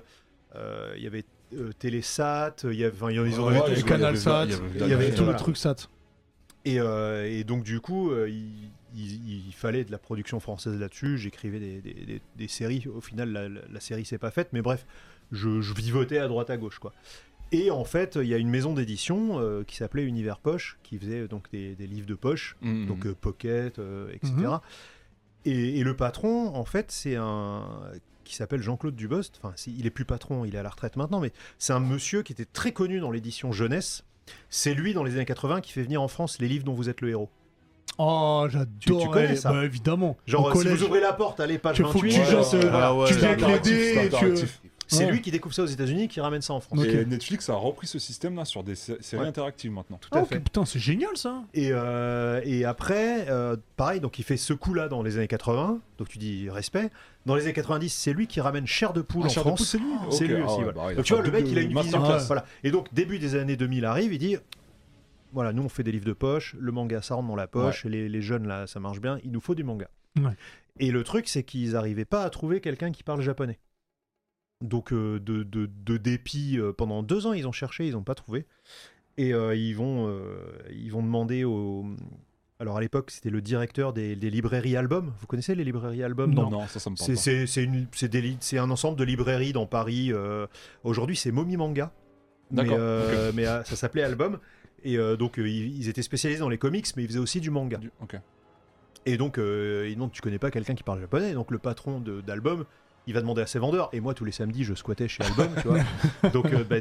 C: euh, il y avait euh, Télésat. Il y avait, enfin, Ah, il y en- ils en
B: Ouais,
C: avaient
B: ouais,
C: tous.
B: il y
A: du Canal
B: avait-
A: Sat,
B: il y avait-
A: Il y avait tout le
C: Voilà.
A: truc SAT.
C: Et, euh, et donc du coup, euh, il, il- il fallait de la production française là-dessus. J'écrivais des, des- des- des séries. Au final, la, la- la série s'est pas faite, mais bref, je, je vivotais à droite à gauche, quoi. Et en fait, il y a une maison d'édition euh, qui s'appelait Univers Poche, qui faisait euh, donc des, des livres de poche,
B: Mhm.
C: donc euh, Pocket, euh, etc.
A: Mhm.
C: Et, et le patron, en fait, c'est un qui s'appelle Jean-Claude Dubost. Enfin, c'est- il est plus patron, il est à la retraite maintenant, mais c'est un monsieur qui était très connu dans l'édition jeunesse. C'est lui, dans les années 80, qui fait venir en France les livres dont vous êtes le héros.
A: Oh, j'adore.
C: tu connais
A: eh,
C: ça
A: bah, Évidemment. Au
C: Genre, euh, si
A: collège.
C: vous ouvrez la porte, allez, page
A: Tu- faut que
C: 28.
A: tu
C: voilà.
A: jettes, euh,
C: Voilà.
D: Ah ouais,
A: tu
D: ouais,
A: viens avec
D: ouais.
A: les dés,
B: c'est
A: tu-
B: interactif.
C: C'est
A: Ouais.
C: lui qui découvre ça aux États-Unis, qui ramène ça en France.
A: Ok.
B: Et Netflix a repris ce système-là sur des sé- séries
C: Ouais.
B: interactives maintenant.
C: Tout
A: Ah,
C: à
A: ok,
C: fait.
A: putain, c'est génial ça.
C: Et, euh, et après, euh, pareil, donc il fait ce coup-là dans les années 80, donc tu dis respect. Dans les années 90, c'est lui qui ramène chair de poule en
B: Charles
C: France.
B: Pouce, c'est lui.
C: C'est
B: Ok,
C: lui
B: ah
C: aussi.
B: ouais,
C: voilà.
B: bah, il a
C: Donc tu vois, le
B: fait un
C: mec, il a une
B: double
C: vision.
B: masterclass.
C: Voilà. Et donc, début des années 2000 arrive, il dit voilà, nous on fait des livres de poche, le manga ça rentre dans la poche, et les, les jeunes là, ça marche bien, il nous faut du manga.
A: Ouais.
C: Et le truc, c'est qu'ils n'arrivaient pas à trouver quelqu'un qui parle japonais. Donc, euh, de, de- de dépit, euh, pendant deux ans, ils ont cherché, ils n'ont pas trouvé. Et euh, ils, vont, euh, ils vont demander au. Alors, à l'époque, c'était le directeur des, des librairies albums. Vous connaissez les librairies albums
B: Non, non, ça, ça me parle
C: c'est-
B: pas.
C: C'est c'est une- c'est des li- c'est un ensemble de librairies dans Paris. euh, Aujourd'hui, c'est Mommy Manga. Mais,
B: D'accord,
C: euh, mais, euh, ça s'appelait Album. Et euh, donc, euh, ils, ils étaient spécialisés dans les comics, mais ils faisaient aussi du manga.
B: Du- ok.
C: Et donc, euh, et donc, tu connais pas quelqu'un qui parle japonais. Donc, le patron de- d'Album, il va demander à ses vendeurs. Et moi, tous les samedis, je squattais chez Album, tu vois. Donc, euh, bah,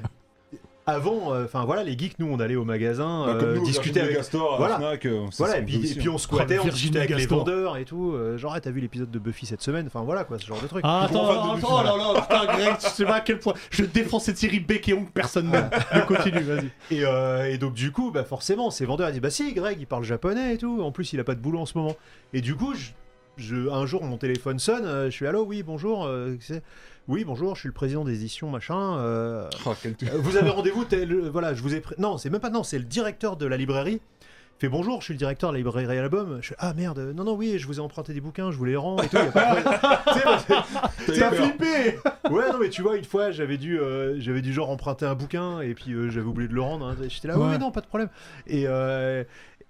C: avant, euh, enfin voilà, les geeks, nous, on allait au magasin
B: Bah,
C: euh,
B: comme nous,
C: discuter avec voilà.
B: voilà. Fnac, euh, ça,
C: voilà,
B: ça
C: et
B: me
C: puis,
B: plaît
C: et
B: aussi,
C: puis
B: hein.
C: on squattait, on
A: Virginie
C: discutait avec
A: Gaston.
C: les vendeurs et tout. euh, genre, ah, t'as vu l'épisode de Buffy cette semaine Enfin voilà quoi, ce genre de truc.
G: Ah,
B: Grand fan
G: attends,
B: de
G: attends, oh là là, putain, Greg, je sais pas à quel point. Je défends cette série Beck et Hong, personne n'aime. Mais continue, vas-y.
C: Et, euh, et donc du coup, bah forcément, ces vendeurs ils disent bah si Greg il parle japonais et tout. En plus il a pas de boulot en ce moment. Et du coup, je, je- un jour mon téléphone sonne, euh, je suis allô, oui bonjour, euh, c'est- oui bonjour, je suis le président des éditions machin. euh,
B: Oh, quel truc.
C: euh, vous avez rendez-vous tel- euh, voilà je vous ai pré- non c'est même pas non c'est le directeur de la librairie Il fait bonjour je suis le directeur de la librairie album je fais ah merde euh, non non oui je vous ai emprunté des bouquins je vous les rends et tout y a pas de problème. Tu sais, parce que-
B: T'as
C: tu sais, ouais non mais tu vois une fois j'avais dû euh, j'avais dû genre emprunter un bouquin et puis euh, j'avais oublié de le rendre hein. j'étais là oui
A: Ouais.
C: oui, non pas de problème et euh,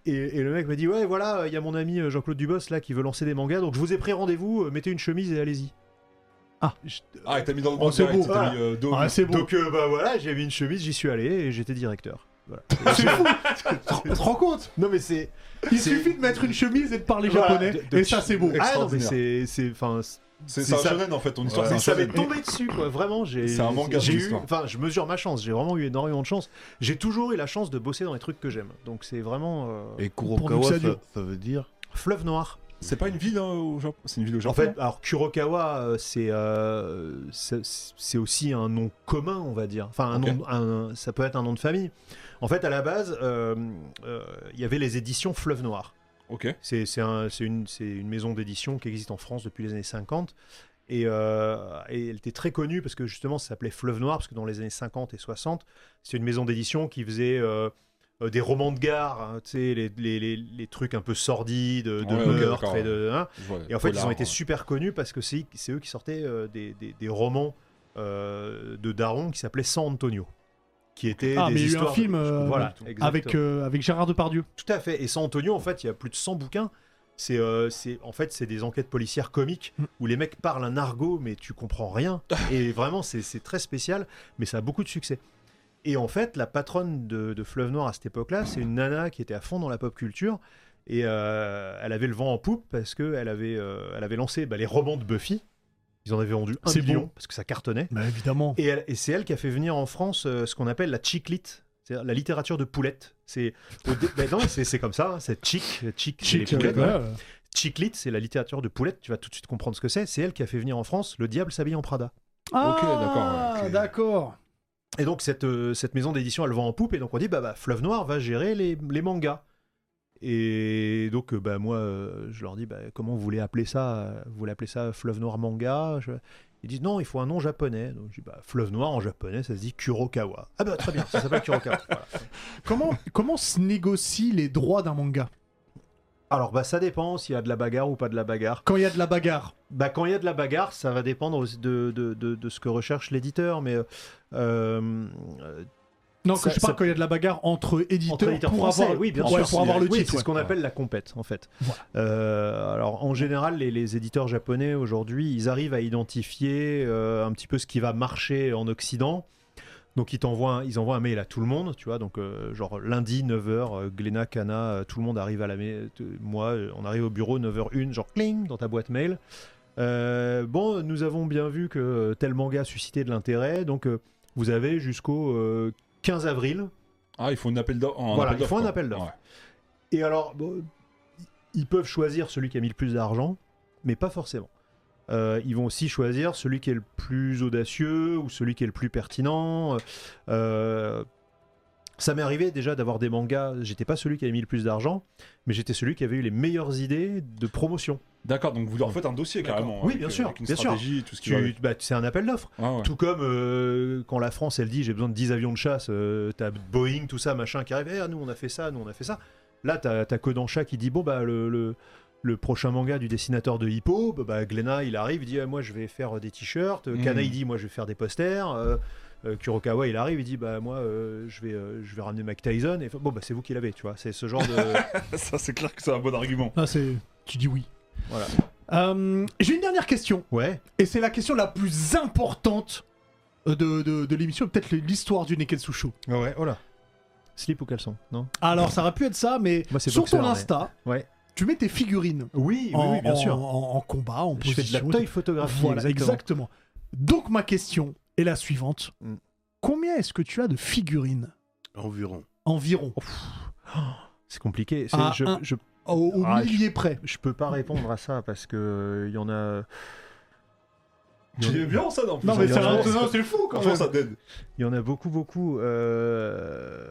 C: et, et le mec m'a dit ouais voilà il y a mon ami euh, Jean-Claude Dubos là qui veut lancer des mangas donc je vous ai pris rendez-vous euh, mettez une chemise et allez-y
B: Ah, et t'as mis dans le
A: Oh,
B: bon
A: c'est
B: direct,
A: beau.
B: t'as
C: Voilà.
B: mis euh, Dome.
A: Ah, c'est beau.
C: donc euh, bah voilà j'ai mis une chemise j'y suis allé et j'étais directeur voilà.
A: C'est fou. Tu te rends compte
C: non mais c'est
A: Il
C: C'est-
A: suffit de mettre une chemise et de parler
C: Voilà,
A: japonais.
C: de- de-
A: et ça, c'est beau.
B: Ouais.
C: Ah non, mais
B: Extraordinaire.
C: c'est. c'est- Enfin, c'est-
B: C'est
C: c'est
B: c'est un
C: ça.
B: shonen en fait, ton histoire.
C: ça,
B: c'est un
C: m'est
B: shonen.
C: tombé dessus, quoi. Vraiment, j'ai.
B: C'est un manga
C: j'ai
B: de
C: eu.
B: l'histoire.
C: Enfin, je mesure ma chance. J'ai vraiment eu énormément de chance. J'ai toujours eu la chance de bosser dans les trucs que j'aime. Donc, c'est vraiment. euh,
D: Et
A: nous
D: Kurokawa,
A: que ça
D: ça,
A: dure.
D: ça veut dire
C: Fleuve noir.
B: C'est pas une ville hein, au Japon C'est une ville au
C: En
B: Japon.
C: fait, alors Kurokawa, euh, c'est euh, c'est c'est aussi un nom commun, on va dire. Enfin, un
B: Ok.
C: nom, un- ça peut être un nom de famille. En fait, à la base, euh, euh, il y avait les éditions Fleuve noir.
B: Ok.
C: C'est c'est un- c'est une, c'est une maison d'édition qui existe en France depuis les années 50. Et, euh, et elle était très connue parce que justement, ça s'appelait Fleuve Noir, parce que dans les années 50 et 60, c'est une maison d'édition qui faisait euh, euh, des romans de gare, hein, tu sais, les, les- les- les trucs un peu sordides, de
B: Ouais, ouais,
C: meurtre
B: d'accord.
C: et de. hein.
B: Je vois,
C: Et en fait, ils
B: polar,
C: ont été
B: ouais.
C: super connus parce que c'est c'est eux qui sortaient euh, des, des- des romans euh, de Daron qui s'appelaient San Antonio. qui étaient
A: Ah,
C: des
A: mais il y a eu un
C: histoires de-
A: film, euh,
C: voilà, exactement.
A: Avec, euh, avec Gérard Depardieu.
C: Tout à fait. Et San Antonio, en fait, il y a plus de 100 bouquins. C'est, euh, c'est- en fait, c'est des enquêtes policières comiques
A: Mm.
C: où les mecs parlent un argot, mais tu comprends rien. Et vraiment, c'est, c'est très spécial, mais ça a beaucoup de succès. Et en fait, la patronne de, de Fleuve Noir à cette époque-là, c'est une nana qui était à fond dans la pop culture. Et euh, elle avait le vent en poupe parce qu'elle avait, euh, elle avait lancé bah, les romans de Buffy. Ils en avaient vendu un
A: C'est
C: million
A: bon.
C: parce que ça cartonnait.
A: Bah évidemment.
C: Et, elle- et c'est elle qui a fait venir en France euh, ce qu'on appelle la chiclite, c'est-à-dire la littérature de poulette. C'est au dé- ben non, c'est c'est comme ça, hein, c'est chic, chic, c'est les
A: Chic, euh,
C: poulettes,
A: ouais,
C: voilà.
A: euh,
C: Chiclite, c'est la littérature de poulette. Tu vas tout de suite comprendre ce que c'est. C'est elle qui a fait venir en France le diable s'habille en Prada.
A: Ah,
D: d'accord, ouais, ok.
A: d'accord.
C: Et donc cette, euh, cette maison d'édition, elle vend en poupe. Et donc on dit, bah, bah, Fleuve Noir va gérer les, les mangas. Et donc euh, bah, moi, euh, je leur dis, bah, comment vous voulez appeler ça euh, Vous voulez appeler ça Fleuve Noir manga Je- Ils disent, non, il faut un nom japonais. Donc je dis, bah, Fleuve Noir en japonais, ça se dit Kurokawa. Ah bah très bien, ça s'appelle Kurokawa. Voilà.
A: Comment, comment se négocient les droits d'un manga
C: Alors bah ça dépend s'il y a de la bagarre ou pas de la bagarre.
A: Quand il y a de la bagarre
C: Bah, quand il y a de la bagarre, ça va dépendre aussi de, de, de- de ce que recherche l'éditeur, mais euh, euh,
A: Non,
C: Ça-
A: que je parle
C: ça-
A: quand il y a de la bagarre entre éditeurs,
C: entre éditeurs
A: pour,
C: français,
A: avoir,
C: oui, bien
A: pour,
C: sûr,
A: ouais, pour avoir le
C: Oui,
A: titre.
C: c'est ce qu'on
A: ouais.
C: appelle la compète, en fait. Euh, alors, en général, les, les éditeurs japonais aujourd'hui, ils arrivent à identifier euh, un petit peu ce qui va marcher en Occident. Donc ils, t'envoient un- ils envoient un mail à tout le monde, tu vois, donc euh, genre lundi 9h, euh, Glénat, Cana, euh, tout le monde arrive à la mail, moi euh, on arrive au bureau 9h01, genre cling, dans ta boîte mail. Euh, bon, nous avons bien vu que euh, tel manga suscitait de l'intérêt, donc euh, vous avez jusqu'au euh, 15 avril
B: Ah, il faut un appel d'offres.
C: Voilà, il
B: d'offres,
C: faut un
B: quoi.
C: appel d'offres.
B: Ouais.
C: Et alors, bon, ils peuvent choisir celui qui a mis le plus d'argent, mais pas forcément. Euh, ils vont aussi choisir celui qui est le plus audacieux ou celui qui est le plus pertinent. Euh, ça m'est arrivé déjà d'avoir des mangas. J'étais pas celui qui avait mis le plus d'argent, mais j'étais celui qui avait eu les meilleures idées de promotion.
B: D'accord, donc vous leur faites un dossier carrément.
C: Oui,
B: avec,
C: bien
B: euh,
C: sûr,
B: Avec une
C: bien sûr.
B: stratégie, tout ce qui
C: Tu-
B: va.
C: bah, c'est un appel d'offres.
B: Ah, ouais.
C: Tout comme euh, quand la France, elle dit j'ai besoin de 10 avions de chasse, euh, t'as Boeing, tout ça, machin qui arrive, Eh, nous on a fait ça, nous on a fait ça. Là, t'as t'as Kodansha qui dit bon, bah le, le, le prochain manga du dessinateur de Hippo, bah, bah, Glenna il arrive, il dit Ah, moi je vais faire euh, des t-shirts,
B: Mm.
C: Kana il dit moi je vais faire des posters. euh, euh, Kurokawa il arrive, il dit bah moi euh, je vais euh, je vais ramener Mike Tyson et bon bah c'est vous qui l'avez tu vois c'est ce genre de
B: Ça, c'est clair que c'est un bon argument.
A: Là, Ah, c'est... Tu dis oui.
C: Voilà.
A: Euh, J'ai une dernière question,
C: ouais
A: et c'est la question la plus importante de, de, de l'émission, peut-être l'histoire du Neketsu Show.
C: ouais voilà slip ou caleçon non
A: Alors, ça aurait pu être ça, mais
C: Moi, c'est
A: sur
C: boxeur, hein,
A: ton
C: mais-
A: Insta,
C: Ouais.
A: tu mets tes figurines
C: oui oui,
A: en,
C: oui, bien
A: en-
C: sûr
A: en- en combat, en
C: je fais de la
A: position et
C: toile
A: tout.
C: photographie
A: Voilà,
C: exactement.
A: exactement. Donc, ma question est la suivante.
C: Mm.
A: Combien est-ce que tu as de figurines
D: Environ.
A: environ
C: c'est compliqué Oh, c'est-
A: Ah,
C: je-
A: un-
C: je
A: Au, au
C: Ah, je-
A: millier près.
C: Je peux pas répondre à ça parce que euh, il y en a. Il y en
B: J'ai
C: a-
B: bien ça, non
A: Non, mais
C: ça
A: c'est
C: vient
A: vrai,
C: de-
A: non, c'est fou quand
B: Franchement,
A: même.
B: ça t'aide.
C: il y en a beaucoup, beaucoup. euh,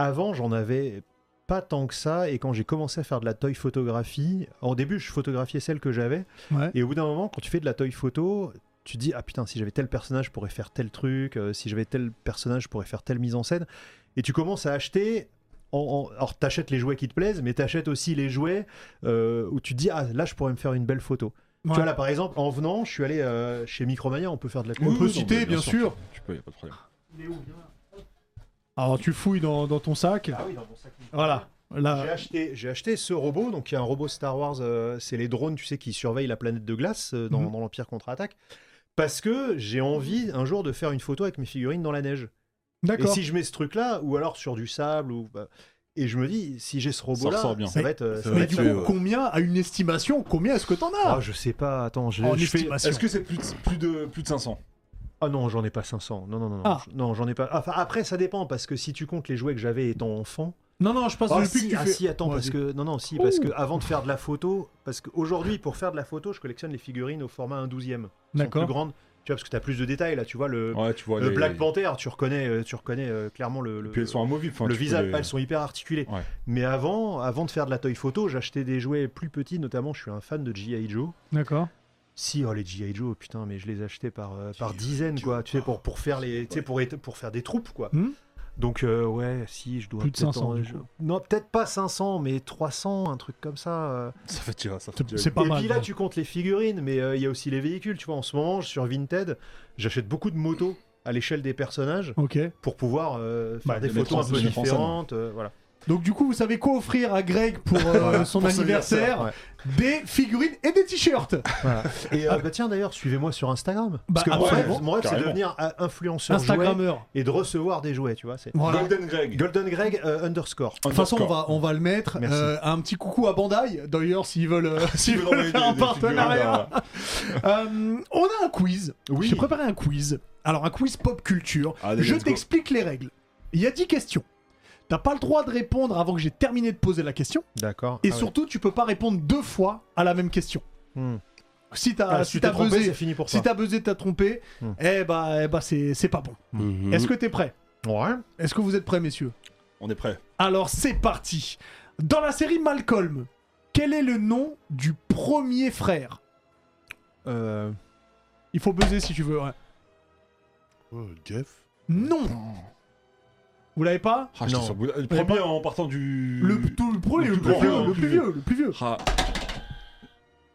C: Avant, j'en avais pas tant que ça. Et quand j'ai commencé à faire de la toy photographie, en début, je photographiais celle que j'avais.
A: Ouais.
C: Et au bout d'un moment, quand tu fais de la toy photo, tu te dis Ah putain, si j'avais tel personnage, je pourrais faire tel truc. euh, si j'avais tel personnage, je pourrais faire telle mise en scène. Et tu commences à acheter. En, en- Alors, t'achètes les jouets qui te plaisent, mais t'achètes aussi les jouets euh, où tu te dis Ah là, je pourrais me faire une belle photo.
A: Ouais.
C: Tu vois, là, par exemple, en venant, je suis allé euh, chez Micromania, on peut faire de la
A: On peut
B: non,
A: citer,
B: mais
A: bien
B: bien
A: sûr.
B: Tu peux, y a pas de problème.
A: Alors, tu fouilles dans, dans ton sac.
C: Ah oui, dans mon sac.
A: Voilà.
C: J'ai
A: Là.
C: acheté, j'ai acheté ce robot, donc il y a un robot Star Wars, euh, c'est les drones, tu sais, qui surveillent la planète de glace euh, dans,
A: Mhm.
C: dans l'Empire contre-attaque, parce que j'ai envie un jour de faire une photo avec mes figurines dans la neige. Et
A: D'accord.
C: si je mets ce truc-là, ou alors sur du sable, ou bah, et je me dis, si j'ai ce robot-là,
B: ressort bien.
C: ça va être. euh, ça
D: Mais
C: va
A: Mais
C: être
A: du
D: tu-
A: coup,
D: Ouais, ouais.
A: combien, à une estimation, combien est-ce que t'en as
C: Ah, je sais pas, attends, je,
A: En
C: je fais-
A: estimation.
B: Est-ce que c'est plus de, plus, de, plus de 500
C: Ah non, j'en ai pas 500. Non, non, non, non,
A: Ah.
C: Je- non, j'en ai pas. Enfin, après, ça dépend parce que si tu comptes les jouets que j'avais étant enfant,
A: Non, non, je passe
C: Ah,
A: depuis
C: si,
A: que tu
C: ah
A: fais-
C: si, attends,
A: Ouais,
C: parce
A: vas-y.
C: que. Non, non, si, parce que avant de faire de la photo, parce qu'aujourd'hui, pour faire de la photo, je collectionne les figurines au format 1 douzième. Elles sont
A: D'accord.
C: Plus grandes, tu vois, parce que t'as plus de détails là, tu vois, le,
B: Ouais, tu vois.
C: le
B: les-
C: Black Panther, tu reconnais, euh, tu reconnais euh, clairement le.
B: Et
C: le-
B: puis elles sont amovibles. enfin,
C: le
B: tu peux
C: visage,
B: les-
C: elles sont hyper articulées.
B: Ouais.
C: Mais avant, avant de faire de la toy photo, j'achetais des jouets plus petits, notamment je suis un fan de G.I. Joe.
A: D'accord.
C: Si, oh les G.I. Joe, putain, mais je les achetais par, euh, par dizaines, quoi, tu sais, pour, pour faire les, tu sais, pour, être- pour faire des troupes, quoi.
A: Hmm.
C: Donc, euh, ouais, si, je dois
A: Plus de
C: peut-être
A: 500,
C: en-
A: du
C: je-
A: coup.
C: Non, peut-être pas 500, mais 300, un truc comme ça. euh.
B: Ça fait tirer, ça fait
A: C'est
B: tirer.
A: c'est pas
C: Et
A: mal.
C: puis là, tu comptes les figurines, mais euh, il y a aussi les véhicules, tu vois, en ce moment, sur Vinted, j'achète beaucoup de motos. à l'échelle des personnages
A: Ok.
C: pour pouvoir euh, faire
B: Bah,
C: des
B: de mettre en
C: photos un peu
B: scène, mettre en scène.
C: différentes. euh, voilà.
A: Donc du coup, vous savez quoi offrir à Greg pour euh, son
C: Pour
A: anniversaire
C: ouais.
A: Des figurines et des t-shirts.
C: Voilà. Et euh, bah, tiens d'ailleurs, suivez-moi sur Instagram.
A: Bah,
C: Parce que
A: ah
C: mon
A: ouais,
C: rêve,
A: bon,
C: mon rêve, c'est de
B: carrément.
C: devenir euh, influenceur jouet
A: Instagrammeur.
C: et de recevoir des jouets, tu vois. C'est
A: Voilà.
B: Golden Greg.
C: Golden Greg euh, underscore.
A: De toute façon, on va, on va le mettre.
C: Merci.
A: Euh, un petit coucou à Bandai, d'ailleurs, s'ils veulent, euh, s'ils veulent faire un partenariat. Euh, on a un quiz. J'ai préparé un quiz. Alors, un quiz pop culture.
D: Allez,
A: je
D: let's go.
A: t'explique les règles. Il y a 10 questions. T'as pas le droit de répondre avant que j'ai terminé de poser la question.
C: D'accord.
A: Et
C: Ah ouais.
A: surtout, tu peux pas répondre deux fois à la même question.
C: Hmm.
A: Si t'as
C: Ah,
A: si
C: si
A: t'as
C: t'es trompé,
A: buzzé,
C: c'est fini pour
A: si
C: toi.
A: t'as buzzé, t'as trompé,
C: Hmm.
A: eh bah, eh bah c'est c'est pas bon.
D: Mhm.
A: Est-ce que t'es prêt
C: Ouais. Ah
A: Est-ce que vous êtes prêts, messieurs
B: On est prêt.
A: Alors c'est parti. Dans la série Malcolm, quel est le nom du premier frère
C: Euh,
A: Il faut buzzer si tu veux. ouais.
D: Oh, Jeff
A: Non. Vous l'avez pas
B: Ah, j'étais
C: Non.
B: sur le bout- Le premier en partant du.
A: le, tout, le, premier,
B: le
A: le plus
B: plus grand,
A: vieux,
B: hein,
A: le plus vieux, le plus vieux.
B: Ah.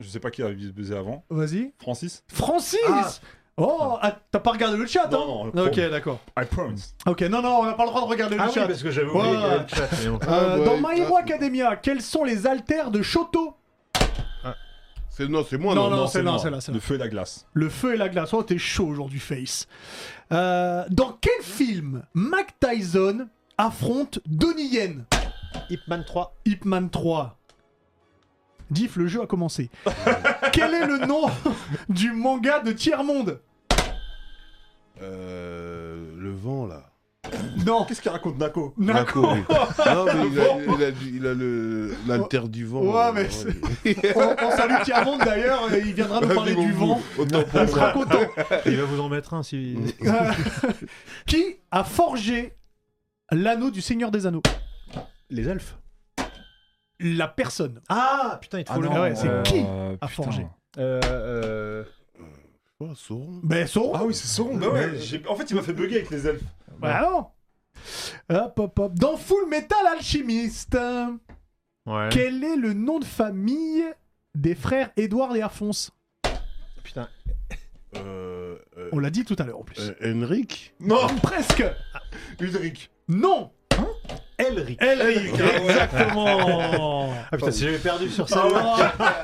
B: Je sais pas qui a baisé avant.
A: Oh, Vas-y.
B: Francis
A: Francis
C: Ah.
A: Oh, ah, t'as pas regardé le chat, hein
B: Non, non,
A: Ok, d'accord.
B: I promise.
A: Ok, non, non, on n'a pas le droit de regarder
C: Ah
A: le
C: oui,
A: chat.
C: parce que j'avais
A: Ouais.
C: oublié euh, le chat. mais bon.
A: Euh,
D: Ah ouais,
A: dans My Hero
D: ah,
A: Academia, quels sont les altères de Shoto
D: c'est non, c'est moi
A: Non,
D: non.
A: non, c'est là,
B: moi.
A: c'est là, c'est là.
B: Le feu et la glace.
A: Le feu et la glace. Oh, t'es chaud aujourd'hui, Face. Euh, dans quel film Mac Tyson affronte Donnie Yen
C: Ip Man 3.
A: Ip Man 3. Diff, le jeu a commencé. quel est le nom du manga de Tiers-Monde
D: Euh, le vent là.
A: Non.
B: Qu'est-ce qu'il raconte Nako
D: La
A: Nako.
D: Corée. non mais il a, il a, du- il a le l'alter du vent. hein,
A: Ouais, mais c'est- On, on salue Tiers-Monde d'ailleurs, et il viendra nous parler du vent.
D: Autant
A: On
D: pour
A: sera
D: moi.
A: content.
C: Il va vous en mettre un si.
A: Euh, Qui a forgé l'anneau du Seigneur des Anneaux
C: Les elfes.
A: La personne.
C: Ah putain, il te faut le
A: non,
C: nom.
A: ouais, c'est
C: Euh,
A: qui
B: a
A: a forgé
C: euh, euh,
D: Oh, Sauron.
A: Ben, Sauron.
B: Ah oui, c'est Sauron. Bah ouais, j'ai- en fait, il m'a fait bugger avec les elfes.
A: Bah non. Hop, hop, hop. Dans Full Metal euh, Alchimiste,
C: Ouais.
A: quel est le nom de famille des frères Édouard et Alphonse
C: Putain.
D: Euh, euh,
A: On l'a dit tout à l'heure en plus.
D: euh, Henrik.
B: Non
A: Presque
B: Ulrich.
A: Non
C: Elric.
A: Elric
B: hein.
A: Exactement
C: Ah putain, si j'avais perdu sur ça.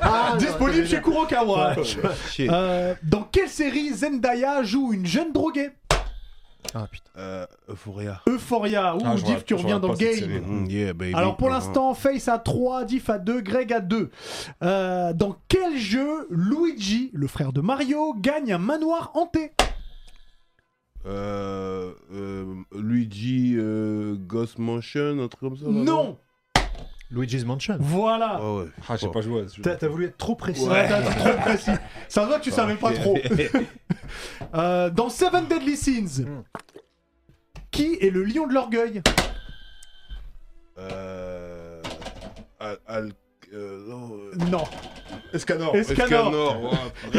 A: Ah, Disponible chez Kurokawa
D: Chier.
A: Euh, Dans quelle série Zendaya joue une jeune droguée
C: Ah putain.
D: Euh, Euphoria.
A: Euphoria. Ouh,
B: Ah, j'aurais-
A: Diff, tu reviens
B: j'aurais
A: dans le
B: pas cette série.
A: game
D: Mm, yeah, baby.
A: Mm-hmm. Alors pour l'instant, Face à 3, Diff à 2, Greg à 2. Euh, dans quel jeu Luigi, le frère de Mario, gagne un manoir hanté
D: Euh, euh, Luigi euh, Ghost Mansion, un truc comme ça. là,
A: Non
C: Luigi's Mansion.
A: Voilà
D: Ah ouais.
B: Ah, j'ai pas joué à ce jeu.
C: T'as t'as voulu être trop précis.
A: Ouais, t'as- t'as trop précis. Ça se voit que tu savais pas trop. Euh, dans Seven Deadly Sins,
C: Mm.
A: qui est le lion de l'orgueil
D: Euh, Al, Al- euh, non, euh,
A: Non.
B: Escanor.
A: Escanor.
D: Escanor, ouais.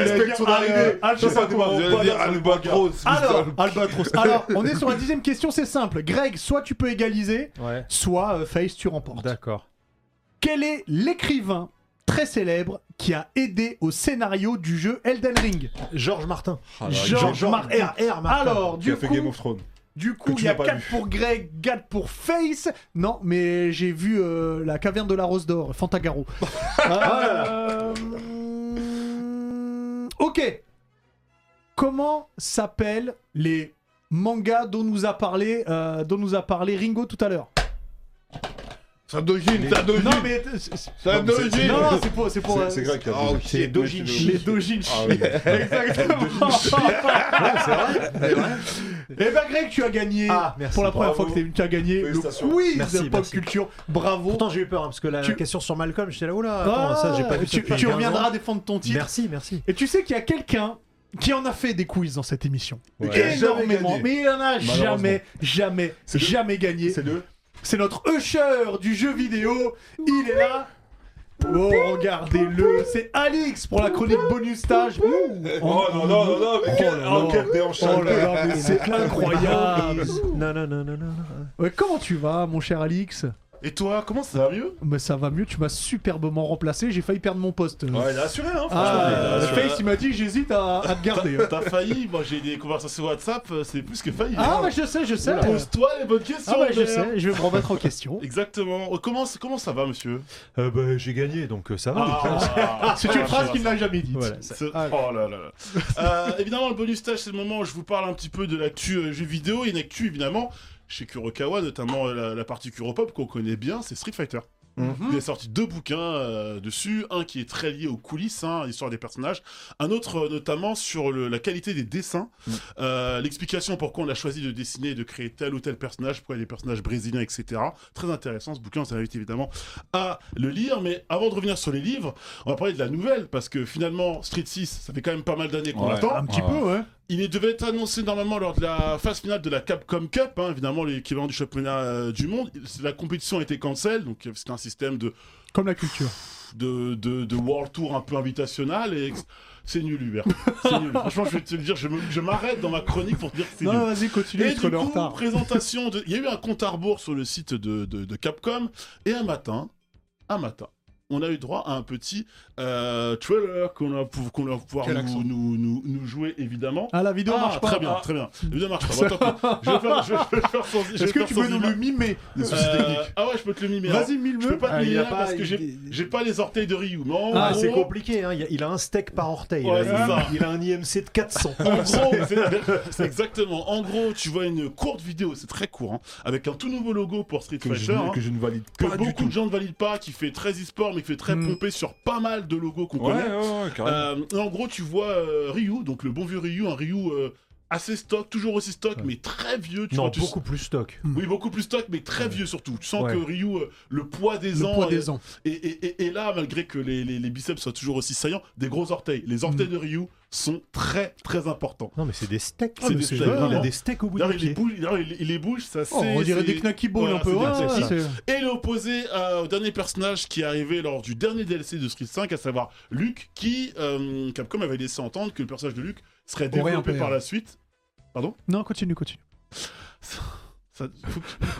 B: Respecte son arrivée.
A: Al-
B: Je sais pas comment on
D: Je veux
B: parle
D: dire
B: dans ce
D: Albatros.
A: Alors,
D: putain.
A: Albatros. Alors, on est sur la dixième question, c'est simple. Greg, soit tu peux égaliser,
C: Ouais.
A: soit euh, Face, tu remportes.
C: D'accord.
A: Quel est l'écrivain très célèbre qui a aidé au scénario du jeu Elden Ring
C: Georges Martin.
B: Ah, là,
A: Jean- Georges
C: bah, Georges
A: Martin.
C: R. R. Martin.
A: Alors,
B: Qui
A: du
B: a fait Game
A: coup,
B: of Thrones.
A: du coup,
B: que tu
A: il y a
B: n'as pas
A: 4
B: vu.
A: pour Greg, 4 pour Face. Non, mais j'ai vu euh, la caverne de la Rose d'Or, Fantagaro. Euh, hum, Ok. Comment s'appellent les mangas dont nous a parlé, euh, dont nous a parlé Ringo tout à l'heure
D: Sadojin, Sadojin.
A: Non, mais. c'est- c'est-
D: Sadojin.
A: Non, non, c'est pour. C'est pour, euh,
B: C'est- C'est Greg qui a
D: Ah,
B: joué.
D: ok,
C: C'est Dojin.
D: mais c'est
A: Les Dojinshi.
B: Ah oui.
A: Exactement. Eh ben Greg, tu as gagné.
C: Ah, merci.
A: Pour la première
B: Bravo.
A: fois que t'es venu, tu as gagné le
B: Félicitations.
A: quiz
C: Merci,
A: pop
C: merci.
A: culture. Bravo.
C: Pourtant, j'ai eu peur hein, parce que la
A: Tu-
C: question sur Malcolm, j'étais là, oula,
A: Ah,
C: attends, ça j'ai pas vu. ça
A: tu,
C: depuis
A: tu
C: 15
A: reviendras
C: ans.
A: défendre ton titre.
C: Merci, merci.
A: Et tu sais qu'il y a quelqu'un qui en a fait des quiz dans cette émission.
B: Ouais.
A: Énormément.
B: Jamais gagné.
A: Mais il en a jamais, jamais,
B: C'est le-
A: jamais gagné.
B: C'est le
A: C'est notre usher du jeu vidéo. Il est là. Oh, regardez-le. C'est Alix pour la chronique bonus stage.
B: Oh non, non, non, non, mais quel,
A: là
B: oh,
A: là.
B: quel déhanchage.
A: Oh là là, mais c'est incroyable.
C: Non, non, non, non, non. non.
A: Ouais, comment tu vas, mon cher Alix
H: Et toi, comment ça va mieux
A: Mais ça va mieux, tu m'as superbement remplacé, j'ai failli perdre mon poste.
B: Ouais, il a assuré, hein, franchement. il a
A: Ah,
B: assuré.
A: Face, il m'a dit j'hésite à, à te garder.
H: T'as failli Moi, j'ai des conversations WhatsApp, euh, c'est plus que failli.
A: ah,
H: hein.
A: mais je sais, je sais.
H: Pose-toi les bonnes questions.
A: Ah, bah, je
H: Robert.
A: sais, je vais me remettre en question.
H: Exactement. Oh, Comment, comment ça va, monsieur Ah,
C: Euh, bah, j'ai gagné, donc euh,
A: Ah,
C: ça va.
D: Ah.
A: C'est
B: Ah,
A: une phrase qu'il n'a jamais dite.
C: Voilà.
H: C'est- Oh là là là. Euh, évidemment, le bonus stage, c'est le moment où je vous parle un petit peu de l'actu euh, jeux vidéo. Et une actu, évidemment, chez Kurokawa, notamment euh, la, la partie Kuropop qu'on connaît bien, c'est Street Fighter. Il a sorti deux bouquins euh, dessus, un qui est très lié aux coulisses, hein, à l'histoire des personnages, un autre euh, notamment sur le- la qualité des dessins, euh, l'explication pourquoi on a choisi de dessiner et de créer tel ou tel personnage, pourquoi il y a des personnages brésiliens, etc. Très intéressant ce bouquin, on s'invite évidemment à le lire, mais avant de revenir sur les livres, on va parler de la nouvelle, parce que finalement, Street 6, ça fait quand même pas mal d'années qu'on
B: Ouais. Ah.
H: l'attend.
A: Un petit
B: Ouais.
A: peu, ouais.
H: Il est- devait être annoncé normalement lors de la phase finale de la Capcom Cup, hein, évidemment l'équivalent du championnat euh, du monde. La compétition a été cancel, donc euh, c'est un système de
A: Comme la culture.
H: de, de, de World Tour un peu invitational et ex- c'est nul Hubert. C'est nul. Franchement, je vais te le dire, je me- je m'arrête dans ma chronique pour te dire que c'est
A: Non,
H: nul.
A: vas-y, continue,
H: Et
A: parce qu'on
H: du
A: est en
H: coup,
A: retard.
H: présentation de... Il y a eu un compte à rebours sur le site de, de- de Capcom et un matin, un matin, on a eu droit à un petit euh, trailer qu'on a pou- qu'on va pouvoir
A: Quel accent.
H: nous, nous, nous- nous jouer évidemment.
A: Ah, la vidéo
H: Ah,
A: marche pas.
H: Très bien, très bien. La vidéo marche pas. Bon, tant pis. je vais faire, je vais- je vais faire sans- je vais
A: Est-ce que
H: faire
A: tu
H: sans
A: peux nous
H: image.
A: le mimer
H: Euh, Ah ouais, je peux te le mimer.
A: Vas-y,
H: Je peux
A: mime-le.
H: pas te
C: Ah, il
H: mimer
C: a
H: là
C: pas-
H: parce que j'ai
C: il-
H: j'ai pas les orteils de Ryu. Mais en
C: Ah,
H: gros,
C: c'est compliqué, hein. il, a, il a un steak par orteil.
H: Ouais,
C: là.
H: c'est ça.
C: il, il a un IMC de 400.
H: En gros, c'est- c'est exactement. En gros, tu vois une courte vidéo, c'est très court, hein, avec un tout nouveau logo pour Street
B: que, je,
H: Fighter. hein,
B: que je ne valide
H: que
B: pas du
H: beaucoup
B: tout.
H: de gens ne valident pas, qui fait très e-sport, mais qui fait très
A: Mm.
H: pompé sur pas mal de logos qu'on
B: Ouais,
H: connaît.
B: ouais, ouais, carrément.
H: Euh, et en gros, tu vois euh, Ryu, donc le bon vieux Ryu, un Ryu euh, assez stock, toujours aussi stock, mais très vieux. Tu
C: non,
H: vois, tu-
C: beaucoup plus stock.
H: Oui, beaucoup plus stock, mais très vieux surtout. Tu sens
C: Ouais.
H: que Ryu, euh, le poids des
A: Le
H: ans,
A: poids
H: euh,
A: des ans.
H: Et, et- et- et là, malgré que les, les- les biceps soient toujours aussi saillants, des gros orteils. Les orteils
A: Hmm.
H: de Ryu sont très très importants.
C: Non, mais c'est des steaks.
H: C'est des steaks,
C: Il a
H: vraiment.
C: des steaks au bout
H: D'ailleurs,
C: du
H: il, les
C: pied.
H: bouge, d'ailleurs, il- il les bouge, ça c'est.
A: Oh, on dirait
H: c'est-
A: des knacky balls un
H: voilà,
A: peu.
H: c'est
A: Ouais,
H: bien, c'est
A: ouais,
H: ça.
A: c'est-
H: Et il est opposé euh, au dernier personnage qui est arrivé lors du dernier DLC de Street 5, à savoir Luke, qui euh, Capcom avait laissé entendre que le personnage de Luke serait
A: Aurait un
H: développé
A: père.
H: par la suite.
A: Non, continue, continue.
H: Ça- faut que-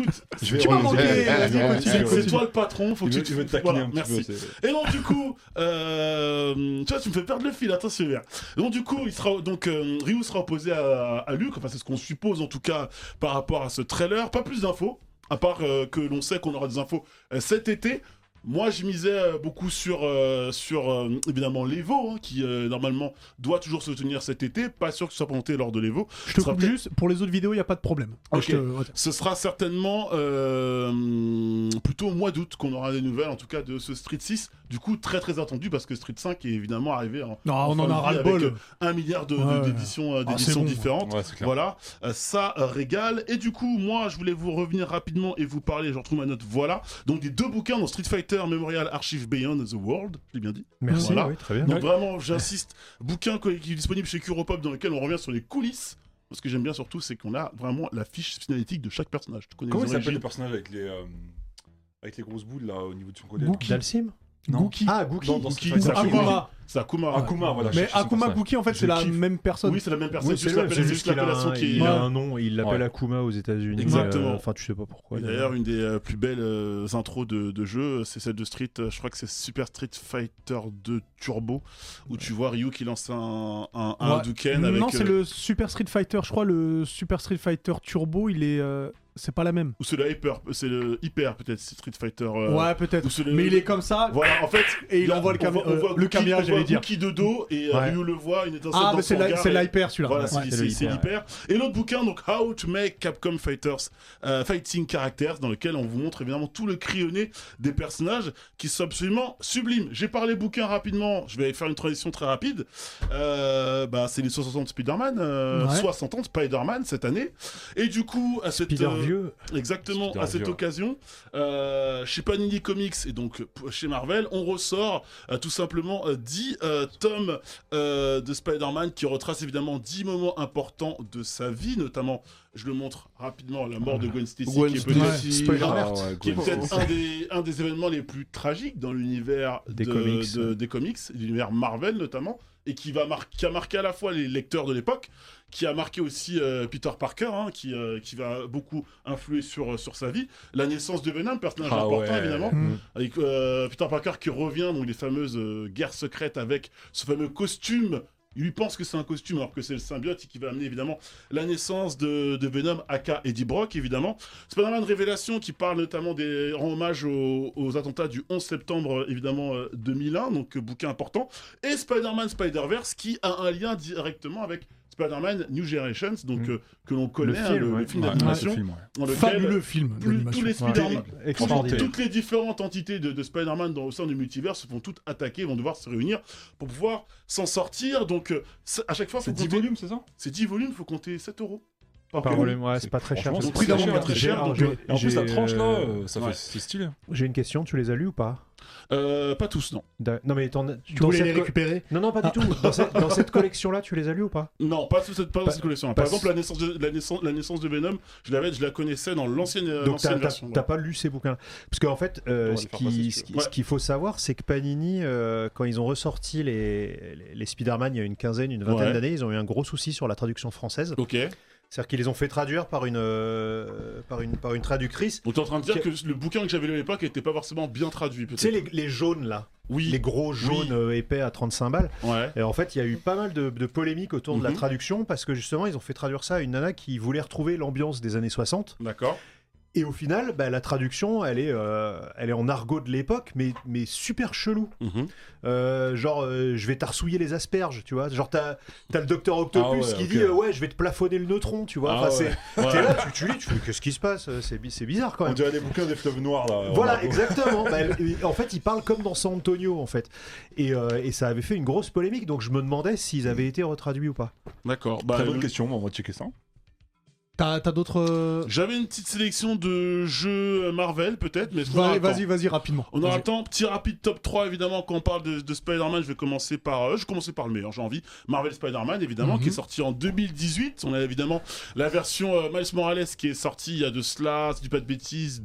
H: écoute,
B: Je vais
A: tu m'as
B: relancer.
A: manqué,
B: Eh, eh,
A: vas-y,
B: eh,
A: continue,
B: eh,
A: continue.
H: c'est toi le patron, faut
B: Il
H: que
B: veut,
H: tu
B: il veut te taquiner
H: Voilà,
B: un petit
H: merci.
B: peu. c'est-
H: Et donc du coup, euh, tu vois, tu me fais perdre le fil, attention Hubert. Donc du coup, il sera donc euh, Ryu sera opposé à, à Luke, enfin c'est ce qu'on suppose en tout cas par rapport à ce trailer. Pas plus d'infos, à part euh, que l'on sait qu'on aura des infos euh, cet été. Moi, je misais euh, beaucoup sur, euh, sur euh, évidemment l'Evo, hein, qui euh, normalement doit toujours se tenir cet été. Pas sûr que ce soit présenté lors de l'Evo.
A: Je te
H: Ce sera
A: coupe
H: peut-être-
A: juste, pour les autres vidéos, il n'y a pas de problème.
H: Ok.
A: Je te-
H: Ce sera certainement euh, plutôt au mois d'août qu'on aura des nouvelles, en tout cas de ce Street 6. Du coup, très très attendu parce que Street 5 est évidemment arrivé en
A: Non, on
H: Enfin,
A: en a
H: lui,
A: ras le
H: avec,
A: bol.
H: euh, un milliard de- de-
A: Ouais.
H: d'éditions euh,
A: Ah,
H: d'éditions
A: c'est bon.
H: différentes.
B: Ouais, c'est clair.
H: Voilà, Euh, ça euh, régale. Et du coup, moi, je voulais vous revenir rapidement et vous parler, je retrouve ma note, voilà. Donc, des deux bouquins dans Street Fighter Memorial Archive Beyond the World, je l'ai bien dit.
C: Merci,
H: Voilà.
C: oui, très bien.
H: Donc, vraiment, j'insiste, bouquin que- qui est disponible chez Curopop dans lequel on revient sur les coulisses. Ce que j'aime bien surtout, c'est qu'on a vraiment la fiche signalétique de chaque personnage. Tu connais
B: Comment il
H: les
B: s'appelle
H: origines
B: le personnage avec les, euh, avec les grosses boules là au niveau de son collier là
A: Gookie.
C: Dalsim
B: Non.
A: Gookie.
C: Ah, Gookie.
B: Dans- dans
C: Gookie.
B: Street Fighter.
A: Akuma.
H: C'est Akuma.
A: Ah,
B: Akuma, voilà.
A: Mais
B: cherchez son
A: Akuma
B: personnage.
A: Gookie, en fait,
H: Je
A: c'est la
H: kiffe.
A: même personne.
H: Oui, c'est la même personne.
C: Oui,
H: c'est
C: c'est
H: juste
C: le même, c'est
H: l'appellation-
C: juste qu'il a,
H: l'appellation
C: un,
H: qui est-
C: il a un nom, il l'appelle
B: Ouais.
C: Akuma aux États-Unis.
H: Exactement.
C: euh, Enfin, tu sais pas pourquoi.
H: Et D'ailleurs, une des euh, plus belles euh, intros de, de jeu, c'est celle de Street, euh, je crois que c'est Super Street Fighter 2 Turbo, où tu vois Ryu qui lance un, un, un
A: Ouais.
H: Hadouken avec.
A: Non, c'est
H: euh,
A: le Super Street Fighter, je crois, le Super Street Fighter Turbo, il est. euh, C'est pas la même.
H: Ou c'est le Hyper, c'est le Hyper peut-être, c'est Street Fighter. euh,
A: Ouais,
H: ou
A: peut-être.
H: c'est le-
A: Mais il est comme ça.
H: Voilà, en fait.
A: Et il
H: là,
A: envoie le
H: on
A: cam-
H: voit- on
A: euh,
H: voit
A: le
H: Gookie-
A: caméra,
H: on voit
A: j'allais dire.
H: Gookie de dos, et euh,
A: Ouais.
H: Ryu le voit, une étincelle.
A: Ah,
H: dans
A: mais
H: son
A: c'est la-
H: regard,
A: c'est
H: et-
A: l'hyper celui-là.
H: Voilà,
A: Ouais.
H: c'est-
C: c'est
H: c'est
C: le
H: c'est
C: hyper,
H: l'hyper. Et l'autre bouquin, donc How to Make Capcom Fighters euh, Fighting Characters, dans lequel on vous montre évidemment tout le crayonné des personnages qui sont absolument sublimes. J'ai parlé bouquin rapidement, je vais faire une transition très rapide. Euh, bah, c'est les 60 ans de Spider-Man, euh,
A: Ouais.
H: 60 ans de Spider-Man cette année. Et du coup, à cette,
C: Peter
H: euh,
C: Vieux.
H: Exactement,
B: Spider
H: à cette
B: Vieux.
H: occasion, euh, chez Panini Comics et donc p- chez Marvel, on ressort euh, tout simplement euh, 10 euh, tomes euh, de Spider-Man qui retrace évidemment 10 moments importants de sa vie, notamment, je le montre rapidement, la mort de Gwen Stacy, qui qui est est
A: Stacy.
H: peut-être
A: Ouais.
H: Ah,
B: Ah, ouais,
H: qui est
B: cool.
H: peut-être un des, un des événements les plus tragiques dans l'univers
C: Des
H: de-
C: comics.
H: de- des comics, de l'univers Marvel notamment. et qui, va mar- qui a marqué à la fois les lecteurs de l'époque, qui a marqué aussi euh, Peter Parker, hein, qui, euh, qui va beaucoup influer sur, euh, sur sa vie. La naissance de Venom, personnage
B: Ah
H: important
B: ouais.
H: évidemment,
A: Mm.
H: avec euh, Peter Parker qui revient, donc les fameuses euh, guerres secrètes avec ce fameux costume. Il lui pense que c'est un costume alors que c'est le symbiote et qui va amener évidemment la naissance de, de Venom, aka Eddie Brock évidemment. Spider-Man Révélation qui parle notamment des rend hommage aux, aux attentats du 11 septembre euh, évidemment euh, 2001, donc euh, bouquin important. Et Spider-Man Spider-Verse qui a un lien directement avec Spider-Man New Generations, donc
C: Mm.
H: euh, que l'on connaît, hein, le,
C: film, ouais.
H: le film
B: Ouais,
H: d'animation,
B: ce film, ouais.
H: dans lequel
A: Fabuleux film
H: plus- tous
A: d'animation.
H: les Spider-Man, toutes,
C: Extraordinaire.
H: toutes les différentes entités de, de Spider-Man dans, au sein du multivers se font toutes attaquer, vont devoir se réunir pour pouvoir s'en sortir. Donc, euh, ça- à chaque fois, faut
B: C'est 10
H: compter...
B: volumes, c'est ça
H: c'est 10 volumes, il faut compter 7 euros. par
C: Par
H: volume.
C: volume, ouais, c'est pas très cher.
B: franchement,
H: Donc,
B: c'est
H: prix
B: pas
H: d'un
B: cher.
H: moment très cher.
C: Gérard,
H: donc,
C: j'ai-
H: euh,
B: Et en plus,
C: j'ai,
B: la tranche là,
C: euh,
B: euh, ça
H: ouais.
B: fait c'est stylé.
C: J'ai une question, tu les as lus ou pas
H: euh, pas tous, non.
C: Da- Non mais t'en-
G: Tu
C: dans
G: voulais
C: cette
G: les
C: co-
G: récupérer
C: Non non pas du tout. Dans cette, dans cette collection-là, tu les as lus ou pas
H: Non, pas tous, cette- pas dans
C: Pas-
H: cette collection.
C: pas-
H: Par exemple, la naissance, de, la, naissance, la naissance de Venom, je l'avais, je la connaissais dans l'ancienne euh,
C: Donc t'as
H: l'ancienne
C: t'as-
H: version. ouais.
C: t'as pas lu ces bouquins Parce qu'en fait, euh,
B: On va
C: ce
B: les faire passer,
C: qui-
B: si
C: ce
B: tu
C: qui-
H: veux.
C: ce qu'il faut savoir, c'est que Panini, euh, quand ils ont ressorti les, les, les Spider-Man il y a une quinzaine, une vingtaine
H: Ouais.
C: d'années, ils ont eu un gros souci sur la traduction française.
H: Ok.
C: C'est-à-dire qu'ils les ont fait traduire par une, euh, par une, par une traductrice.
H: Donc t'es en train de dire
C: Ok.
H: que le bouquin que j'avais lu à l'époque était pas forcément bien traduit,
C: Tu sais,
H: peut-être.
C: les, les jaunes là,
H: Oui.
C: les gros jaunes euh, épais à 35 balles.
H: Ouais.
C: Et en fait, il y a eu pas mal de, de polémiques autour de la
H: Mhm.
C: traduction parce que justement, ils ont fait traduire ça à une nana qui voulait retrouver l'ambiance des années 60.
H: D'accord.
C: Et au final, bah, la traduction, elle est, euh, elle est en argot de l'époque, mais, mais super chelou.
H: Mhm.
C: Euh, genre, euh, je vais tarsouiller les asperges, tu vois. Genre, t'as t'as le docteur Octopus
B: Ah ouais,
C: qui
B: ok.
C: dit, euh, ouais, je vais te plafonner le neutron, tu vois.
B: Ah
C: Enfin,
B: ouais.
C: c'est- T'es là, tu, tu lis, tu fais, qu'est-ce qui se passe C'est bi- c'est bizarre quand
B: On
C: même.
B: dirait des bouquins des fleuves noirs là.
C: Voilà,
B: Remarque.
C: exactement. Bah, elle- et- en fait, il parle comme dans San Antonio, en fait. Et, euh, et ça avait fait une grosse polémique, donc je me demandais s'ils avaient été retraduits ou pas.
H: D'accord. Bah,
B: Très bonne
H: le-
B: question, on va checker ça.
A: T'as t'as d'autres. euh,
H: J'avais une petite sélection de jeux euh, Marvel, peut-être, mais est-ce qu'on
C: Bah,
H: aura
A: vas-
H: le temps
A: Vas-y, vas-y, rapidement.
H: On aura
A: Vas-y.
H: le temps, petit rapide top 3 évidemment quand on parle de, de Spider-Man, je vais commencer par euh, je vais commencer par le meilleur, j'ai envie. Marvel Spider-Man évidemment
A: Mhm.
H: qui est sorti en 2018, on a évidemment la version euh, Miles Morales qui est sortie il y a de cela, si je dis pas de bêtises,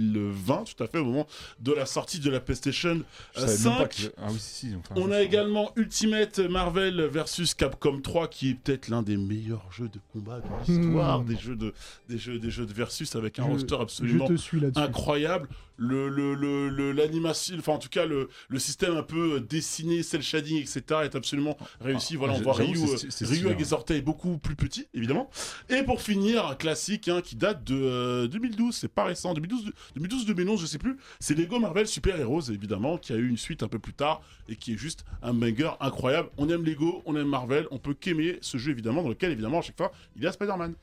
H: 2020 tout à fait au moment de la sortie de la PlayStation
B: Je
H: euh,
B: savais même pas
H: 5.
B: que- Ah oui, si, si. enfin,
H: On
B: je-
H: a également Ultimate Marvel versus Capcom 3 qui est peut-être l'un des meilleurs jeux de combat de l'histoire,
B: Hmm.
A: Mhm.
H: des jeux de des jeux des jeux de versus avec un
A: Je-
H: roster
A: Je
H: absolument
A: te suis là-dessus.
H: incroyable. Le, le, le, le- l'animation, enfin en tout cas le, le système un peu euh, dessiné, cel shading, etc. est absolument réussi.
B: Ah,
H: voilà, on
B: j'a-
H: voit
B: j'avoue,
H: Ryu,
B: c'est
H: euh,
B: sti- c'est
H: Ryu
B: stylé, hein.
H: avec
B: ouais.
H: des orteils beaucoup plus petits, évidemment. Et pour finir, un classique hein, qui date de euh, 2012, c'est pas récent, 2012, 2012, 2011, je sais plus. C'est Lego Marvel Super Heroes, évidemment, qui a eu une suite un peu plus tard et qui est juste un banger incroyable. On aime Lego, on aime Marvel, on peut qu'aimer ce jeu, évidemment, dans lequel, évidemment, à chaque fois, il y a Spider-Man.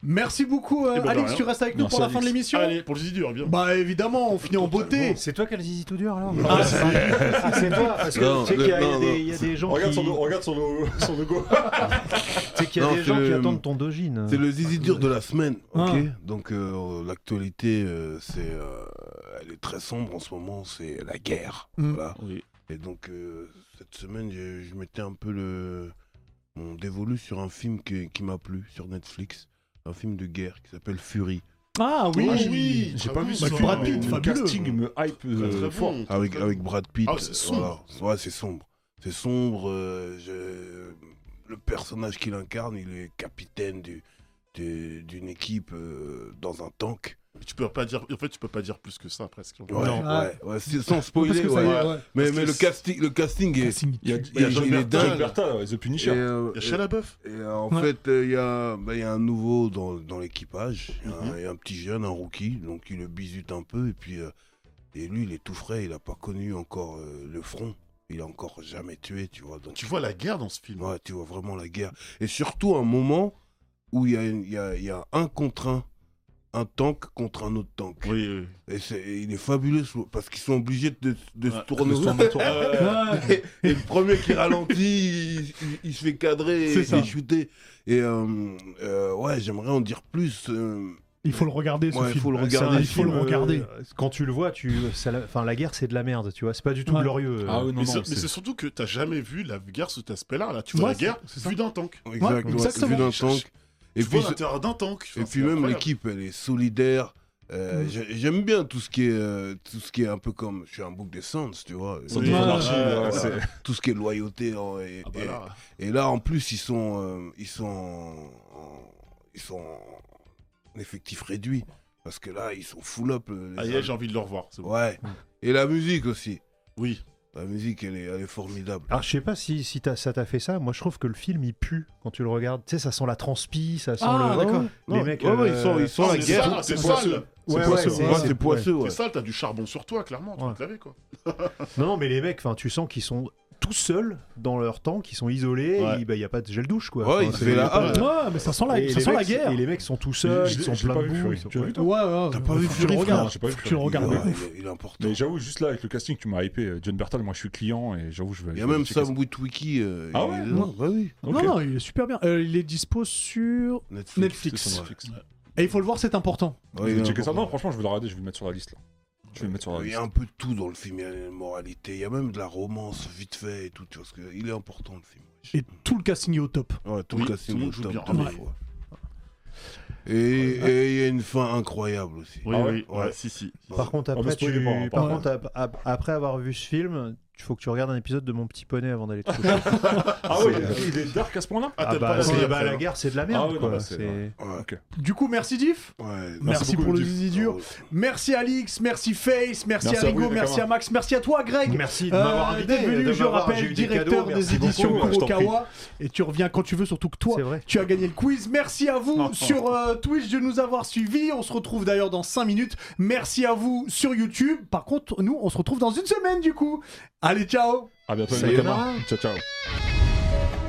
A: Merci beaucoup, euh,
H: Eh ben, de
A: Alex.
H: rien.
A: Tu restes avec nous
B: Merci,
A: pour la
B: Alex.
A: fin de l'émission.
H: Allez, pour le zizi dur, bien.
A: Bah évidemment, on finit en beauté.
C: C'est toi qui as le zizi tout dur alors
A: Ah,
C: C'est toi, parce que
D: Non,
C: tu sais qu'il y a,
D: le- non,
C: il y a des-
D: non.
C: il y a des gens
B: Regarde
C: qui,
B: son regarde son son logo.
C: tu sais qu'il y a
D: Non,
C: des
D: c'est
C: gens qui
D: le-
C: attendent ton dogine.
D: C'est le zizi dur de la semaine, ok
A: Ah.
D: Donc euh, l'actualité, euh, c'est, euh, elle est très sombre en ce moment, c'est la guerre,
A: Mm.
D: voilà. Et donc euh, cette semaine, je, je mettais un peu le mon dévolu sur un film qui, qui m'a plu sur Netflix, un film de guerre qui s'appelle Fury,
A: Ah oui.
H: Ah oui,
B: J'ai pas vu
A: bah,
B: ce film,
A: Brad
B: mais
A: Pitt,
B: le
A: fabuleux.
B: casting me hype
H: Très, très
B: euh,
H: bon,
B: fort.
H: très,
D: avec
H: très
D: avec Brad Pitt. Euh,
H: Ah, c'est sombre.
D: voilà. Ouais, c'est sombre. C'est sombre. euh, je- Le personnage qu'il incarne, il est capitaine du- du- d'une équipe euh, dans un tank.
H: Tu peux pas dire, en fait, tu peux pas dire plus que ça presque.
D: Ouais,
A: Non.
D: ouais,
H: Ah.
D: ouais, c'est- sans
A: Parce
D: spoiler,
A: que ça y
D: ouais.
A: est, ouais.
D: Mais,
H: euh, Parce
D: mais
H: que
D: le,
H: c'est-
D: casting, le casting est.
A: Casting.
B: Il y a,
D: il y a
B: John
D: il est
B: Bertha,
D: dingue.
B: John Bertha, ouais, The
D: Et,
B: Punisher.
D: euh,
H: Il y a Shia LaBeouf.
D: et, euh, en
A: Ouais.
D: fait, euh, il y, a, bah, il y a un nouveau dans, dans l'équipage, il y a un-
H: Mhm.
D: il y a un petit jeune, un rookie, donc il le bisute un peu, et puis euh, et lui, il est tout frais, il n'a pas connu encore euh, le front, il a encore jamais tué, tu vois. Donc,
H: Tu vois la guerre dans ce film.
D: Ouais, tu vois vraiment la guerre. Et surtout un moment où il y a, une- il y a- il y a un contre un, un tank contre un autre tank.
H: Oui, oui.
D: Et, c'est- et il est fabuleux sou- parce qu'ils sont obligés de, de
H: Ouais,
D: se tourner.
H: de se tourner autour.
D: et, et le premier qui ralentit, il, il- il se fait cadrer
A: C'est
D: et,
A: ça.
D: et shooter. Et euh, euh, ouais, j'aimerais en dire plus. euh,
A: Il faut le regarder ce
D: Ouais, il
A: film.
D: faut le
C: C'est un
D: regarder,
A: il faut
C: film,
A: le regarder.
C: euh, Quand tu le vois, tu, ça la- enfin la guerre c'est de la merde, tu vois. C'est pas du tout
A: Ouais.
C: glorieux. euh.
B: Ah oui, non,
H: mais
B: non,
H: c'est- mais
B: c'est-
H: c'est surtout que t'as jamais vu la guerre sous cet aspect-là. Là, tu vois
A: Ouais,
H: la guerre
A: c'est- c'est ça.
H: vue d'un tank.
D: exact, ouais,
A: exactement.
D: vu d'un tank.
H: Et
D: Et
H: tu puis,
D: puis,
H: vois l'intérieur d'un tank.
D: et
H: Enfin,
D: puis
H: c'est
D: même
H: incroyable.
D: l'équipe, elle est solidaire. Euh,
A: Mm.
D: j'ai- J'aime bien tout ce qui est euh, tout ce qui est un peu comme je suis un bouc des Sens, tu vois.
H: Sans
D: Et-
A: Ouais,
H: hiérarchie,
D: ouais,
H: euh,
D: voilà.
H: c'est-
D: Tout ce qui est loyauté hein, et,
H: Ah bah
D: et-
H: là.
D: et là, en plus, ils sont, euh, ils sont, en- ils sont en effectif réduit parce que là, ils sont full up. euh, les
H: Ah, yeah,
D: uns.
H: j'ai envie de le revoir. c'est bon.
D: ouais. Et la musique aussi.
H: Oui.
D: La musique, elle est, elle est formidable.
C: Alors, je sais pas si, si t'as- ça t'a fait ça. Moi, je trouve que le film, il pue quand tu le regardes. Tu sais, ça sent la transpi, ça sent
D: Ah,
C: le.
D: d'accord.
C: Les
D: Non,
C: mecs,
D: ouais, ouais,
C: euh,
D: ils sont, ils sont à la
H: c'est
D: guerre.
H: sale, Ah, c'est
D: poisseux.
H: sale.
D: C'est
C: Ouais,
D: poisseux.
C: ouais, c'est-
D: Ouais,
C: c'est-
D: c'est poisseux. ouais.
H: C'est sale, t'as du charbon sur toi, clairement. Tu
C: Ouais.
H: vas te laver, quoi.
C: Non, non, mais les mecs, enfin, tu sens qu'ils sont tout seuls dans leur temps, qu'ils sont isolés.
H: Ouais.
C: Il n'y a pas de gel douche, quoi.
D: Ouais,
C: Enfin,
D: il se
C: c'est-
D: fait la
C: pas-
D: happe.
A: Ouais, mais ça sent
C: Et
A: la, ça
C: les
A: sent la
C: mecs-
A: guerre.
C: Et les mecs sont tout seuls,
B: Je-
C: ils
B: je-
C: sont
B: je l'ai
C: pleins
B: pas
C: de
B: vu,
C: boue.
B: Fury.
C: ils sont-
B: Tu l'as vu,
A: Ouais, ouais.
D: T'as pas
A: faut
D: vu
A: que tu
D: Fury,
A: le regardes.
D: frère
B: J'ai pas vu
A: Faut que tu le
B: Fury.
A: regardes.
D: Ouais,
A: de ouf.
D: il est- il est important.
B: Mais j'avoue, juste là, avec le casting, tu m'as hypé. euh, John Bertal, moi je suis client et j'avoue, je vais.
D: Il y
B: je
D: a
B: vais
D: même
B: checker
D: Sam Witwicky. euh,
B: Ah
D: il
B: ouais
D: est dedans. Bah oui.
B: Ok.
A: Non, non, il est super bien. Euh, il est dispo sur
D: Netflix.
B: C'est
A: Netflix.
B: sur Netflix.
A: Et il faut le voir, c'est important.
D: Ouais,
B: Je
D: il
B: vais
D: est
B: checker ça.
D: important.
B: Non, franchement, je vais le regarder, je vais le mettre sur la liste. Là. Je vais le mettre sur la
D: Il y
B: liste.
D: a un peu de tout dans le film. Il y a une moralité. Il y a même de la romance vite fait et tout. Tu vois, parce que il est important le film.
A: Et tout le casting est au top.
D: Ouais, tout
H: Oui,
D: le
H: tout le
D: casting
H: monde
D: est
H: joue
D: top
H: bien.
D: de
H: Ouais.
D: ouf, ouais. Et et il y a une fin incroyable aussi.
H: Oui,
B: Ah ouais
H: oui.
D: Ouais.
H: ouais, Si, si.
C: Par contre,
B: bah,
C: après,
B: spoiler
C: tu-
B: pas, hein,
C: par
B: par
C: contre, ap- ap- après avoir vu ce film, il faut que tu regardes un épisode de Mon Petit Poney avant d'aller te coucher.
B: Ah ouais, il est dark à ce point-là
H: Ah,
C: Ah
H: t'as
C: bah,
H: pas
C: c'est-
H: essayé
C: bah,
H: après,
C: la
H: hein.
C: guerre, c'est de la merde.
B: Ah ouais,
C: quoi.
B: non, bah, c'est-
C: C'est-
B: ouais.
D: Ouais.
A: Du coup, merci Diff.
D: Ouais,
A: Merci,
B: beaucoup,
A: pour le
B: Diff.
A: zizi dur. Merci Alix, merci Face, merci,
B: Merci
A: à
B: à vous,
A: Rigo,
B: les
A: merci
B: gars.
A: à Max, merci à toi Greg.
C: Merci de
A: Euh,
B: Ah,
C: m'avoir invité.
A: d'être venu,
C: de
A: je
C: m'avoir- j'ai eu
A: rappelle, directeur
C: cadeaux,
A: des,
C: merci
A: éditions
B: hein,
C: beaucoup. hein,
A: Kurokawa. Et tu reviens quand tu veux, surtout que toi,
C: C'est vrai.
A: tu as gagné le quiz. Merci à vous
H: Oh.
A: sur euh, Twitch de nous avoir suivis. On se retrouve d'ailleurs dans 5 minutes. Merci à vous sur YouTube. Par contre, nous, on se retrouve dans une semaine du coup. Allez, ciao
B: À bientôt, les
D: Sayonara.
B: gars. Ciao, ciao.